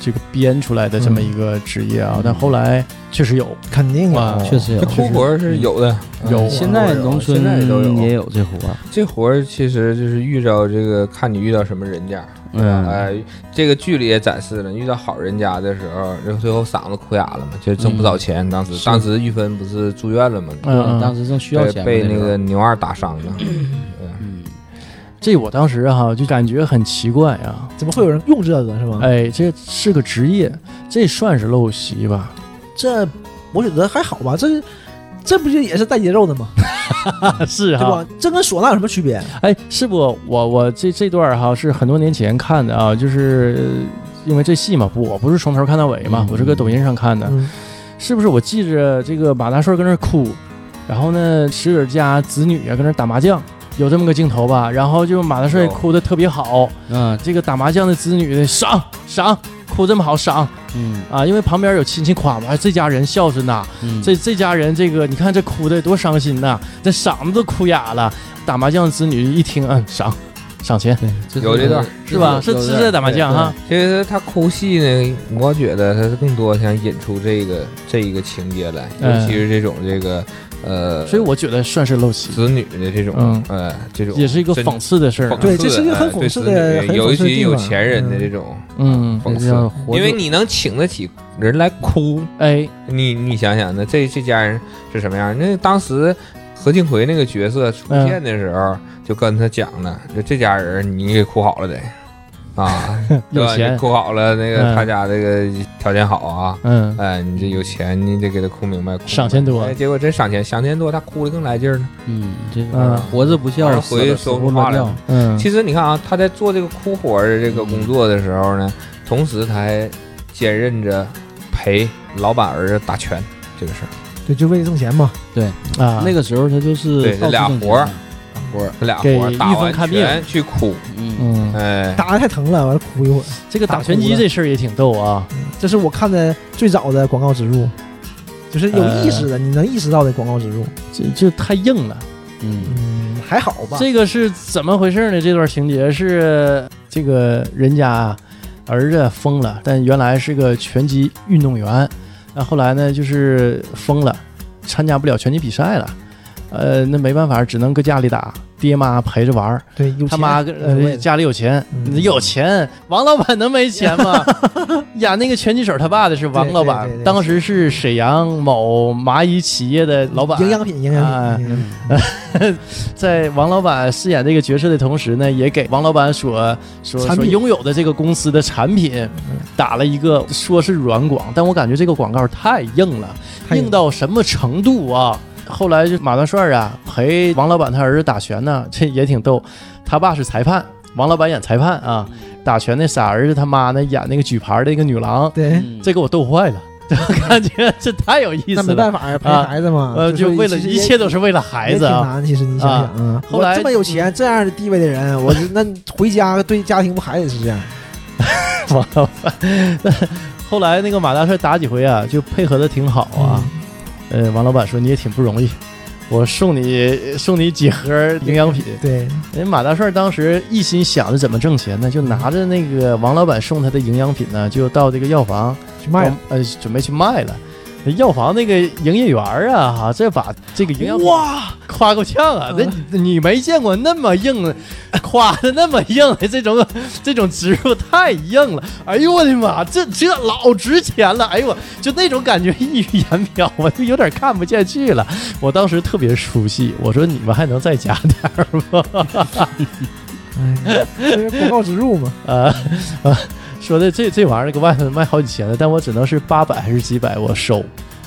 S4: 这个编出来的这么一个职业啊？
S5: 嗯
S4: 但后来确实有
S6: 肯定啊
S4: 啊，
S5: 确实有
S7: 这。哭活儿
S6: 嗯
S7: 是有的，
S4: 有
S5: 现在农村
S7: 现在都有
S5: 也有这活儿，
S7: 这活儿其实就是遇着这个，看你遇到什么人家。
S5: 嗯
S7: 哎，这个剧里也展示了，遇到好人家的时候，然后最后嗓子哭哑了嘛，就挣不少钱。当时，
S5: 是
S7: 当时玉芬不是住院了嘛，
S4: 嗯
S5: 当时正需要
S7: 被
S5: 钱嘛
S7: 被
S5: 那
S7: 那
S5: 时候
S7: 个牛二打伤 了。
S5: 嗯，
S4: 这我当时哈、就感觉很奇怪啊，哎
S6: 怎么会有人用这个是吧？
S4: 哎，这是个职业，这算是陋习吧？
S6: 这我觉得还好吧，这这不就也是带节奏的吗？
S4: 是
S6: 对
S4: 哈，
S6: 吧？这跟唢呐有什么区别？
S4: 哎，是不？我我这这段儿哈是很多年前看的啊，就是呃因为这戏嘛，不，我不是从头看到尾嘛
S5: 嗯，
S4: 我是搁抖音上看的，
S6: 嗯
S4: 是不是？我记着这个马大帅搁那儿哭，然后呢，石蕊家子女啊搁那儿打麻将。有这么个镜头吧，然后就马大帅
S7: 有
S4: 哭的特别好，
S5: 啊，
S4: 这个打麻将的子女的赏赏，哭这么好赏
S5: 嗯
S4: 啊，因为旁边有亲戚夸嘛，哎这家人孝顺呐、
S5: 嗯，
S4: 这这家人，这个你看这哭的多伤心呐、这嗓子都哭哑了。打麻将之女一听，嗯，赏，赏钱
S7: 有这段
S4: 是吧？是是在打麻将哈，，
S7: 其实他哭戏呢，我觉得他是更多想引出这个这一个情节来，
S4: 嗯
S7: 尤其是这种这个呃，
S4: 所以我觉得算是陋习，
S7: 子女的这种、
S4: 嗯
S7: 呃这种
S4: 也是一个讽刺的事儿
S7: 讽
S4: 啊。
S6: 对
S7: 刺
S6: 这是一个很讽刺
S7: 哎对子
S6: 的
S7: 女
S6: 很讽刺的
S7: 尤其
S6: 地
S7: 有
S6: 方
S7: 钱人的这种，
S4: 嗯，
S7: 讽刺
S4: 这叫活
S7: 因为
S4: 捉
S7: 你能请得起人来哭，
S4: 哎，
S7: 你你想想那这这家人是什么样？那当时何庆魁那个角色出
S4: 嗯
S7: 现的时候，就跟他讲了，就这家人你给哭好了得啊， 对
S4: 有
S7: 吧？
S4: 钱
S7: 你哭好了，那个
S4: 嗯
S7: 他家这个条件好啊。
S4: 嗯，
S7: 哎，你这有钱，你得给他哭明白。哭
S4: 赏钱多
S7: 明白哎结果真赏钱，赏钱多，他哭的更来劲儿呢。
S5: 嗯，这个
S4: 嗯
S5: 活着不
S7: 二
S5: 笑，
S7: 回
S5: 死了
S7: 说
S5: 活
S7: 不话
S5: 乱
S7: 了
S5: 叫，
S4: 嗯，
S7: 其实你看啊，他在做这个哭活儿的这个工作的时候呢，同时他还兼任着陪老板儿子打拳这个事儿。
S6: 对，就为了挣钱嘛。
S4: 啊，
S5: 那个时候他就是
S7: 对
S5: 到处
S7: 俩
S5: 挣钱
S7: 活儿活儿，他俩活儿
S4: 给
S7: 打
S4: 玉芬
S7: 完
S4: 看
S7: 拳去哭，
S5: 嗯，
S4: 嗯，
S7: 哎，
S6: 打的太疼了，完了哭一会儿。
S4: 这个打拳击这事儿也挺逗啊。
S6: 这是我看的最早的广告植入，就是有意识的，你能意识到的广告植入。
S4: 这这太硬了，
S5: 嗯
S6: 嗯，还好吧。
S4: 这个是怎么回事呢？这段情节是这个人家啊儿子疯了，但原来是个拳击运动员，那后来呢就是疯了，参加不了拳击比赛了，呃，那没办法，只能搁家里打，爹妈陪着玩儿。
S6: 对，有钱
S4: 他妈
S6: 无所
S4: 呃
S6: 谓的
S4: 家里有钱，
S6: 嗯
S4: 有钱，王老板能没钱 吗？演那个拳击手他爸的是王老板
S6: 对对对，对
S4: 当时是沈阳某蚂蚁企业的老板，
S6: 营养品，营
S4: 啊
S6: 养品营养品。
S4: 在王老板饰演这个角色的同时呢，也给王老板所所
S6: 产
S4: 所
S6: 品
S4: 拥有的这个公司的产品打了一个说是软广，但我感觉这个广告太硬了，
S6: 太硬
S4: 硬到什么程度啊？后来就马大帅啊陪王老板他儿子打拳呢， 这也挺逗。他爸是裁判，王老板演裁判啊，打拳那傻儿子他妈呢演那个举牌的一个女郎，
S6: 对，
S5: 嗯
S4: 这给我逗坏了， 我感觉这太有意
S6: 那
S4: 思
S6: 没
S4: 了。
S6: 办法呀，陪孩子嘛。
S4: 呃，就
S6: 就是
S4: 为了
S6: 其实
S4: 一
S6: 也
S4: 切都是为了孩子
S6: 也挺
S4: 啊，
S6: 难，其实你想想啊，
S4: 后来
S6: 我这么有钱，这样的地位的人，我就那回家对家庭不还得是这样？
S4: 王老板。后来那个马大帅打几回啊，就配合的挺好啊。
S6: 嗯
S4: 呃，王老板说你也挺不容易，我送你送你几盒营养品。
S6: 对，
S4: 人马大帅当时一心想着怎么挣钱呢，就拿着那个王老板送他的营养品呢，就到这个药房
S6: 去卖了。
S4: 呃准备去卖了。那药房那个营业员啊，哈，这把这个营养品
S6: 哇，嗯
S4: 夸够呛啊！那你你没见过那么硬 的，夸的那么硬的这种这种植入太硬了。哎呦我的妈，这这老值钱了！哎呦我就那种感觉溢于言表，我就有点看不下去了。我当时特别出戏，我说你们还能再加点儿吗？
S6: 哎，这是广告植入嘛？
S4: 啊啊，说的这这玩意儿搁外头卖好几千的，但我只能是八百还是几百我收。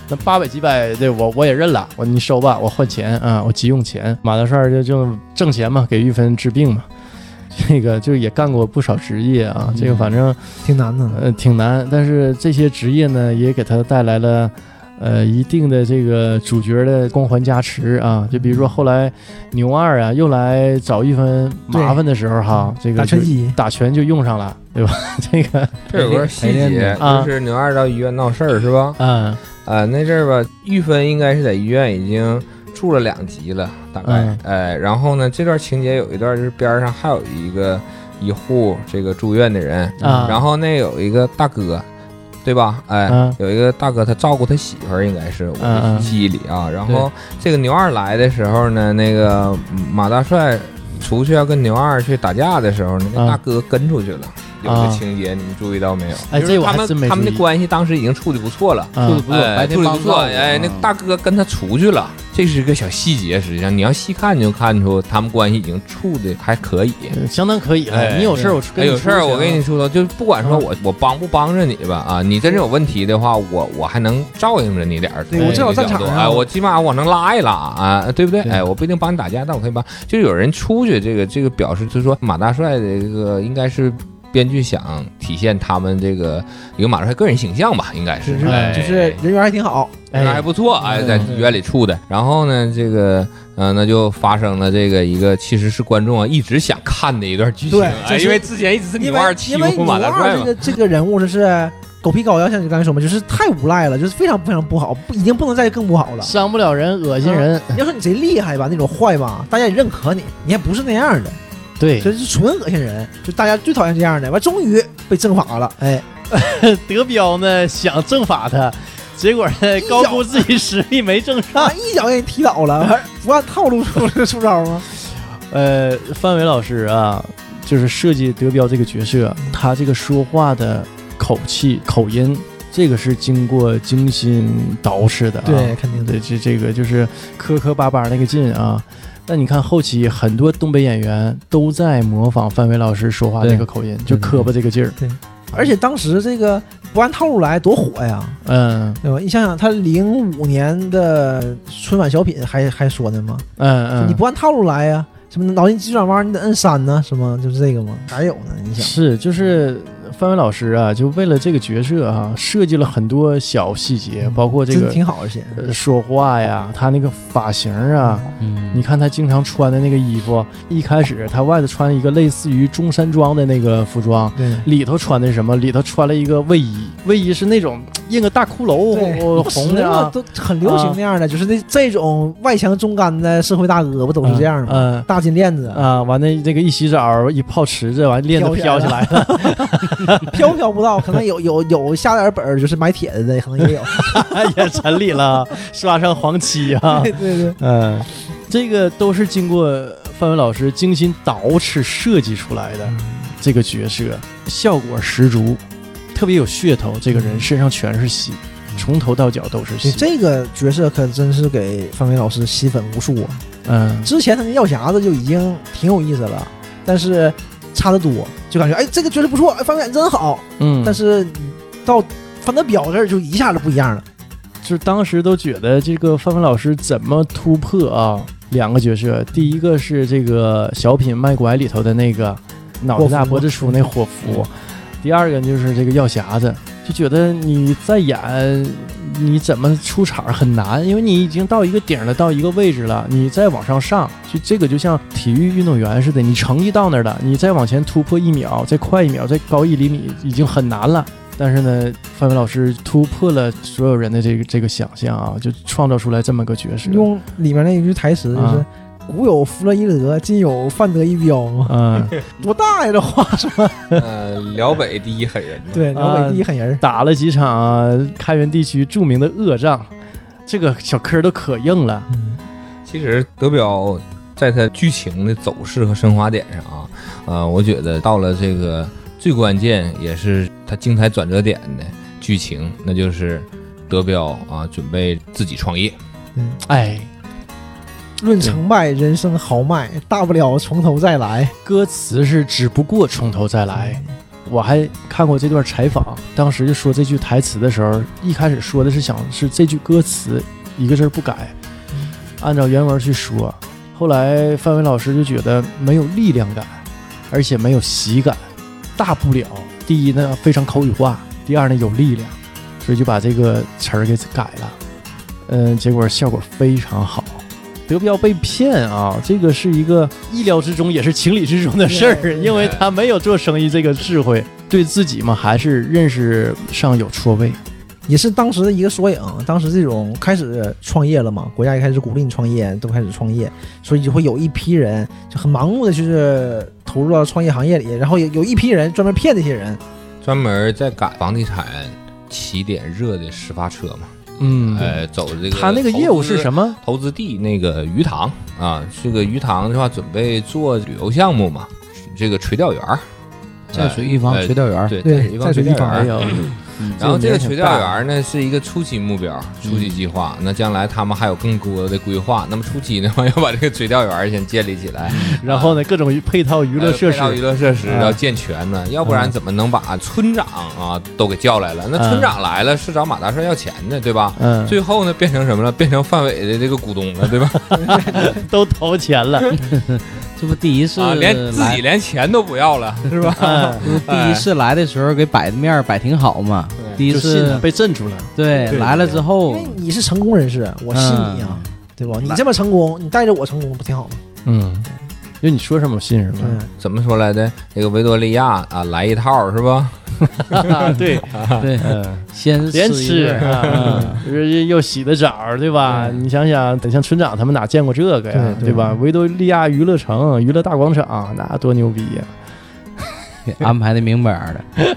S4: 那八百几百，对我我也认了，我你收吧，我换钱啊，我急用钱。马大帅就就挣钱嘛，给玉芬治病嘛， 这个就也干过不少职业啊，这个反正
S6: 挺难的。
S4: 呃挺难，但是这些职业呢也给他带来了。呃，一定的这个主角的光环加持啊，就比如说后来牛二啊又来找玉芬麻烦的时候哈，这个
S6: 打
S4: 就
S6: 拳击，
S4: 打拳就用上了，对吧？ 这个，
S7: 这有个细节，
S4: 啊
S7: 就是牛二到医院闹事儿是吧？
S4: 嗯
S7: 啊，那阵儿吧，玉芬应该是在医院已经住了两集了，大概
S4: 嗯，
S7: 哎，然后呢，这段情节有一段就是边儿上还有一个一户这个住院的人，
S4: 啊，
S7: 嗯然后那有一个大哥，对吧？哎，
S4: 嗯
S7: 有一个大哥，他照顾他媳妇儿，应该是我
S4: 嗯
S7: 的
S4: 嗯
S7: 记忆里啊。然后这个牛二来的时候呢，那个嗯马大帅出去要跟牛二去打架的时候呢，那
S4: 嗯
S7: 大哥跟出去了，有一个
S4: 啊
S7: 情节，你们注意到没有？
S4: 哎
S7: 就是
S4: 这我还
S7: 他们
S4: 真没
S7: 他们
S4: 注
S7: 的
S4: 意
S7: 关系当时已经处的不错了，
S4: 啊
S5: 处的不错，
S7: 哎
S5: 白天
S7: 处的
S5: 帮
S7: 不
S5: 助
S7: 错。哎，那大哥跟他出去了，这是一个小细节。实际上，你要细看，你就看出他们关系已经处的还可以。
S4: 嗯相当可以了。
S7: 哎
S4: 你有事儿我出
S7: 哎，
S4: 跟你
S7: 有
S4: 出
S7: 事儿
S4: 去
S7: 我
S4: 啊嗯
S7: 跟你说，就是不管说我我帮不帮着你吧，啊，你真是有问题的话，我我还能照应着你点儿。
S6: 对
S7: 从
S6: 我至少
S7: 这个
S6: 站
S7: 角度
S6: 场上
S7: 哎，我起码我能拉一拉啊，对不对？
S4: 对
S7: 哎，我不一定帮你打架，但我可以帮。就有人出去，这个这个表示就是说马大帅的这个应该是。编剧想体现他们这个一个马大帅个人形象吧，应该是
S6: 只是
S7: 哎
S6: 就是人缘还挺好，
S7: 那还
S4: 哎
S7: 不错，哎，
S6: 嗯
S7: 在医院里处的。然后呢，这个，嗯、那就发生了这个一个，其实是观众啊一直想看的一段剧情，
S6: 对
S7: 哎
S6: 就是
S7: 因为之前一直是 女
S6: 因为
S7: 二欺
S6: 因为
S7: 负
S6: 努
S7: 马大
S6: 二
S7: 帅
S6: 这
S7: 嘛，
S6: 个这个人物就是狗皮膏药，像你刚才说嘛，就是太无赖了，就是非常非常不好，不已经不能再更不 好了。
S4: 伤不了人，恶心人。
S6: 你要说你贼厉害吧，那种坏吧，大家也认可你，你还不是那样的，
S4: 对，
S6: 这是纯恶心人，就大家最讨厌这样的。完，终于被正法 了，哎，
S4: 德彪呢想正法他，结果呢高估自己实力没正上。
S6: 啊一脚给你踢倒了，完不按套路出出招吗？
S4: 呃，范伟老师啊，就是设计德彪这个角色，他这个说话的口气、口音，这个是经过精心捯饬的、啊。
S6: 对，肯定的。
S4: 对，这这个就是磕磕巴巴那个劲啊。但你看后期很多东北演员都在模仿范伟老师说话那个口音，就磕巴这个劲儿。
S6: 而且当时这个不按套路来多火呀，
S4: 嗯
S6: 对吧？你想想，他零五年的春晚小品还还说呢吗？
S4: 嗯
S6: 就
S4: 嗯，
S6: 你不按套路来呀、什么脑筋急转弯你得摁三呢，什么就是这个吗？还有呢，你想，
S4: 是，就是范伟老师啊，就为了这个角色啊，设计了很多小细节，包括这
S6: 真
S4: 个
S6: 挺好，而且
S4: 呃说话呀，他那个发型啊，
S5: 嗯，
S4: 你看他经常穿的那个衣服，一开始他外头穿一个类似于中山装的那个服装。
S6: 对
S4: 里头穿的是什么？里头穿了一个卫衣，卫衣是那种印个大骷髅红
S6: 对，不
S4: 红
S6: 是
S4: 的
S6: 嘛
S4: 啊，
S6: 都很流行那样的，就是那这种外强中干的社会大哥不都是这样吗？
S4: 嗯
S6: 大金链子
S4: 嗯，啊，完了这个一洗澡一泡池子，完链子飘
S6: 飘
S4: 起
S6: 起
S4: 来
S6: 来
S4: 了，
S6: 飘飘不到，可能有有有下点本儿，就是买铁子的，可能也有。
S4: 也沉里了，刷上黄漆啊。
S6: 对对对，
S4: 嗯，这个都是经过范伟老师精心捯饬设计出来
S6: 嗯
S4: 的，这个角色效果十足，特别有噱头。这个人身上全是戏，从头到脚都是
S6: 嗯对
S4: 戏。
S6: 这个角色可真是给范伟老师吸粉无数啊！
S4: 嗯，
S6: 之前他那药匣子就已经挺有意思了，但是差得多，就感觉哎这个角色不错，哎范伟演得真好，
S4: 嗯，
S6: 但是到范德彪这儿就一下子不一样了。
S4: 就是当时都觉得这个范伟老师怎么突破啊？两个角色，第一个是这个小品《卖拐》里头的那个脑袋大脖子粗那伙夫，第二个就是这个药匣子，就觉得你再演你怎么出场很难，因为你已经到一个顶了，到一个位置了，你再往上上，就这个就像体育运动员似的，你成绩到那儿了，你再往前突破一秒，再快一秒，再高一厘米，已经很难了。但是呢，范伟老师突破了所有人的这个这个想象啊，就创造出来这么个角色。
S6: 用里面那一句台词就是
S4: 啊
S6: “古有弗洛伊德，今有范德一彪” 嘛，
S4: 嗯，
S6: 多大呀这
S4: 啊
S6: 话说的？
S7: 呃，辽北第一狠人嘛，
S6: 对，辽北第一狠人儿，
S4: 打了几场、啊、开原地区著名的恶仗，这个小嗑都可硬了。
S7: 其实德彪在他剧情的走势和升华点上啊，呃，我觉得到了这个最关键也是他精彩转折点的剧情，那就是德彪啊准备自己创业。
S4: 哎，
S6: 论成败，人生豪迈，大不了从头再来。
S4: 歌词是只不过从头再来。我还看过这段采访，当时就说这句台词的时候，一开始说的是想是这句歌词一个字儿不改，
S6: 嗯
S4: 按照原文去说。后来范伟老师就觉得没有力量感，而且没有喜感，大不了第一呢非常口语化，第二呢有力量，所以就把这个词儿给改了。嗯，结果效果非常好。德彪被骗啊，这个是一个意料之中也是情理之中的事儿，
S6: 对
S4: 因为他没有做生意这个智慧，对自己嘛还是认识上有错位。
S6: 也是当时的一个缩影。当时这种开始创业了嘛，国家也开始鼓励你创业，都开始创业，所以就会有一批人就很盲目的，就是投入到创业行业里，然后有有一批人专门骗这些人。
S7: 专门在赶房地产起点热的始发车嘛，
S4: 嗯，
S7: 呃，走这个
S4: 他那个业务是
S7: 么？
S4: 什么？
S7: 投资地那个鱼塘啊，这个鱼塘的话准备做旅游项目嘛，这个垂钓园儿，
S5: 在水一方
S7: 呃
S5: 垂钓园儿，
S7: 对
S6: 对
S7: 一帮
S6: 在水
S7: 垂
S6: 钓
S7: 钓
S6: 园
S7: 园
S4: 还
S7: 儿。
S4: 有
S7: 然后这个垂钓园儿呢是一个初期目标、初期计划。那将来他们还有更多的规划。那么初期的话，要把这个垂钓园儿先建立起来，
S4: 然后呢，各种配套娱
S7: 娱
S4: 乐设
S7: 娱
S4: 施，
S7: 乐设施
S4: 啊
S7: 要健全呢，要不然怎么能把村长啊都给叫来了？那村长来了是找马大帅要钱的，对吧？
S4: 嗯，
S7: 最后呢，变成什么了？变成范伟的这个股东了，对吧？
S4: 都投钱了，
S5: 这不第一次
S7: 啊，连自
S5: 来
S7: 己哎连钱都不要了，是吧？
S4: 嗯
S5: 第一次来的时候给摆的面儿摆挺好嘛，第一
S4: 就信了，
S5: 次
S4: 被镇住了。
S5: 对
S4: 对
S5: 来了之
S6: 因
S5: 后
S6: 为，你是成功人士，我信你
S7: 嗯
S6: 啊，对吧？你这么成功，你带着我成功不挺好吗？
S4: 嗯，因为你说什么我信什么。
S6: 嗯，
S7: 怎么说来着？那个维多利亚啊，来一套是吧？
S4: 啊对，
S5: 对，
S4: 嗯，
S5: 先
S4: 连吃，
S5: 吃
S4: 啊就是又洗的澡，对吧？你想想，得像村长他们哪见过这个呀，
S6: 对
S4: 对吧？维多利亚娱乐城、娱乐大广场，那多牛逼呀！
S5: 一顿安排的明白儿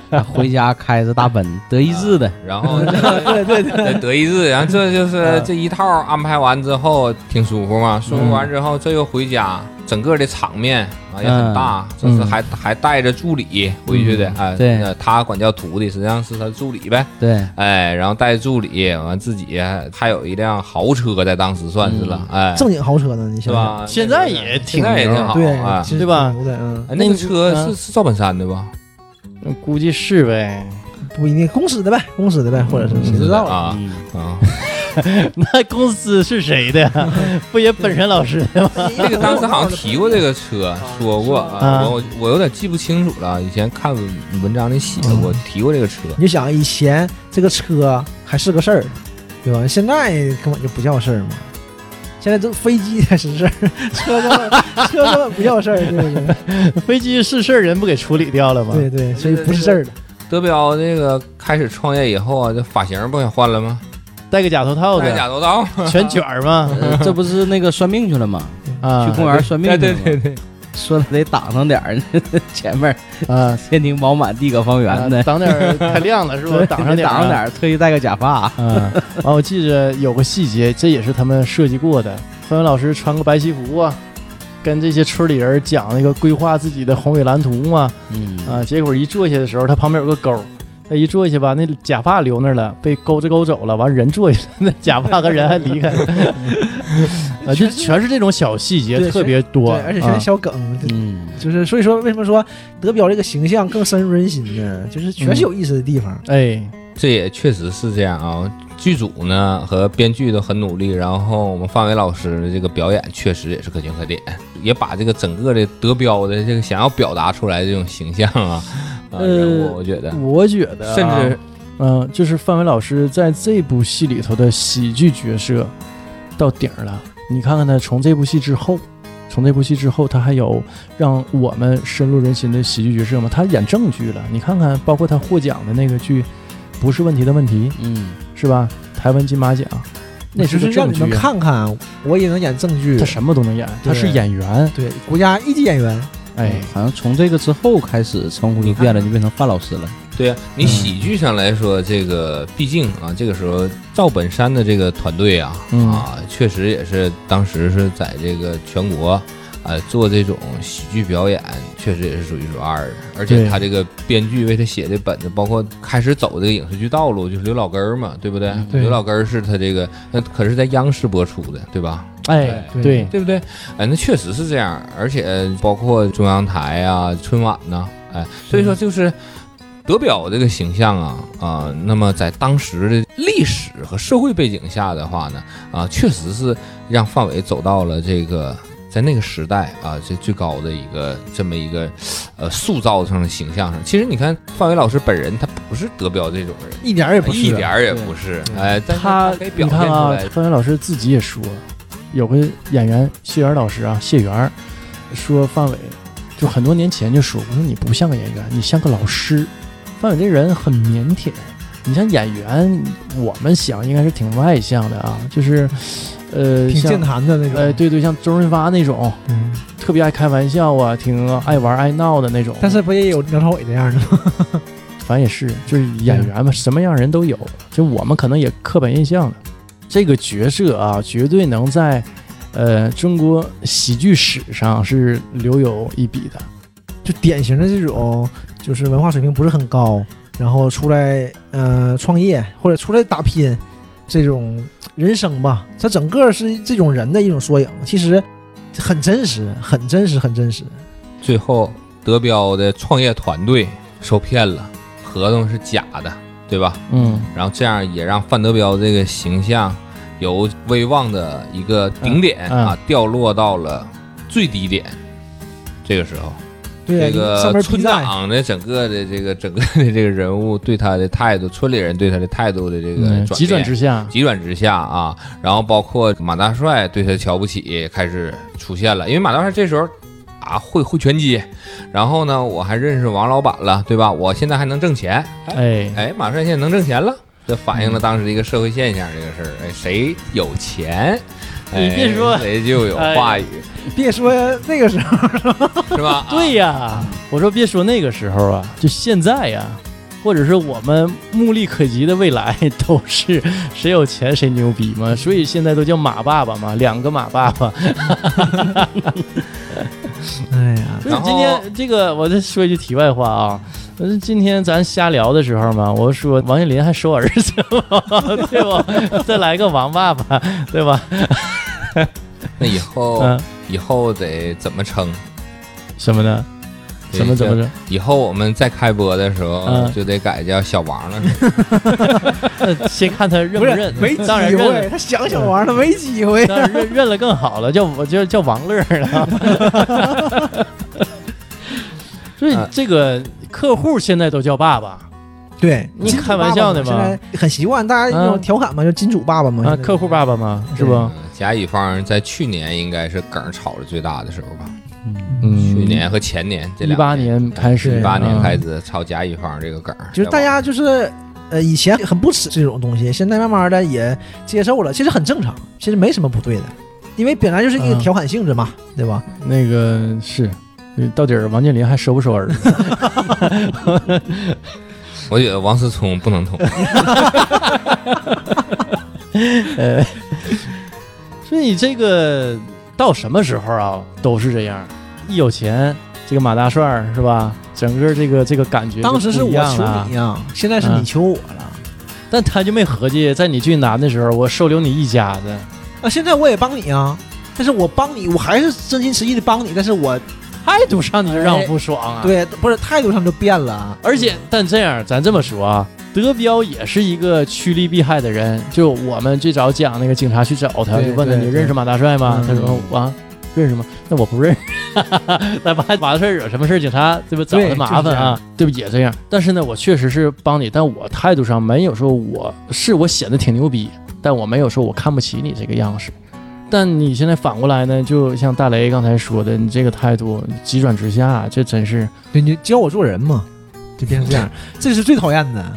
S5: 的，回家开着大奔德意志的，
S7: 然后 对对嗯对，德意志，然后这就是这一套安排完之后挺舒服嘛，舒服完之后这又回家，整个的场面啊也很大，这是还还带着助理回去的啊，
S5: 对
S7: 那他管叫徒弟，实际上是他助理呗，
S5: 对，
S7: 哎，然后带助理，完自己还有一辆豪车，在当时算是了，哎，
S6: 正经豪车呢，你
S7: 是
S6: 想想？
S7: 吧？
S4: 现在也挺
S7: 现在也挺
S4: 牛
S7: 好
S6: 对
S7: 啊，。
S6: 其实
S4: 对吧
S6: 挺牛的，嗯，
S7: 哎那个
S4: 那
S7: 车
S4: 个
S7: 是是赵本山的吧？
S4: 估计是呗。
S6: 不一定公司的呗，公司的
S7: 嗯
S6: 呗，或者是谁知道了？
S7: 啊
S5: 嗯
S7: 啊！
S4: 那公司是谁的呀？不也本山老师的吗？
S7: 这个当时好像提过这个车，说过啊，
S4: 啊
S7: 我我有点记不清楚了。以前看文文章里写过提过这个车，
S6: 你就想以前这个车还是个事儿，对吧？现在根本就不叫事儿嘛。现在这飞机才是事 儿，车根本车根本不叫事儿，对不对？
S4: 飞机是事儿，人不给处理掉了吗？
S6: 对对，所以不是事儿了。
S7: 德彪这个开始创业以后啊，这发型不也换了吗？
S4: 戴个假头套
S7: 戴
S4: 的，
S7: 假头套，
S4: 全卷儿嘛。
S5: 呃这不是那个算命去了吗？
S4: 啊，
S5: 去公园算命
S7: 对
S5: 去
S7: 对
S5: 了
S7: 对
S5: 吗，
S7: 对，
S5: 说得挡上点儿， 前面
S4: 啊，
S5: 天庭饱满，地阁方
S7: 啊
S5: 圆的，
S4: 呃挡点 儿太亮了是不
S5: 对
S4: 是？挡上点儿
S5: 挡上点。儿，特啊意戴个假发，
S4: 嗯，完、我记着有个细节，这也是他们设计过的。范伟老师穿个白西服啊，跟这些村里人讲那个规划自己的宏伟蓝图嘛。
S5: 嗯
S4: 啊，结果一坐下的时候，他旁边有个沟，他一坐下吧，那假发留那儿了，被勾着勾走了。完人坐下了，那假发和人还离开了。 啊，就全是这种小细节
S6: 对
S4: 特别多，
S6: 对，而且全是
S4: 啊
S6: 小梗，就
S5: 嗯，
S6: 就是所以说为什么说德彪这个形象更深入人心呢？就是全是有意思的地方。
S4: 哎，
S7: 这也确实是这样啊。剧组呢和编剧都很努力，然后我们范伟老师的这个表演确实也是可圈可点，也把这个整个的德彪的这个想要表达出来的这种形象啊，啊，
S4: 呃
S7: 人物我觉得，
S4: 我觉得啊、
S7: 甚至
S4: 嗯、就是范伟老师在这部戏里头的喜剧角色到顶儿了。你看看他从这部戏之后，从这部戏之后，他还有让我们深入人心的喜剧角色吗？他演正剧了。你看看，包括他获奖的那个剧，《不是问题的问题
S5: 嗯，》，
S4: 是吧？台湾金马奖，那
S6: 就是是
S4: 个
S6: 让
S4: 正
S6: 你
S4: 剧
S6: 们
S4: 啊。
S6: 看看，我也能演正剧
S4: 他。什么都能演，他
S6: 对
S4: 是演员，
S6: 对，国家一级演员，
S4: 哎，
S5: 好像从这个之后开始称呼就变了，就变成范老师了，
S7: 对呀、你
S4: 嗯
S7: 喜剧上来说，这个毕竟啊，这个时候赵本山的这个团队啊，
S4: 嗯
S7: 啊，确实也是当时是在这个全国。呃，做这种喜剧表演确实也是数一数二的，而且
S4: 对
S7: 他这个编剧为他写的本子，包括开始走这个影视剧道路，就是刘老根儿嘛，对不对？
S5: 嗯
S4: 对
S7: 刘老根儿是他这个，那可是在央视播出的，对吧？
S4: 哎，
S6: 对
S4: 对，
S7: 对不对？哎，那确实是这样，而且包括中央台啊、春晚呐、哎，所以
S4: 嗯
S7: 说就是德表这个形象啊啊、那么在当时的历史和社会背景下的话呢，啊、确实是让范伟走到了这个。在那个时代啊，这最高的一个这么一个，呃，塑造上的形象上，其实你看范伟老师本人，他不是德彪这种人，
S6: 一点儿也不是，
S7: 一点儿也不是，哎，但是
S4: 啊他
S7: 可以表
S4: 你
S7: 现
S4: 看
S7: 出
S4: 啊
S7: 来，，
S4: 范伟老师自己也说，有个演员谢元老师啊，谢元说范伟，就很多年前就说，我说你不像个演员，你像个老师。范伟这人很腼腆，你像演员，我们想应该是挺外向的啊，就是，呃，
S6: 挺健
S4: 像
S6: 谈的那
S4: 呃，
S6: 种。
S4: 对对，像周润发那种，
S6: 嗯，
S4: 特别爱开玩笑啊，挺爱玩爱闹的那种。
S6: 但是不也有梁朝伟这样的吗？
S4: 反正也是，就是演员嘛，什么样人都有。就我们可能也刻板印象了，这个角色啊，绝对能在呃中国喜剧史上是留有一笔的。
S6: 就典型的这种，就是文化水平不是很高，然后出来呃创业或者出来打拼，这种人生吧，它整个是这种人的一种缩影，其实很真实，很真实，很真实。
S7: 最后德彪的创业团队受骗了，合同是假的，对吧？
S5: 嗯，
S7: 然后这样也让范德彪这个形象由威望的一个顶点
S4: 嗯嗯
S7: 啊，掉落到了最低点。这个时候，
S6: 对
S7: 这
S6: 呀，上
S7: 个
S6: 面逼
S7: 村
S6: 债，
S7: 长的整个的这个整个的这个人物对他的态度，村里人对他的态度的这个
S4: 嗯
S7: 转
S4: 急转
S7: 变
S4: 直下，
S7: 急转直下啊，然后包括马大帅对他瞧不起开始出现了，因为马大帅这时候啊会会拳击，然后呢我还认识王老板了，对吧？我现在还能挣钱，哎
S4: 哎，
S7: 哎，马帅现在能挣钱了，这反映了当时的一个社会现象这个事儿，哎，谁有钱，哎
S4: 你别说哎
S7: 谁就有话语，
S6: 别说那个时候，
S7: 是吧？啊
S4: 对呀，我说别说那个时候啊，就现在呀、或者是我们目力可及的未来，都是谁有钱谁牛逼嘛，所以现在都叫马爸爸嘛，两个马爸爸。
S6: 哎呀，
S4: 所以
S7: 然后
S4: 今天这个，我再说一句题外话啊。呃今天咱瞎聊的时候嘛，我说王健林还收儿子嘛， 对吧？再来个王爸爸，对吧？
S7: 那以
S6: 哦
S7: 后、
S4: 嗯，
S7: 以后得怎么称？
S4: 什么呢？
S7: 对
S4: 什么怎么着？
S7: 以后我们再开播的时候、
S4: 嗯
S7: 就得改叫小王了，是吧
S4: 呃先看他认
S6: 不是
S4: 认，
S6: 没机
S4: 当然认了
S6: 会，，他想想玩了没机会。
S4: 当然认认了更好了，叫我叫叫王乐了。 所以
S6: 啊
S4: 这个客户现在都叫爸爸
S6: 对，
S4: 你
S6: 金主
S4: 开玩笑呢
S6: 爸爸
S4: 吗
S6: 嘛？现在很习惯，大家
S4: 嗯
S6: 用调侃嘛，就金主爸爸嘛。
S4: 啊，
S6: 现在
S4: 客户爸爸嘛，是不？
S7: 嗯甲乙方在去年应该是梗儿炒的最大的时候吧？
S4: 嗯
S7: 去年和前年这
S4: 一
S7: 两
S4: 八
S7: 年，
S6: 啊
S4: 年嗯开始，
S7: 一八年开
S4: 始，
S7: 始炒甲乙方这个梗儿，
S6: 就是大家就是呃以前很不耻这种东西，现在慢慢的也接受了，其实很正常，其实没什么不对的，因为本来就是一个
S4: 嗯
S6: 调侃性质嘛，对吧？
S4: 那个是。到底王健林还收不收 儿子？
S7: 我觉得王思聪不能通。
S4: 呃，所以这个到什么时候啊，都是这样。一有钱，这个马大帅儿是吧？整个这个这个感觉就
S6: 当时是
S4: 不一
S6: 我
S4: 样啊
S6: 求
S4: 了
S6: 你呀、现在是你求我了。
S4: 但他就没合计，在你最难的时候，我收留你一家子。
S6: 啊，现在我也帮你啊，但是我帮你，我还是真心实意的帮你，但是我
S4: 态度上你就让我不爽啊！，
S6: 对不是态度上就变了啊。
S4: 而且但这样，咱这么说啊，德彪也是一个趋利避害的人。就我们最早讲那个警察去找他，
S6: 对
S4: 就问他
S6: 对
S4: 你认识马大帅吗？他
S6: 嗯
S4: 说啊，认识吗？那我不认识。 那把马大帅惹什么事儿，警察对吧？找
S6: 对
S4: 他麻
S6: 就是
S4: 烦
S6: 这
S4: 啊
S6: 样，
S4: 对不？也这样。但是呢，我确实是帮你，但我态度上没有说我是我显得挺牛逼，但我没有说我看不起你这个样式。但你现在反过来呢，就像大雷刚才说的，你这个态度急转直下，这真是
S6: 对你教我做人嘛，就变成 这样，这是最讨厌的。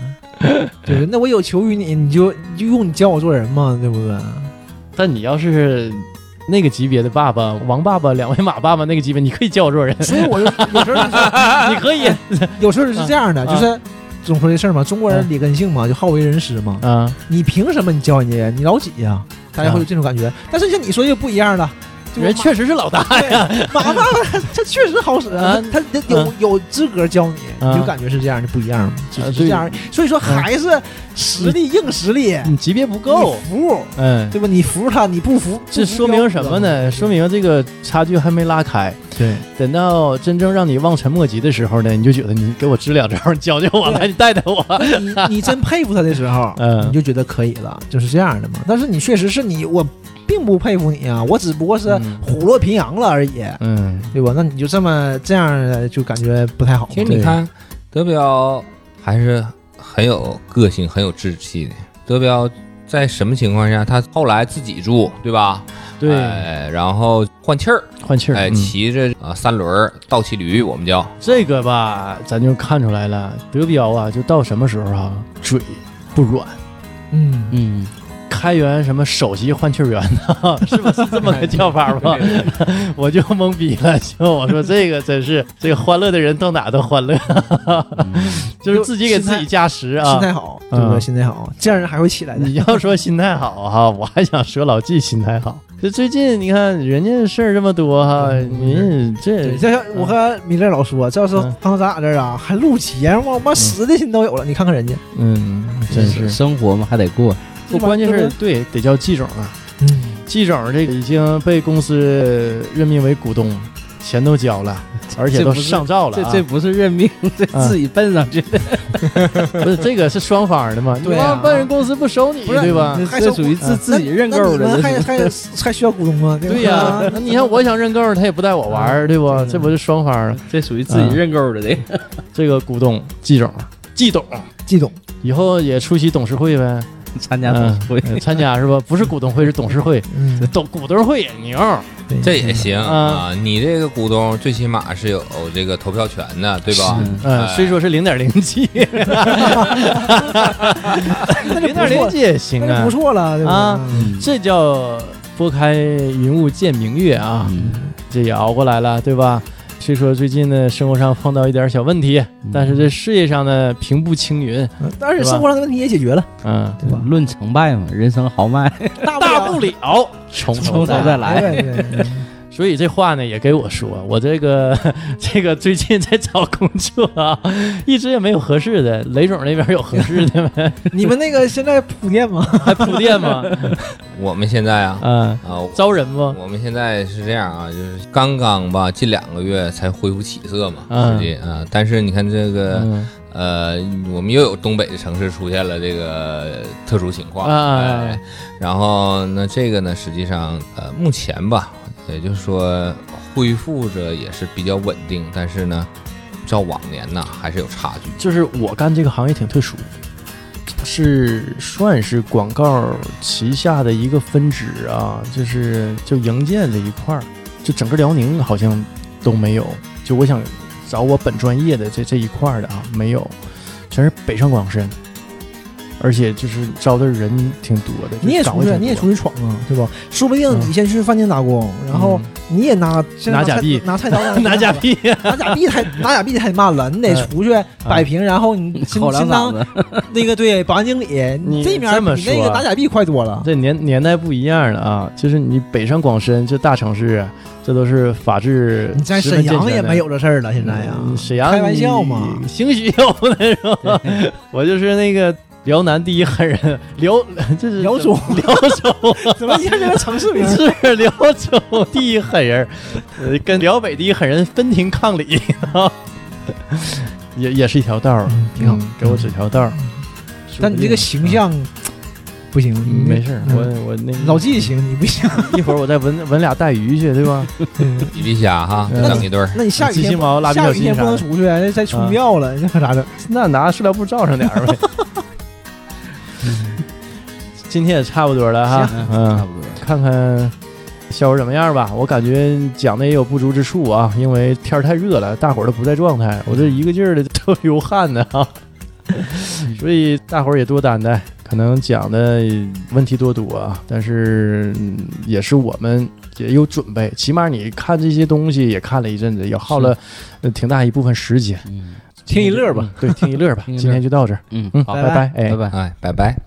S6: 对，那我有求于你，你就你就用你教我做人嘛，对不对？
S4: 但你要是那个级别的爸爸，王爸爸、两位马爸爸那个级别，你可以叫我做 人，
S6: 所以我就有时候就 是
S4: 你可以
S6: 有时候是这样的，
S4: 啊
S6: 就是总说这事儿嘛，中国人劣根性嘛，就好为人师嘛。
S4: 啊，
S6: 你凭什么你教人家？你老几呀、大家会有这种感觉。但是像你说就不一样了，就
S4: 人
S6: 马
S4: 确实是老大呀，
S6: 马爸爸他他确实好使啊
S4: 啊，
S6: 他他有
S4: 啊
S6: 有资格教你，
S4: 啊
S6: 你就感觉是这样，就不一样嘛，就
S4: 啊
S6: 是
S4: 对啊
S6: 这样。所以说还是实力硬实力，
S4: 你嗯级别不
S6: 你
S4: 够，
S6: 服
S4: 嗯。
S6: 对吧？你服他，你不服，
S4: 这说明什么呢？说明这个差距还没拉开。
S6: 对
S4: 等到真正让你望尘莫及的时候呢，你就觉得你给我支两招，你教教我来，你带带我。
S6: 你你真佩服他的时候，
S4: 啊 嗯
S6: 你就觉得可以了，就是这样的嘛。但是你确实是你，我并不佩服你啊，我只不过是
S4: 嗯
S6: 虎落平阳了而已，
S4: 嗯，
S6: 对吧？那你就这么这样的，就感觉不太好。
S7: 其实你
S6: 对，
S7: 看，德彪还是很有个性、很有志气的。德彪在什么情况下，他后来自己住，对吧？
S4: 对，
S7: 哎，然后换气儿，
S4: 换气儿。
S7: 哎，
S4: 嗯
S7: 骑着啊三轮儿倒骑驴，我们叫
S4: 这个吧，咱就看出来了，德彪啊，就到什么时候啊，嘴不软。
S6: 嗯，
S5: 嗯，
S4: 开源什么首席换气员呢？ 是不是这么个叫法吗？ 我就懵逼了，就我说这个真是这个欢乐的人到哪都欢乐，
S5: 嗯
S4: 就是自己给自己加时
S6: 心
S4: 啊。
S6: 态好，对不
S4: 嗯
S6: 对？心态好，这样人还会起来的。
S4: 你要说心态好哈、我还想说老纪心态好，这最近你看人家事儿这么多哈，您这
S6: 对，这像我和米勒老说，这要是
S4: 嗯
S6: 放到咱俩这儿啊，还录节目，我妈实的心都有了。你看看人家，
S4: 嗯，真是
S5: 生活嘛还得过，
S4: 不，关键是对得叫季总啊，
S6: 嗯，
S4: 季总这个已经被公司任命为股东，钱都交了，而且都上照了、
S5: 这
S4: 啊
S5: 这不是任命，这
S4: 啊
S5: 自己奔上去的，
S4: 不是这个是双方的嘛？
S6: 对啊
S4: 你忘办人公司不收你
S6: 不是
S4: 对吧？
S6: 还
S5: 这
S6: 是
S5: 属于自
S4: 嗯
S5: 自己认
S6: 那
S5: 购
S6: 你
S5: 的
S6: 们还
S5: 这是。
S6: 还还需要股东吗？吧
S4: 对呀、
S6: 啊
S4: 那你看我想认购，他也不带我玩儿，对不？这不是双方啊
S5: 这属于自己认购的这个，
S4: 这个股东季总，季董
S6: 季总，
S4: 以后也出席董事会 呗，
S5: 参加董
S4: 嗯
S5: 事 会，
S4: 呃参加是吧？不是股东会，是董事 会，
S6: 嗯，
S4: 董股东会也牛。
S7: 这也行
S4: 啊
S7: 啊。你这个股东最起码是有这个投票权的，对吧？
S4: 嗯，
S7: 哎
S4: 虽说是零点零七，
S6: 那 就
S4: 零
S6: 不
S4: 点零
S6: 错，
S4: 七也行
S6: 那就
S4: 啊
S6: 不，错了，对吧？
S4: 啊这叫拨开云雾见明月啊，这也熬过来了，对吧？虽说最近呢，生活上碰到一点小问题，但是这事业上呢，平步青云，
S6: 嗯而且生活上的问题也解决了，
S4: 嗯，
S6: 对吧？
S5: 论成败嘛，人生豪迈，
S6: 大
S4: 大不了重
S5: 从头再来。
S6: 对对对
S4: 所以这话呢也给我说，我这个 这个最近在找工作啊，一直也没有合适的。雷总那边有合适 的吗？
S6: 你们那个现在铺垫吗？
S4: 还铺垫吗？
S7: 我们现在啊
S4: 啊，
S7: 啊，
S4: 招人吗？
S7: 我们现在是这样啊，就是刚刚吧，近两个月才恢复起色嘛，
S4: 嗯
S7: 实际啊。但是你看这个
S4: 嗯
S7: 呃，我们又有东北的城市出现了这个特殊情况，
S4: 啊
S7: 哎，然后那这个呢，实际上呃，目前吧，也就是说恢复着也是比较稳定，但是呢，照往年呢还是有差距。
S4: 就是我干这个行业挺特殊，是算是广告旗下的一个分支啊，就是就营建这一块儿，就整个辽宁好像都没有。就我想找我本专业的这这一块儿的啊，没有，全是北上广深，而且就是招的人挺多的。
S6: 你也
S4: 就岗
S6: 出
S4: 位
S6: 去，
S4: 挺
S6: 你也
S4: 多
S6: 出去闯啊，对吧？嗯说不定你先去饭店打工，然后
S4: 嗯
S6: 你也拿先
S4: 拿假
S6: 菜
S4: 币
S6: 拿菜刀啊
S4: 拿假币，啊
S6: 拿假币太拿假币太慢了，你得出去摆平，然 后你先
S5: 吼两嗓
S6: 先当
S5: 子，
S6: 那个对保安经理，
S4: 你
S6: 哎这面
S4: 这么
S6: 比那个
S4: 说啊
S6: 拿假币快多了。
S4: 这年年代不一样了啊，就是你北上广深这大城市，这都是法治
S6: 你在
S4: 十分
S6: 沈
S4: 健
S6: 阳
S4: 全
S6: 也
S4: 的
S6: 没有这事儿了，现在呀
S4: 嗯，沈阳
S6: 开玩笑嘛
S4: 你兴许有那种， 我就是那个辽南第一狠人，辽 这是
S6: 辽中
S4: 辽中
S6: 怎么一下这个城市名？
S4: 是 辽中第一狠人，呃，跟辽北第一狠人分庭抗礼， 也也是一条道儿，
S6: 挺好
S4: 嗯给我指条道儿。
S6: 但你这个形象不行，
S4: 嗯
S6: 你
S4: 没事嗯儿，
S6: 嗯
S4: 我我那
S6: 老纪行，你不行。
S4: 一会儿我再闻闻俩带鱼去，对吧？
S7: 比利虾哈，
S4: 嗯
S7: 整一对儿。
S6: 那你 下雨
S4: 鸡心
S6: 天
S4: 毛、蜡笔
S6: 下
S4: 小
S6: 雨
S4: 新
S6: 天不
S4: 啥
S6: 能
S4: 的，嗯
S6: 出去，再出庙了， 那可咋整？
S4: 那拿塑料布罩上点儿呗。 今天也差不多了哈，嗯
S5: 差。不多。
S4: 看看效果怎么样吧。我感觉讲的也有不足之处啊，因为天儿太热了，大伙儿都不在状态，我这一个劲儿的 都流汗呢啊， 所以大伙儿也多担待。可能讲的问题多多啊，但是嗯也是我们也有准备，起码你看这些东西也看了一阵子，也耗了呃挺大一部分时间。嗯
S5: 嗯
S6: 嗯
S4: 听一乐吧，对，听一乐吧。
S5: 听一乐
S4: 今天就到这儿，
S5: 嗯，
S4: 嗯，
S5: 好
S4: 拜拜，哎
S5: 拜。拜。
S7: 哎，拜拜。